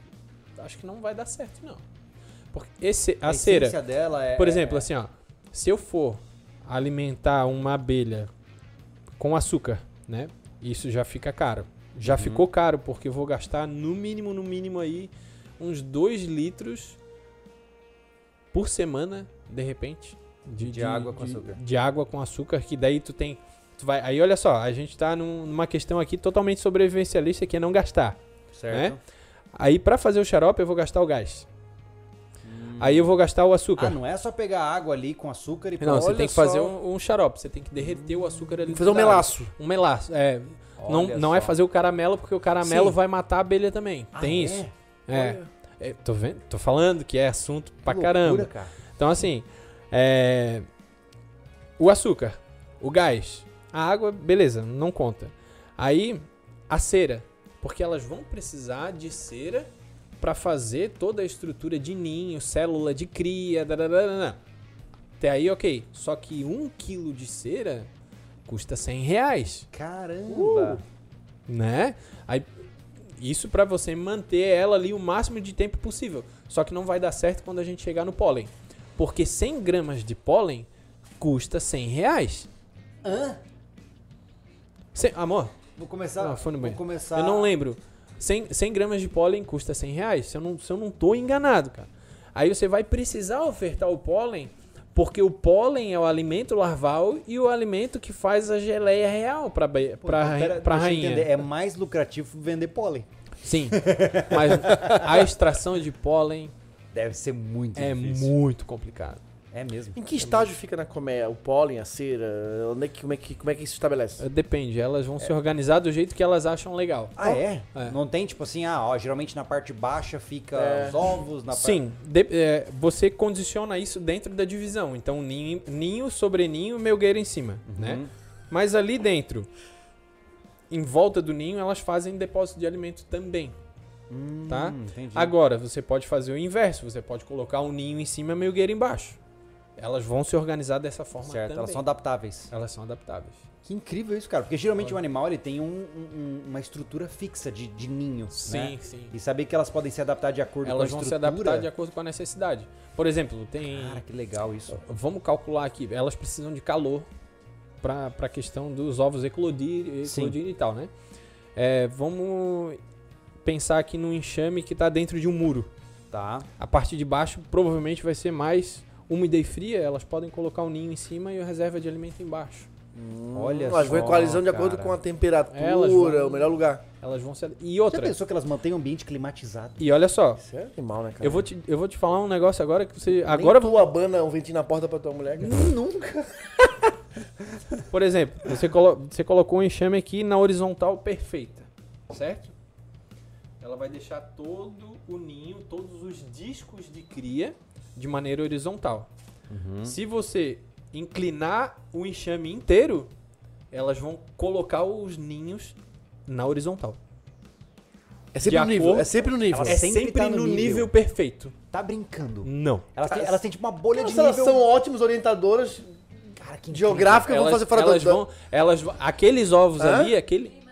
S4: acho que não vai dar certo, não. Porque esse, a, cera.
S1: essência dela é.
S4: Por exemplo, assim, ó. Se eu for alimentar uma abelha com açúcar, né? Isso já fica caro.
S1: Uhum.
S4: Já ficou caro, porque eu vou gastar no mínimo, no mínimo aí, uns 2 litros por semana, de repente.
S1: De água com
S4: de-
S1: açúcar.
S4: De água com açúcar, que daí tu tem. Tu vai, aí olha só, a gente tá num- numa questão aqui totalmente sobrevivencialista que é não gastar.
S1: certo.
S4: Aí pra fazer o xarope eu vou gastar o gás. Aí eu vou gastar o açúcar.
S1: Hum. Uhum. Ah, não é só pegar água ali com açúcar e
S4: Não,
S1: pôr-
S4: você
S1: Olha
S4: tem que
S1: só.
S4: fazer um, um xarope, você tem que derreter o açúcar ali.
S2: Tem que fazer um
S4: dentro da água.
S2: melaço.
S4: Um melaço, é. Não,
S1: Olha
S4: não é
S1: só.
S4: fazer o caramelo, porque o caramelo
S2: Sim.
S4: vai matar a abelha também.
S1: Ah,
S4: tem
S1: é?
S4: isso.
S1: Que
S4: É. É, tô, vendo, tô falando que é assunto pra
S1: loucura,
S4: caramba.
S1: cara.
S4: Então, assim, é, o açúcar, o gás, a água, beleza, não conta. Aí, a cera, porque elas vão precisar de cera para fazer toda a estrutura de ninho, célula de cria, dadadadana. até aí ok. Só que um quilo de cera custa 100 reais,
S1: Caramba.
S4: né? Aí, isso para você manter ela ali o máximo de tempo possível. Só que não vai dar certo quando a gente chegar no pólen. Porque 100 gramas de pólen custa 100 reais.
S1: Hã?
S4: Cem- amor,
S1: Vou começar.
S4: Ah, foi no
S1: vou
S4: banheiro.
S1: começar.
S4: eu não lembro. 100, 100 gramas de pólen custa 100 reais. Se eu, não, se eu não tô enganado, cara. Aí você vai precisar ofertar o pólen, porque o pólen é o alimento larval e o alimento que faz a geleia real pra, be-
S1: Pô,
S4: pra,
S1: então,
S4: rainha-
S1: pera,
S4: pra
S1: deixa eu
S4: rainha.
S1: entender, É mais lucrativo vender pólen.
S4: Sim. Mas a extração de pólen
S1: Deve ser muito
S4: é Então,
S1: difícil.
S4: muito complicado.
S1: É mesmo.
S2: Em que estágio fica na colmeia? O pólen, a cera? Onde é que, como, é que, como é que isso se estabelece?
S4: Depende, elas vão se
S1: É.
S4: organizar do jeito que elas acham legal.
S1: Ah, é?
S4: É.
S1: Não tem tipo assim, ah, ó, geralmente na parte baixa fica
S2: É.
S1: os ovos, na
S4: Sim, de- é, você condiciona isso dentro da divisão. Então, ninho, ninho sobre ninho, melgueira em cima,
S1: Uhum.
S4: né? Mas ali dentro, em volta do ninho, elas fazem depósito de alimento também.
S1: parte. Hum,
S4: Tá?
S1: Entendi.
S4: Agora, você pode fazer o inverso. Você pode colocar um ninho em cima, melgueira embaixo. Elas vão se organizar dessa forma
S1: certo,
S4: também.
S1: elas são adaptáveis.
S4: Elas são adaptáveis.
S1: Que incrível isso, cara. Porque geralmente o animal ele tem um- um- uma estrutura fixa de, de ninho.
S4: Sim,
S1: né?
S4: sim.
S1: E saber que elas podem se adaptar de acordo
S4: Elas
S1: com a
S4: vão se
S1: estrutura.
S4: adaptar de acordo com a necessidade. Por exemplo, tem...
S1: Cara, que legal isso.
S4: Vamos calcular aqui. Elas precisam de calor para a questão dos ovos eclodirem
S1: Sim.
S4: eclodirem e tal, né? É, vamos pensar aqui num enxame que está dentro de um muro.
S1: Tá.
S4: A parte de baixo provavelmente vai ser mais úmida e fria. Elas podem colocar o ninho em cima e a reserva de alimento embaixo. Hum,
S1: Olha
S2: elas vão
S1: só,
S2: equalizando de acordo
S1: cara.
S2: com a temperatura,
S4: Elas vão-
S2: o melhor lugar.
S4: Elas vão se... E
S1: Já
S4: outra.
S1: pensou que elas mantêm o ambiente climatizado?
S4: E olha só.
S2: Isso é animal, né, cara?
S4: Eu vou, te, eu vou te falar um negócio agora que você...
S2: Nem
S4: Agora,
S2: tu abana um ventinho na porta pra tua mulher, cara.
S4: por exemplo, você, colo- você colocou um enxame aqui na horizontal perfeita. certo? Ela vai deixar todo o ninho, todos os discos de cria de maneira horizontal. Se você inclinar o enxame inteiro, elas vão colocar os ninhos na horizontal.
S2: É sempre
S4: De
S2: no nível,
S4: acordo-
S2: é sempre no nível.
S1: Elas-
S4: é
S1: sempre
S4: sempre,
S1: tá no
S4: no,
S1: nível.
S4: nível. perfeito.
S1: Tá brincando.
S4: Não.
S1: Elas têm, elas têm tipo uma bolha
S2: Cara,
S1: de
S2: se elas
S1: nível.
S2: são ótimas orientadoras,
S1: Cara, que incrível.
S2: Geográfica,
S4: elas,
S2: vamos fazer fora do...
S4: elas
S2: da-
S4: vão, elas vão- aqueles ovos
S2: Hã?
S4: ali, aquele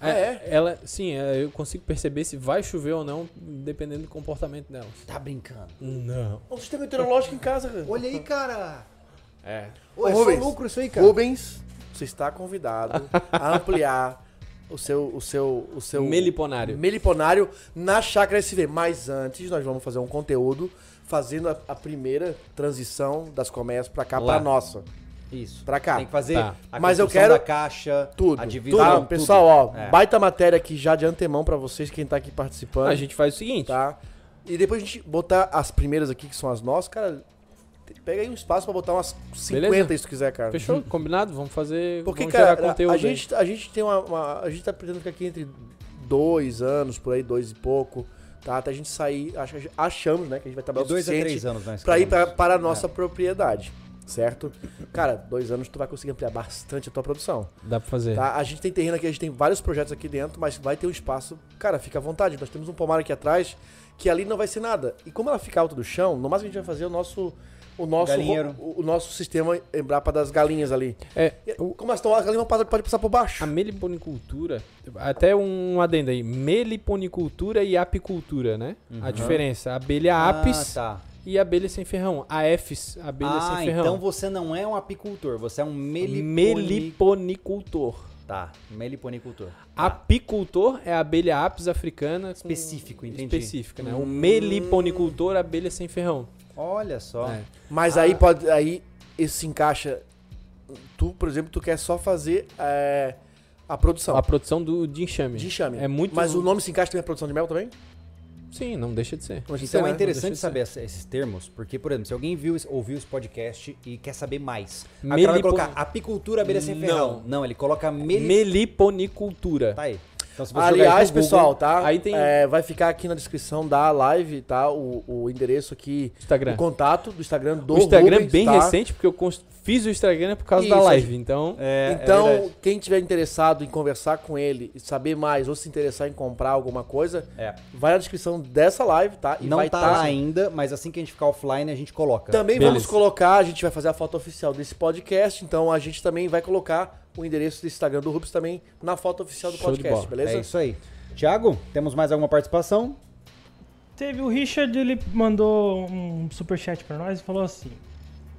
S2: Ah, é?
S4: Ela, sim, é, eu consigo perceber se vai chover ou não, dependendo do comportamento delas.
S1: Tá brincando.
S4: Não.
S2: Olha O sistema meteorológico em casa, cara.
S1: Olha aí, cara.
S4: É.
S1: Ô, é
S2: Ô,
S1: só
S2: Rubens.
S1: lucro isso aí, cara.
S2: Rubens, você está convidado a ampliar o seu... O seu, o seu
S4: Meliponário.
S2: Meliponário na Chácara SV. Mas antes, nós vamos fazer um conteúdo fazendo a, a primeira transição das colmeias pra cá,
S1: Lá.
S2: pra nossa.
S1: Isso.
S2: Pra cá.
S1: Tem que fazer
S4: Tá.
S1: a
S2: Mas eu
S1: construção
S2: quero
S1: da caixa,
S2: Tudo.
S1: a
S2: tá?
S1: divisão, tudo.
S2: Pessoal, ó,
S1: É.
S2: baita matéria aqui já de antemão pra vocês, quem tá aqui participando.
S4: Então, A gente faz o seguinte,
S2: Tá? E depois a gente botar as primeiras aqui, que são as nossas, cara. te- Pega aí um espaço pra botar umas 50
S4: Beleza.
S2: se tu quiser, cara. Hum.
S4: fechou? Combinado? Vamos fazer,
S2: Porque,
S4: vamos
S2: cara,
S4: gerar conteúdo.
S2: a,
S4: aí.
S2: gente, a gente tem uma, uma- A gente tá pretendendo ficar aqui entre dois anos, por aí, dois e pouco, tá? Até a gente sair. ach- Achamos, né? Que a gente vai trabalhar
S1: De
S2: o
S1: dois a
S2: suficiente
S1: três anos, né?
S2: pra ir pra, para a nossa propriedade, certo? Cara, dois anos tu vai conseguir ampliar bastante a tua produção.
S4: Dá pra fazer.
S2: Tá? A gente tem terreno aqui, a gente tem vários projetos aqui dentro, mas vai ter um espaço. Cara, fica à vontade. Nós temos um pomar aqui atrás que ali não vai ser nada. E como ela fica alta do chão, no máximo a gente vai fazer o nosso. O nosso,
S1: Galinheiro.
S2: o, o nosso sistema Embrapa das galinhas ali.
S4: É,
S2: E-
S4: o-
S2: Como elas estão, as galinhas pode, pode passar por baixo.
S4: a meliponicultura, até um adendo aí, meliponicultura e apicultura, né?
S2: Uhum.
S4: A diferença, abelha
S1: Ah,
S4: apis
S1: tá.
S4: e abelha sem ferrão. AFs, abelha
S2: é
S1: Ah,
S4: sem ferrão.
S1: então você não é um apicultor, você é um meliponicultor.
S4: Meliponicultor.
S1: Tá, meliponicultor.
S2: Ah.
S4: Apicultor é a abelha apis africana. com-
S1: Específico, entendi.
S4: Específica, né?
S2: Hum.
S4: Um meliponicultor, abelha sem ferrão.
S1: Olha só.
S4: É.
S2: Mas aí pode. Aí esse se encaixa. Tu, por exemplo, tu quer só fazer é, a produção
S4: A produção do, de enxame.
S2: de enxame.
S4: É muito...
S2: Mas o nome se encaixa também na produção de mel também?
S4: Sim, não deixa de ser.
S2: Não acho que
S1: Então
S2: tem,
S1: é
S2: né?
S1: interessante
S4: Deixa eu
S1: saber essa- esses termos, porque, por exemplo, se alguém viu, esse- ouviu esse podcast e quer saber mais, a
S4: Melipo-
S1: cara vai colocar apicultura abelha sem
S4: Não.
S1: ferrão. Não, ele coloca meli...
S4: Meliponicultura.
S1: Tá aí. Então, se você jogar
S2: Aliás,
S1: isso no Google-
S2: pessoal, tá?
S4: aí tem-
S2: É, vai ficar aqui na descrição da live, tá? O, o endereço aqui,
S4: Instagram.
S2: o contato do Instagram do
S4: O Instagram é
S2: Rubens,
S4: bem
S2: tá?
S4: recente, porque eu cons- fiz o Instagram por causa da
S2: Isso,
S4: live, então...
S1: É,
S2: então, quem tiver interessado em conversar com ele, e saber mais ou se interessar em comprar alguma coisa,
S1: É.
S2: vai na descrição dessa live, tá? E
S1: Não
S2: vai
S1: tá
S2: tá-
S1: lá ainda, mas assim que a gente ficar offline, a gente coloca.
S2: Também
S4: Beleza.
S2: vamos colocar, a gente vai fazer a foto oficial desse podcast, então a gente também vai colocar o endereço do Instagram do Rubens também na foto oficial do
S4: Show de
S2: podcast,
S4: bola.
S1: É
S2: beleza?
S1: isso aí. Tiago, temos mais alguma participação?
S7: Teve o Richard, ele mandou um superchat pra nós e falou assim: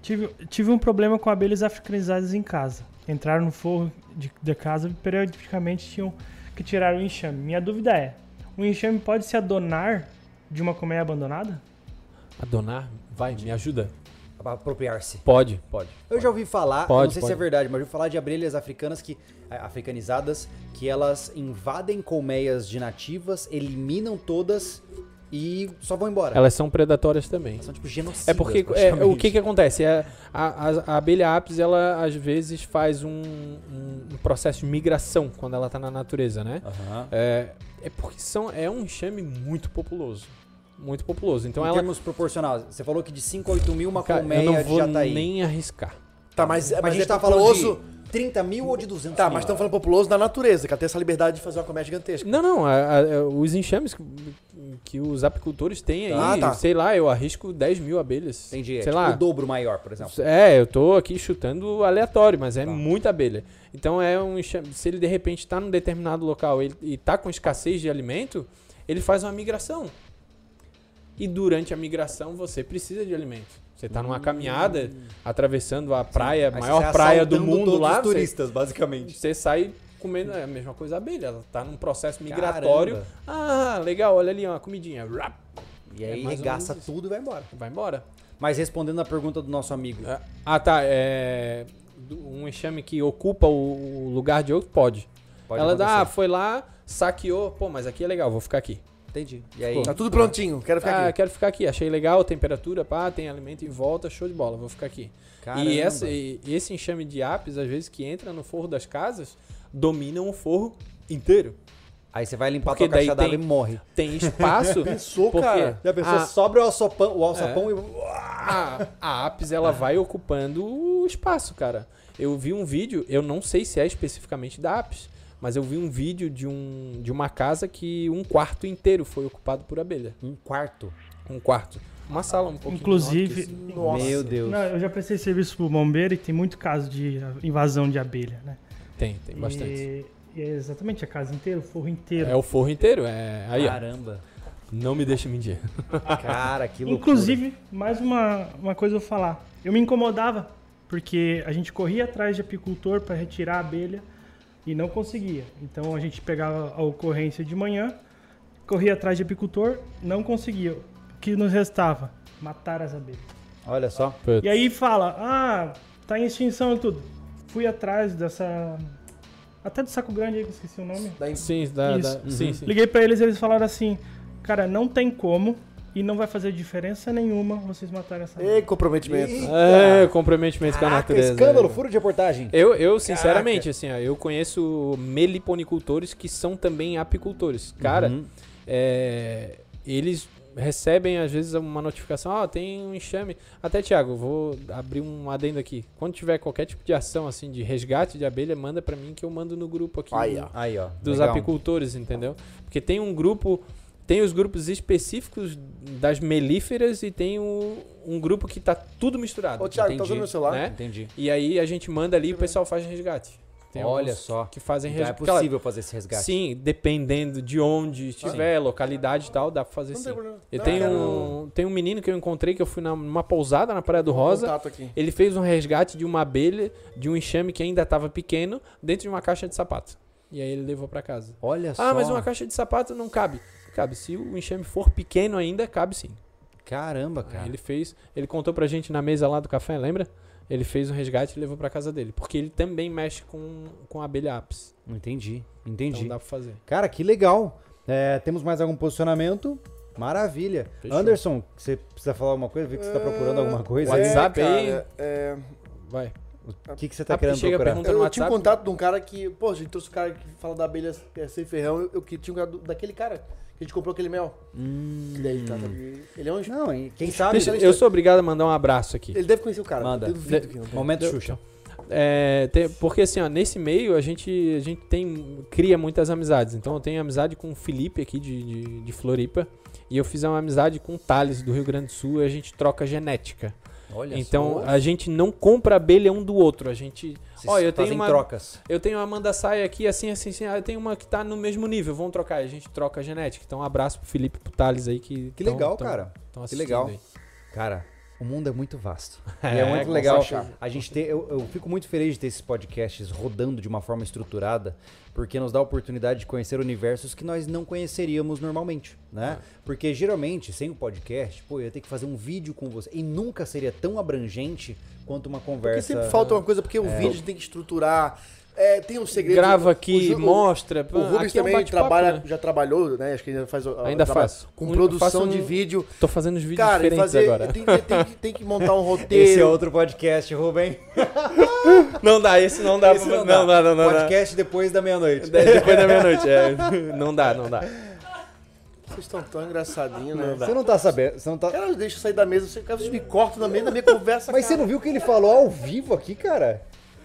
S7: tive, tive um problema com abelhas africanizadas em casa. Entraram no forro de, da casa e periodicamente tinham que tirar o enxame. Minha dúvida é: o enxame pode se adonar de uma colmeia abandonada?
S4: Adonar, vai, me ajuda.
S1: Apropriar-se.
S4: Pode.
S1: Pode.
S2: Tá.
S1: Eu já ouvi falar,
S4: Pode,
S1: não sei
S4: pode.
S1: se é verdade, mas eu ouvi falar de abelhas africanas que eh, africanizadas que elas invadem colmeias de nativas, eliminam todas e só vão embora.
S4: Elas são predatórias também.
S1: São tipo genocidas.
S4: É porque é,
S1: praticamente.
S4: o que que acontece? É, a, a- a abelha apis, ela às vezes faz um, um- um processo de migração quando ela tá na natureza, né?
S1: Aham.
S4: É, é porque são, é um enxame muito populoso. Muito populoso. Então
S1: em
S4: ela.
S1: termos proporcionais, você falou que de 5 a 8 mil uma
S4: Cara,
S1: colmeia
S4: eu não
S1: de
S4: vou
S1: Jataí.
S4: nem arriscar.
S2: Tá, mas,
S1: Mas,
S2: mas
S1: a gente
S2: é
S1: tá
S2: populoso-
S1: falando de 30 mil ou de 200
S2: Tá,
S1: mil?
S2: mas estamos falando populoso da natureza, que ela tem essa liberdade de fazer uma comédia gigantesca.
S4: Não, não. a- a- os enxames que, que os apicultores têm aí,
S2: Ah, tá.
S4: sei lá, eu arrisco 10 mil abelhas.
S1: Entendi, é
S4: Sei
S1: tipo
S4: lá.
S1: o dobro maior, por exemplo.
S4: É, eu tô aqui chutando aleatório, mas
S1: Tá.
S4: é muita abelha. Então é um enxame- se ele de repente tá num determinado local ele- e tá com escassez de alimento, ele faz uma migração. E durante a migração você precisa de alimento. Você tá numa caminhada atravessando a praia, a
S1: Hum. Aí
S4: maior
S1: você
S4: praia do
S1: assaltando tá
S4: mundo
S1: todos
S4: lá,
S1: os
S4: você,
S1: turistas, basicamente.
S4: você sai comendo é a mesma coisa a abelha, ela tá num processo migratório. Ah, legal, olha ali ó, uma comidinha. Rap,
S1: E aí
S4: É mais ou
S1: regaça
S4: menos
S1: tudo e vai embora.
S4: vai embora.
S1: Mas respondendo a pergunta do nosso amigo,
S4: Ah, Ah, tá. É, do- um enxame que ocupa o o lugar de outro, pode.
S1: pode
S4: Ela dá, ah,
S1: acontecer.
S4: foi lá, saqueou. Pô, mas aqui é legal, vou ficar aqui.
S1: Entendi. E aí,
S2: Tá tudo prontinho, quero ficar
S4: ah,
S2: aqui.
S4: quero ficar aqui. Achei legal, temperatura, pá, tem alimento em volta, show de bola, vou ficar aqui.
S1: Caramba.
S4: E, essa- e- e esse enxame de apis, às vezes, que entra no forro das casas, dominam o forro inteiro.
S1: aí você vai limpar a
S4: Porque
S1: tua caixa
S4: daí tem-
S1: d'água e morre.
S4: Tem espaço.
S2: Pensou,
S4: porque
S2: cara?
S1: E a pessoa
S4: a- É.
S1: sobra o alçapão, o alçapão e...
S4: a, a Apis ela vai ocupando o espaço, cara. Eu vi um vídeo, eu não sei se é especificamente da Apis, mas eu vi um vídeo de, um, de uma casa que um quarto inteiro foi ocupado por abelha.
S1: Um quarto.
S4: Um quarto. Uma sala um pouquinho menor
S7: Inclusive,
S4: que esse.
S1: Meu Deus.
S7: Não, eu já prestei serviço pro bombeiro e tem muito caso de invasão de abelha, né?
S4: Tem, tem bastante.
S7: E, e é exatamente a casa inteira, o forro inteiro.
S4: É o forro inteiro, é. Aí, ó.
S1: Caramba.
S4: Não me deixa mentir.
S1: Cara, que loucura.
S7: Inclusive, mais uma, uma coisa eu vou falar. Eu me incomodava, porque a gente corria atrás de apicultor para retirar a abelha e não conseguia. Então a gente pegava a ocorrência de manhã, corria atrás de apicultor, não conseguia. O que nos restava? Matar as abelhas.
S1: Olha só.
S7: E aí fala, ah, tá em extinção e tudo. Fui atrás dessa. Até do saco grande aí, que eu esqueci o nome.
S2: Daí,
S4: Sim, dá,
S7: Isso.
S4: dá- sim, sim.
S7: Liguei pra eles e eles falaram assim: Cara, não tem como e não vai fazer diferença nenhuma vocês matarem essa
S2: Ei, comprometimento.
S4: É, comprometimento com a
S1: Caraca,
S4: natureza. né?
S1: escândalo, furo de reportagem.
S4: Eu, eu sinceramente, assim, ó, eu conheço meliponicultores que são também apicultores. Cara,
S1: Uhum.
S4: é, eles recebem, às vezes, uma notificação, ó, tem um enxame. Até, Thiago, eu vou abrir um adendo aqui. Quando tiver qualquer tipo de ação, assim, de resgate de abelha, manda pra mim que eu mando no grupo aqui
S2: Aí,
S4: do-
S2: ó.
S1: Aí, ó.
S4: dos
S1: legal.
S4: apicultores, entendeu? Porque tem um grupo... Tem os grupos específicos das melíferas e tem o- um grupo que tá tudo misturado.
S2: Ô, Thiago, tá
S4: entendi,
S2: usando meu celular?
S4: né?
S1: Entendi.
S4: E aí a gente manda ali e o pessoal faz resgate.
S1: Olha
S4: alguns
S1: só.
S4: Que fazem
S1: Então é
S4: resgate. Aquela-
S1: possível fazer esse resgate.
S4: Sim, dependendo de onde estiver, localidade e tal, dá pra fazer
S2: Não
S4: sim.
S2: tem problema.
S4: Eu
S2: Não,
S4: tenho
S2: quero
S4: um, tem um menino que eu encontrei que eu fui na- numa pousada na Praia do Rosa.
S2: Contato aqui.
S4: Ele fez um resgate de uma abelha, de um enxame que ainda estava pequeno, dentro de uma caixa de sapato. E aí ele levou pra casa.
S1: Olha só.
S4: Ah, mas uma caixa de sapato não cabe. Cabe. Se o enxame for pequeno ainda, cabe sim.
S1: Caramba,
S4: Aí
S1: cara.
S4: Ah, ele fez, ele contou pra gente na mesa lá do café, lembra? Ele fez um resgate e levou pra casa dele, porque ele também mexe com, com abelha apis.
S1: Entendi,
S4: Então
S1: entendi.
S4: dá pra fazer.
S1: Cara, que legal. É, temos mais algum posicionamento? Maravilha.
S4: Fechou.
S1: Anderson, você precisa falar alguma coisa? Vi que você tá procurando alguma coisa.
S4: É,
S1: aí.
S4: WhatsApp aí.
S2: cara, é,
S4: Vai.
S1: O que, que você tá
S4: Ah,
S1: querendo
S4: chega a
S1: procurar?
S4: pergunta- Entra no
S2: Eu tinha um
S4: WhatsApp.
S2: contato de um cara que. Pô, a gente trouxe o cara que fala da abelha é, sem ferrão. Eu, eu que- tinha um contato daquele cara que a gente comprou aquele mel. Que daí ele trata de- Ele é um.
S1: Não, e quem sabe...
S4: Hum. Deixa- eu sou obrigado a mandar um abraço aqui.
S2: Ele deve conhecer o cara.
S1: Manda.
S2: Eu duvido que não.
S1: Momento Xuxa.
S4: É, tem- porque assim, ó, nesse meio a gente, a gente tem, cria muitas amizades. Então eu tenho amizade com o Felipe aqui de, de, de Floripa. E eu fiz uma amizade com o Thales do Rio Grande do Sul e a gente troca genética.
S1: Olha
S4: então
S2: é
S4: a gente não compra abelha um do outro. A gente.
S1: só.
S4: Ó, eu
S1: Vocês
S4: tenho
S1: fazem
S4: uma-
S1: trocas.
S4: Eu tenho uma mandaçaia aqui, assim, assim, assim. Ah, eu tenho uma que tá no mesmo nível. Vamos trocar. A gente troca a genética. Então, um abraço pro Felipe e pro Thales aí que.
S1: Que legal, cara. Que legal. Cara, o mundo é muito vasto. E é,
S4: É,
S1: muito
S4: com
S1: legal.
S2: certeza.
S1: A gente ter, eu, eu fico muito feliz de ter esses podcasts rodando de uma forma estruturada, porque nos dá a oportunidade de conhecer universos que nós não conheceríamos normalmente, né?
S4: É.
S1: Porque geralmente, sem o podcast, pô, eu ia ter que fazer um vídeo com você. E nunca seria tão abrangente quanto uma
S2: Porque
S1: conversa.
S2: sempre falta uma coisa, porque o vídeo tem que estruturar. é, tem um segredo.
S4: É. Grava
S2: O
S4: aqui,
S2: Ju- o-
S4: mostra.
S2: O Rubens
S4: aqui é um
S2: também
S4: bate-papo,
S2: trabalha,
S4: né?
S2: já trabalhou, né? Acho que ainda faz. ó,
S4: Ainda
S2: trabalha
S4: faço.
S2: Com
S4: Um-
S2: produção
S4: faço um-
S2: de vídeo.
S4: Tô fazendo os vídeos
S2: Cara, e
S4: diferentes
S2: fazer.
S4: agora.
S2: Tem, que- tem que- tem que montar um roteiro.
S1: Esse é outro podcast, Rubem.
S4: Não dá, esse não dá.
S1: Esse
S4: pra- não, dá, não, não, dá.
S1: podcast depois da meia-noite.
S4: De- Depois da meia-noite. é. Não dá, não dá.
S2: Vocês estão tão engraçadinhos, né?
S1: Você não tá sabendo. Você não tá...
S2: Cara, deixa eu sair da mesa, você- cara, vocês me cortam no meio da minha conversa.
S1: Mas você
S2: cara.
S1: não viu o que ele falou ao vivo aqui, cara?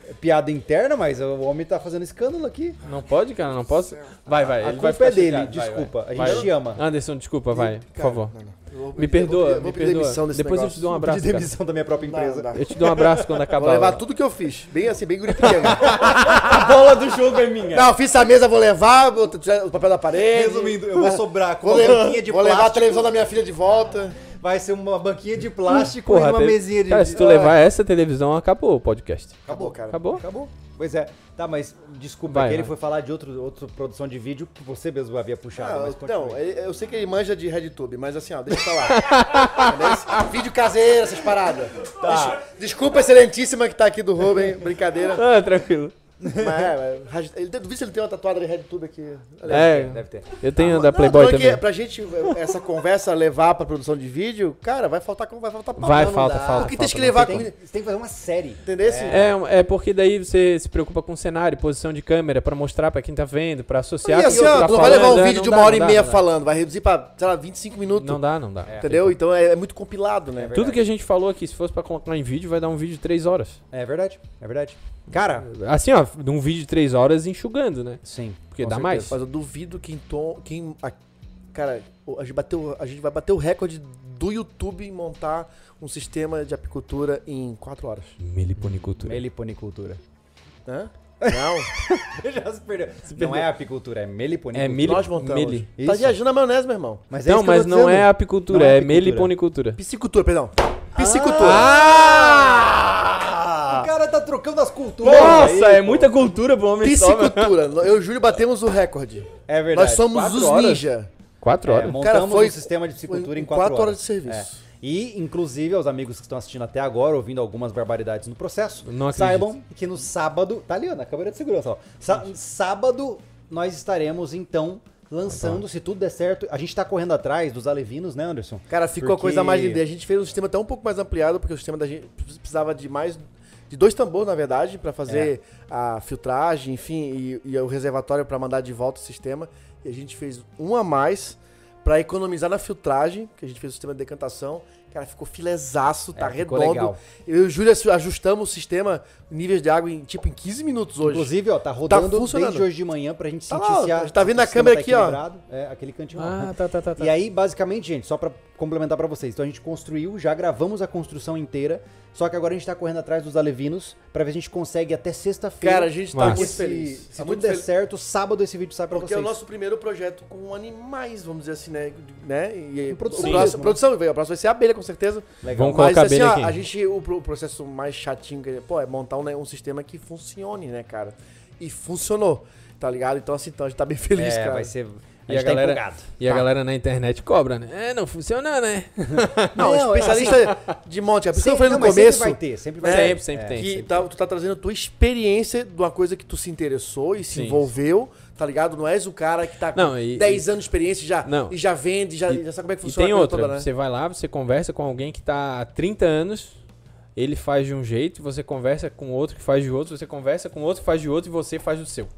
S1: É piada interna, mas o homem tá fazendo escândalo aqui.
S4: Não pode, cara? Não posso? Vai, vai.
S1: A
S4: ele vai
S1: culpa é
S4: ficar
S1: dele,
S4: chateado, vai,
S1: desculpa.
S4: vai.
S1: A gente
S4: Vai.
S1: te ama.
S4: Anderson, desculpa, vai. Por
S2: Cara,
S4: favor.
S2: não, não. Eu vou
S4: Me
S2: pedir- eu
S4: perdoa,
S2: vou
S4: me
S2: pedir
S4: perdoa.
S2: demissão desse
S4: Depois eu te dou um
S2: negócio.
S4: abraço.
S1: de demissão da minha própria empresa.
S2: Não, não.
S4: Eu te dou um abraço quando acabar.
S2: Vou levar
S4: ó.
S2: tudo que eu fiz. Bem assim, bem guri pequeno.
S4: A bola do jogo é minha.
S2: Não, fiz essa mesa, vou levar vou tirar o papel da parede.
S1: Resumindo, eu vou sobrar com
S2: Vou,
S1: uma
S2: levar-
S1: banquinha de
S2: vou levar a
S1: plástico.
S2: televisão da minha filha de volta.
S1: Vai ser uma banquinha de plástico
S4: Porra,
S1: e uma
S4: teve-
S1: mesinha de.
S4: Cara, se tu
S1: Ah,
S4: levar essa televisão, acabou o podcast.
S2: Acabou, cara.
S4: Acabou?
S1: Acabou. Pois é. Tá, mas desculpa,
S4: Vai,
S1: que ele
S4: vai.
S1: foi falar de outro, outra produção de vídeo que você mesmo havia puxado.
S2: Ah,
S1: mas
S2: eu-
S1: continue.
S2: não, eu eu sei que ele manja de RedTube, mas assim, ó, deixa eu falar. Entendeu? Esse- Vídeo caseiro, essas paradas.
S4: Tá.
S2: Des- Desculpa, excelentíssima que tá aqui do Ruben, brincadeira.
S4: Ah, tranquilo.
S2: Mas, é, mas, ele, tem- tu viu se ele tem uma tatuada de RedTube aqui?
S4: É,
S1: Deve ter. Ah,
S4: eu tenho
S2: Não,
S4: da
S2: não,
S4: Playboy
S2: tô falando
S4: também.
S2: Que pra gente, essa conversa levar pra produção de vídeo, cara, vai faltar, vai faltar papo, né?
S4: Vai,
S2: não
S4: falta,
S2: dá.
S4: falta,
S2: Porque tem é
S4: falta,
S2: que
S4: não
S2: levar
S1: Tem,
S2: comida,
S1: você tem que fazer uma série.
S2: entendeu?
S4: É, é porque daí você se preocupa com cenário, posição de câmera, pra mostrar pra quem tá vendo, pra
S2: E
S4: associar. com
S2: assim,
S4: o que
S2: ó,
S4: tá
S2: tu não vai levar
S4: falando,
S2: um
S4: é,
S2: vídeo
S4: não
S2: de
S4: dá,
S2: uma hora e
S4: não dá,
S2: meia
S4: não dá.
S2: falando, vai reduzir pra, sei lá, 25 minutos,
S4: Não dá, não dá.
S2: entendeu? Então é, é muito compilado, né?
S4: Tudo que a gente falou aqui, se fosse pra colocar em vídeo, vai dar um vídeo de 3 horas.
S1: É verdade, é verdade. Cara,
S4: Assim, ó, de um vídeo de 3 horas enxugando, né?
S1: sim.
S4: Porque
S1: com
S4: dá
S1: certeza.
S4: mais.
S2: Mas eu duvido quem, tom, quem a- Cara, o- a gente, bateu, a gente vai bater o recorde do YouTube em montar um sistema de apicultura em 4 horas.
S4: Meliponicultura.
S2: É
S1: Meliponicultura.
S2: Hã? Não,
S1: Já se perdeu. Não é apicultura, é meliponicultura.
S4: É mili...
S2: nós montamos.
S4: mili.
S2: Tá
S1: Isso.
S2: viajando a maionese, meu irmão.
S1: Mas é
S4: Não,
S1: isso que eu
S4: mas
S1: tô
S4: não
S1: dizendo.
S4: é apicultura,
S1: Não é
S4: é,
S1: apicultura.
S4: meliponicultura.
S2: Piscicultura, perdão. Ah! Piscicultura.
S1: Ah! O cara tá trocando as culturas.
S4: Nossa, é muita cultura pro homem só, mano.
S2: Piscicultura. Eu e o Júlio batemos o recorde.
S1: É verdade.
S2: Nós somos
S4: Quatro
S2: os
S4: horas.
S2: ninja.
S4: Quatro
S1: É,
S4: horas.
S1: montamos
S2: Cara, foi-
S1: um sistema de
S2: foi
S1: psicultura
S2: em
S1: em 4
S2: quatro
S1: horas.
S2: horas de serviço.
S1: É. E, inclusive, aos amigos que estão assistindo até agora, ouvindo algumas barbaridades no processo,
S4: Não acredito.
S1: saibam que no sábado. Tá ali, ó, na câmera de segurança, ó. Sa- sábado nós estaremos, então,
S4: Tá
S1: lançando, se tudo der certo. A gente tá correndo atrás dos alevinos, né, Anderson?
S2: Cara, ficou
S1: Porque-
S2: a coisa mais linda. E A gente fez um sistema até um pouco mais ampliado, porque o sistema da gente precisava de mais. De dois tambores, na verdade, pra fazer
S1: É.
S2: a filtragem, enfim, e, e o reservatório pra mandar de volta o sistema. E a gente fez um a mais pra economizar na filtragem, que a gente fez o sistema de decantação. Cara, ficou filezaço, tá
S1: É, ficou
S2: redondo.
S1: legal.
S2: Eu e o Júlio assu- ajustamos o sistema, níveis de água, em, tipo, em 15 minutos hoje.
S1: Inclusive, ó, tá rodando
S2: funcionando.
S1: desde hoje de manhã pra gente
S2: Tá
S1: sentir
S2: lá,
S1: se a.
S2: ó, tá vendo
S1: se o
S2: a câmera
S1: sistema
S2: aqui, ó.
S1: equilibrado. É, aquele cantinho lá.
S4: Ah, tá, tá, tá. tá.
S1: E aí, basicamente, gente, só pra complementar pra vocês, então a gente construiu, já gravamos a construção inteira, só que agora a gente tá correndo atrás dos alevinos pra ver se a gente consegue até sexta-feira.
S2: Cara, a gente tá
S4: Massa.
S2: muito
S1: esse-
S2: feliz.
S1: Se
S2: Tá
S1: tudo
S2: muito
S1: der
S2: feliz.
S1: certo, sábado esse vídeo sai pra
S2: Porque é
S1: vocês.
S2: o nosso primeiro projeto com animais, vamos dizer assim, né? né? E
S1: Com produção
S2: o próximo,
S1: mesmo, né?
S2: produção, veio, o próximo vai ser abelha, com certeza.
S1: Legal.
S4: Vamos colocar
S2: assim,
S4: abelha
S2: ó,
S4: aqui.
S2: a gente, o, pro- o processo mais chatinho que é, pô, é montar um, né, um sistema que funcione, né, cara? E funcionou, tá ligado? Então, assim, então a gente tá bem feliz,
S1: é,
S2: cara.
S1: vai ser.
S4: E a galera- E a
S2: Tá.
S4: galera na internet cobra, né? É, não funciona, né?
S2: Não,
S1: Não,
S2: especialista de monte. é A
S1: Sempre,
S2: pessoa eu falei
S1: não,
S2: no
S1: mas
S2: começo.
S1: Sempre vai ter, sempre vai
S4: É,
S1: ter.
S4: sempre, sempre tem.
S2: que
S4: sempre.
S2: tá- tu tá trazendo a tua experiência de uma coisa que tu se interessou e se
S4: Sim.
S2: envolveu, tá ligado? Não és o cara que tá com
S4: Não, e-
S2: 10 anos de experiência já,
S4: Não.
S2: e já vende, já,
S4: E-
S2: já sabe como é que
S4: E
S2: funciona
S4: tem
S2: a coisa
S4: outra,
S2: toda, né?
S4: você vai lá, você conversa com alguém que tá há 30 anos, ele faz de um jeito, você conversa com outro que faz de outro, você conversa com outro que faz de outro e você faz do seu.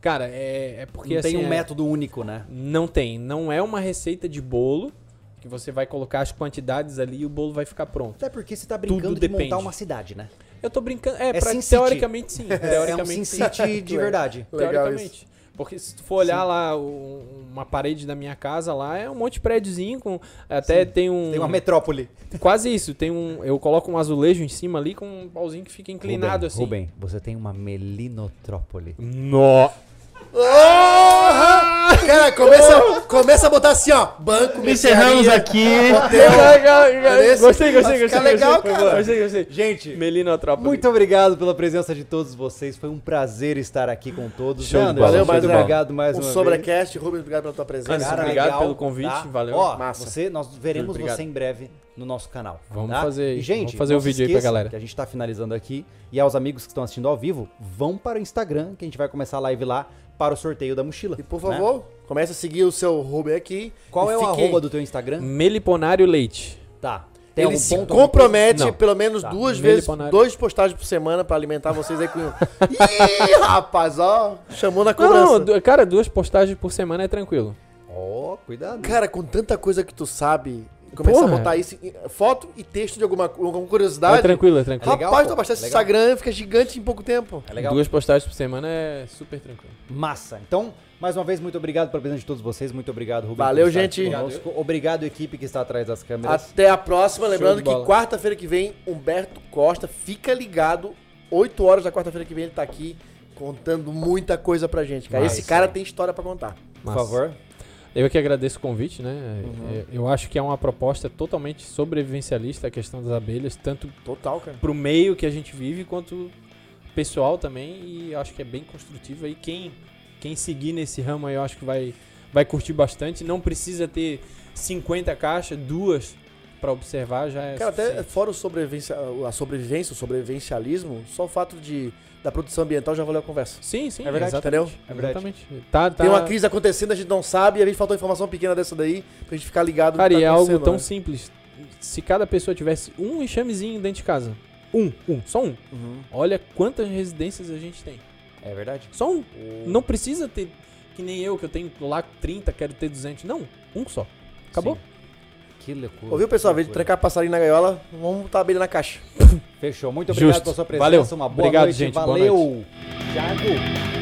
S4: Cara, é, é porque
S1: Não
S4: assim...
S1: tem um
S4: é-
S1: método único, né?
S4: Não tem. Não é uma receita de bolo que você vai colocar as quantidades ali e o bolo vai ficar pronto.
S1: Até porque você tá brincando
S4: Tudo
S1: de
S4: depende.
S1: montar uma cidade, né?
S4: Eu tô brincando. É,
S1: É
S4: pra-
S1: Sin City.
S4: teoricamente sim.
S1: É um
S4: Teoricamente
S1: Sin
S4: sim. É.
S1: City de verdade.
S2: Legal
S4: Teoricamente. Porque se tu for olhar lá o- um, uma parede da minha casa lá, é um monte de prédiozinho com. Até tem um.
S1: Tem uma metrópole.
S4: Quase isso. Tem um. Eu coloco um azulejo em cima ali com um pauzinho que fica inclinado assim.
S1: Rubem, você tem uma melinotrópole.
S4: Nó.
S2: Cara, começa, começa a botar assim, ó, banco,
S7: Encerramos
S2: mercearia,
S7: aqui.
S2: hotel. Esse
S4: Gostei,
S2: vai ficar
S4: gostei, gostei, gostei.
S2: legal,
S4: gostei,
S2: cara.
S4: Gostei, gostei.
S1: Gente,
S4: Melinotrópole.
S1: Muito obrigado pela presença de todos vocês. Foi um prazer estar aqui com todos.
S4: Show de
S1: Anderson,
S4: bola,
S2: valeu,
S1: muito
S2: mais uma-
S1: obrigado mais
S2: Um
S1: uma vez. tá?
S2: sobrecast, Rubens, obrigado pela tua presença.
S4: Cara, obrigado pelo convite, valeu.
S1: Ó,
S2: Massa.
S1: você, nós veremos
S4: Obrigado.
S1: você em breve no nosso canal.
S4: Vamos
S1: tá?
S4: fazer-
S1: E, gente,
S4: vamos fazer
S1: não
S4: o
S1: se
S4: vídeo aí pra
S1: esqueçam
S4: galera.
S1: Que a gente tá finalizando aqui. E aos amigos que estão assistindo ao vivo, vão para o Instagram, que a gente vai começar a live lá para o sorteio da mochila.
S2: E por
S1: né?
S2: favor, começa a seguir o seu Rubens aqui.
S1: Qual
S2: e
S1: é o
S2: fiquem-
S1: arroba do teu Instagram?
S4: Meliponário Leite.
S1: Tá. Tem
S2: Ele
S1: algum
S2: se
S1: ponto, alguma
S2: compromete
S4: Não.
S2: pelo menos
S1: Tá.
S2: duas
S4: Meio
S2: vezes,
S4: liponário.
S2: dois postagens por semana pra alimentar vocês aí com... Ih, rapaz, ó, chamou na
S1: é
S2: cobrança.
S4: Não, não, du- cara, duas postagens por semana é tranquilo.
S1: coisa? Ó, cuidado.
S2: Cara, com tanta coisa que tu sabe, começa
S4: Porra.
S2: a botar isso, em- eh, foto e texto de alguma, alguma curiosidade.
S4: É tranquilo, é tranquilo.
S1: É legal,
S2: Rapaz,
S1: pô.
S2: tu abastece o
S1: Legal.
S2: Instagram, fica gigante em pouco tempo.
S1: É legal.
S4: Duas postagens por semana é super tranquilo.
S1: Massa. Então, mais uma vez, muito obrigado pela presença de todos vocês. Muito obrigado, Rubens.
S2: Valeu,
S1: por estar
S2: gente.
S1: aqui conosco. Obrigado, equipe que está atrás das câmeras.
S2: Até a próxima. Lembrando
S4: de
S2: que
S4: bola.
S2: quarta-feira que vem, Humberto Costa, fica ligado. 8 horas da quarta-feira que vem ele tá aqui contando muita coisa pra gente, cara.
S1: Massa.
S2: Esse cara tem história pra contar.
S1: Por
S4: Massa.
S1: favor.
S4: Eu é que agradeço o convite, né?
S2: Uhum.
S4: Eu eu acho que é uma proposta totalmente sobrevivencialista a questão das abelhas, tanto
S2: Total, cara.
S4: pro meio que a gente vive quanto pessoal também, e eu acho que é bem construtiva e quem quem seguir nesse ramo aí eu acho que vai vai curtir bastante, não precisa ter 50 caixas, duas pra observar já é
S2: Cara, até
S4: suficiente.
S2: fora o sobrevivência, a sobrevivência, o sobrevivencialismo, só o fato de, da produção ambiental já valeu a conversa.
S4: Sim, sim,
S2: É verdade,
S4: exatamente.
S2: entendeu?
S1: É verdade.
S4: Exatamente. Tá, tá...
S2: Tem uma crise acontecendo, a gente não sabe, e a gente faltou informação pequena dessa daí, pra gente ficar ligado. no
S4: Cara,
S2: que
S4: e
S2: tá
S4: é algo
S2: acontecendo,
S4: tão
S2: né?
S4: simples. Se cada pessoa tivesse um enxamezinho dentro de casa, um, um, só um.
S2: Uhum.
S4: Olha quantas residências a gente tem.
S1: É verdade.
S4: Só um. Não precisa ter que nem eu, que eu tenho lá 30, quero ter 200. Não, um só. Acabou?
S1: Sim. Que loucura.
S2: Ouviu, pessoal? Ao
S1: Que
S2: invés de
S1: loucura.
S2: trancar passarinho na gaiola, vamos botar a abelha na caixa.
S1: Fechou. Muito obrigado
S4: Justo.
S1: pela sua presença.
S4: Valeu.
S1: Uma boa
S4: Obrigado,
S1: noite.
S4: gente. Boa
S1: Valeu.
S4: noite.
S1: Thiago.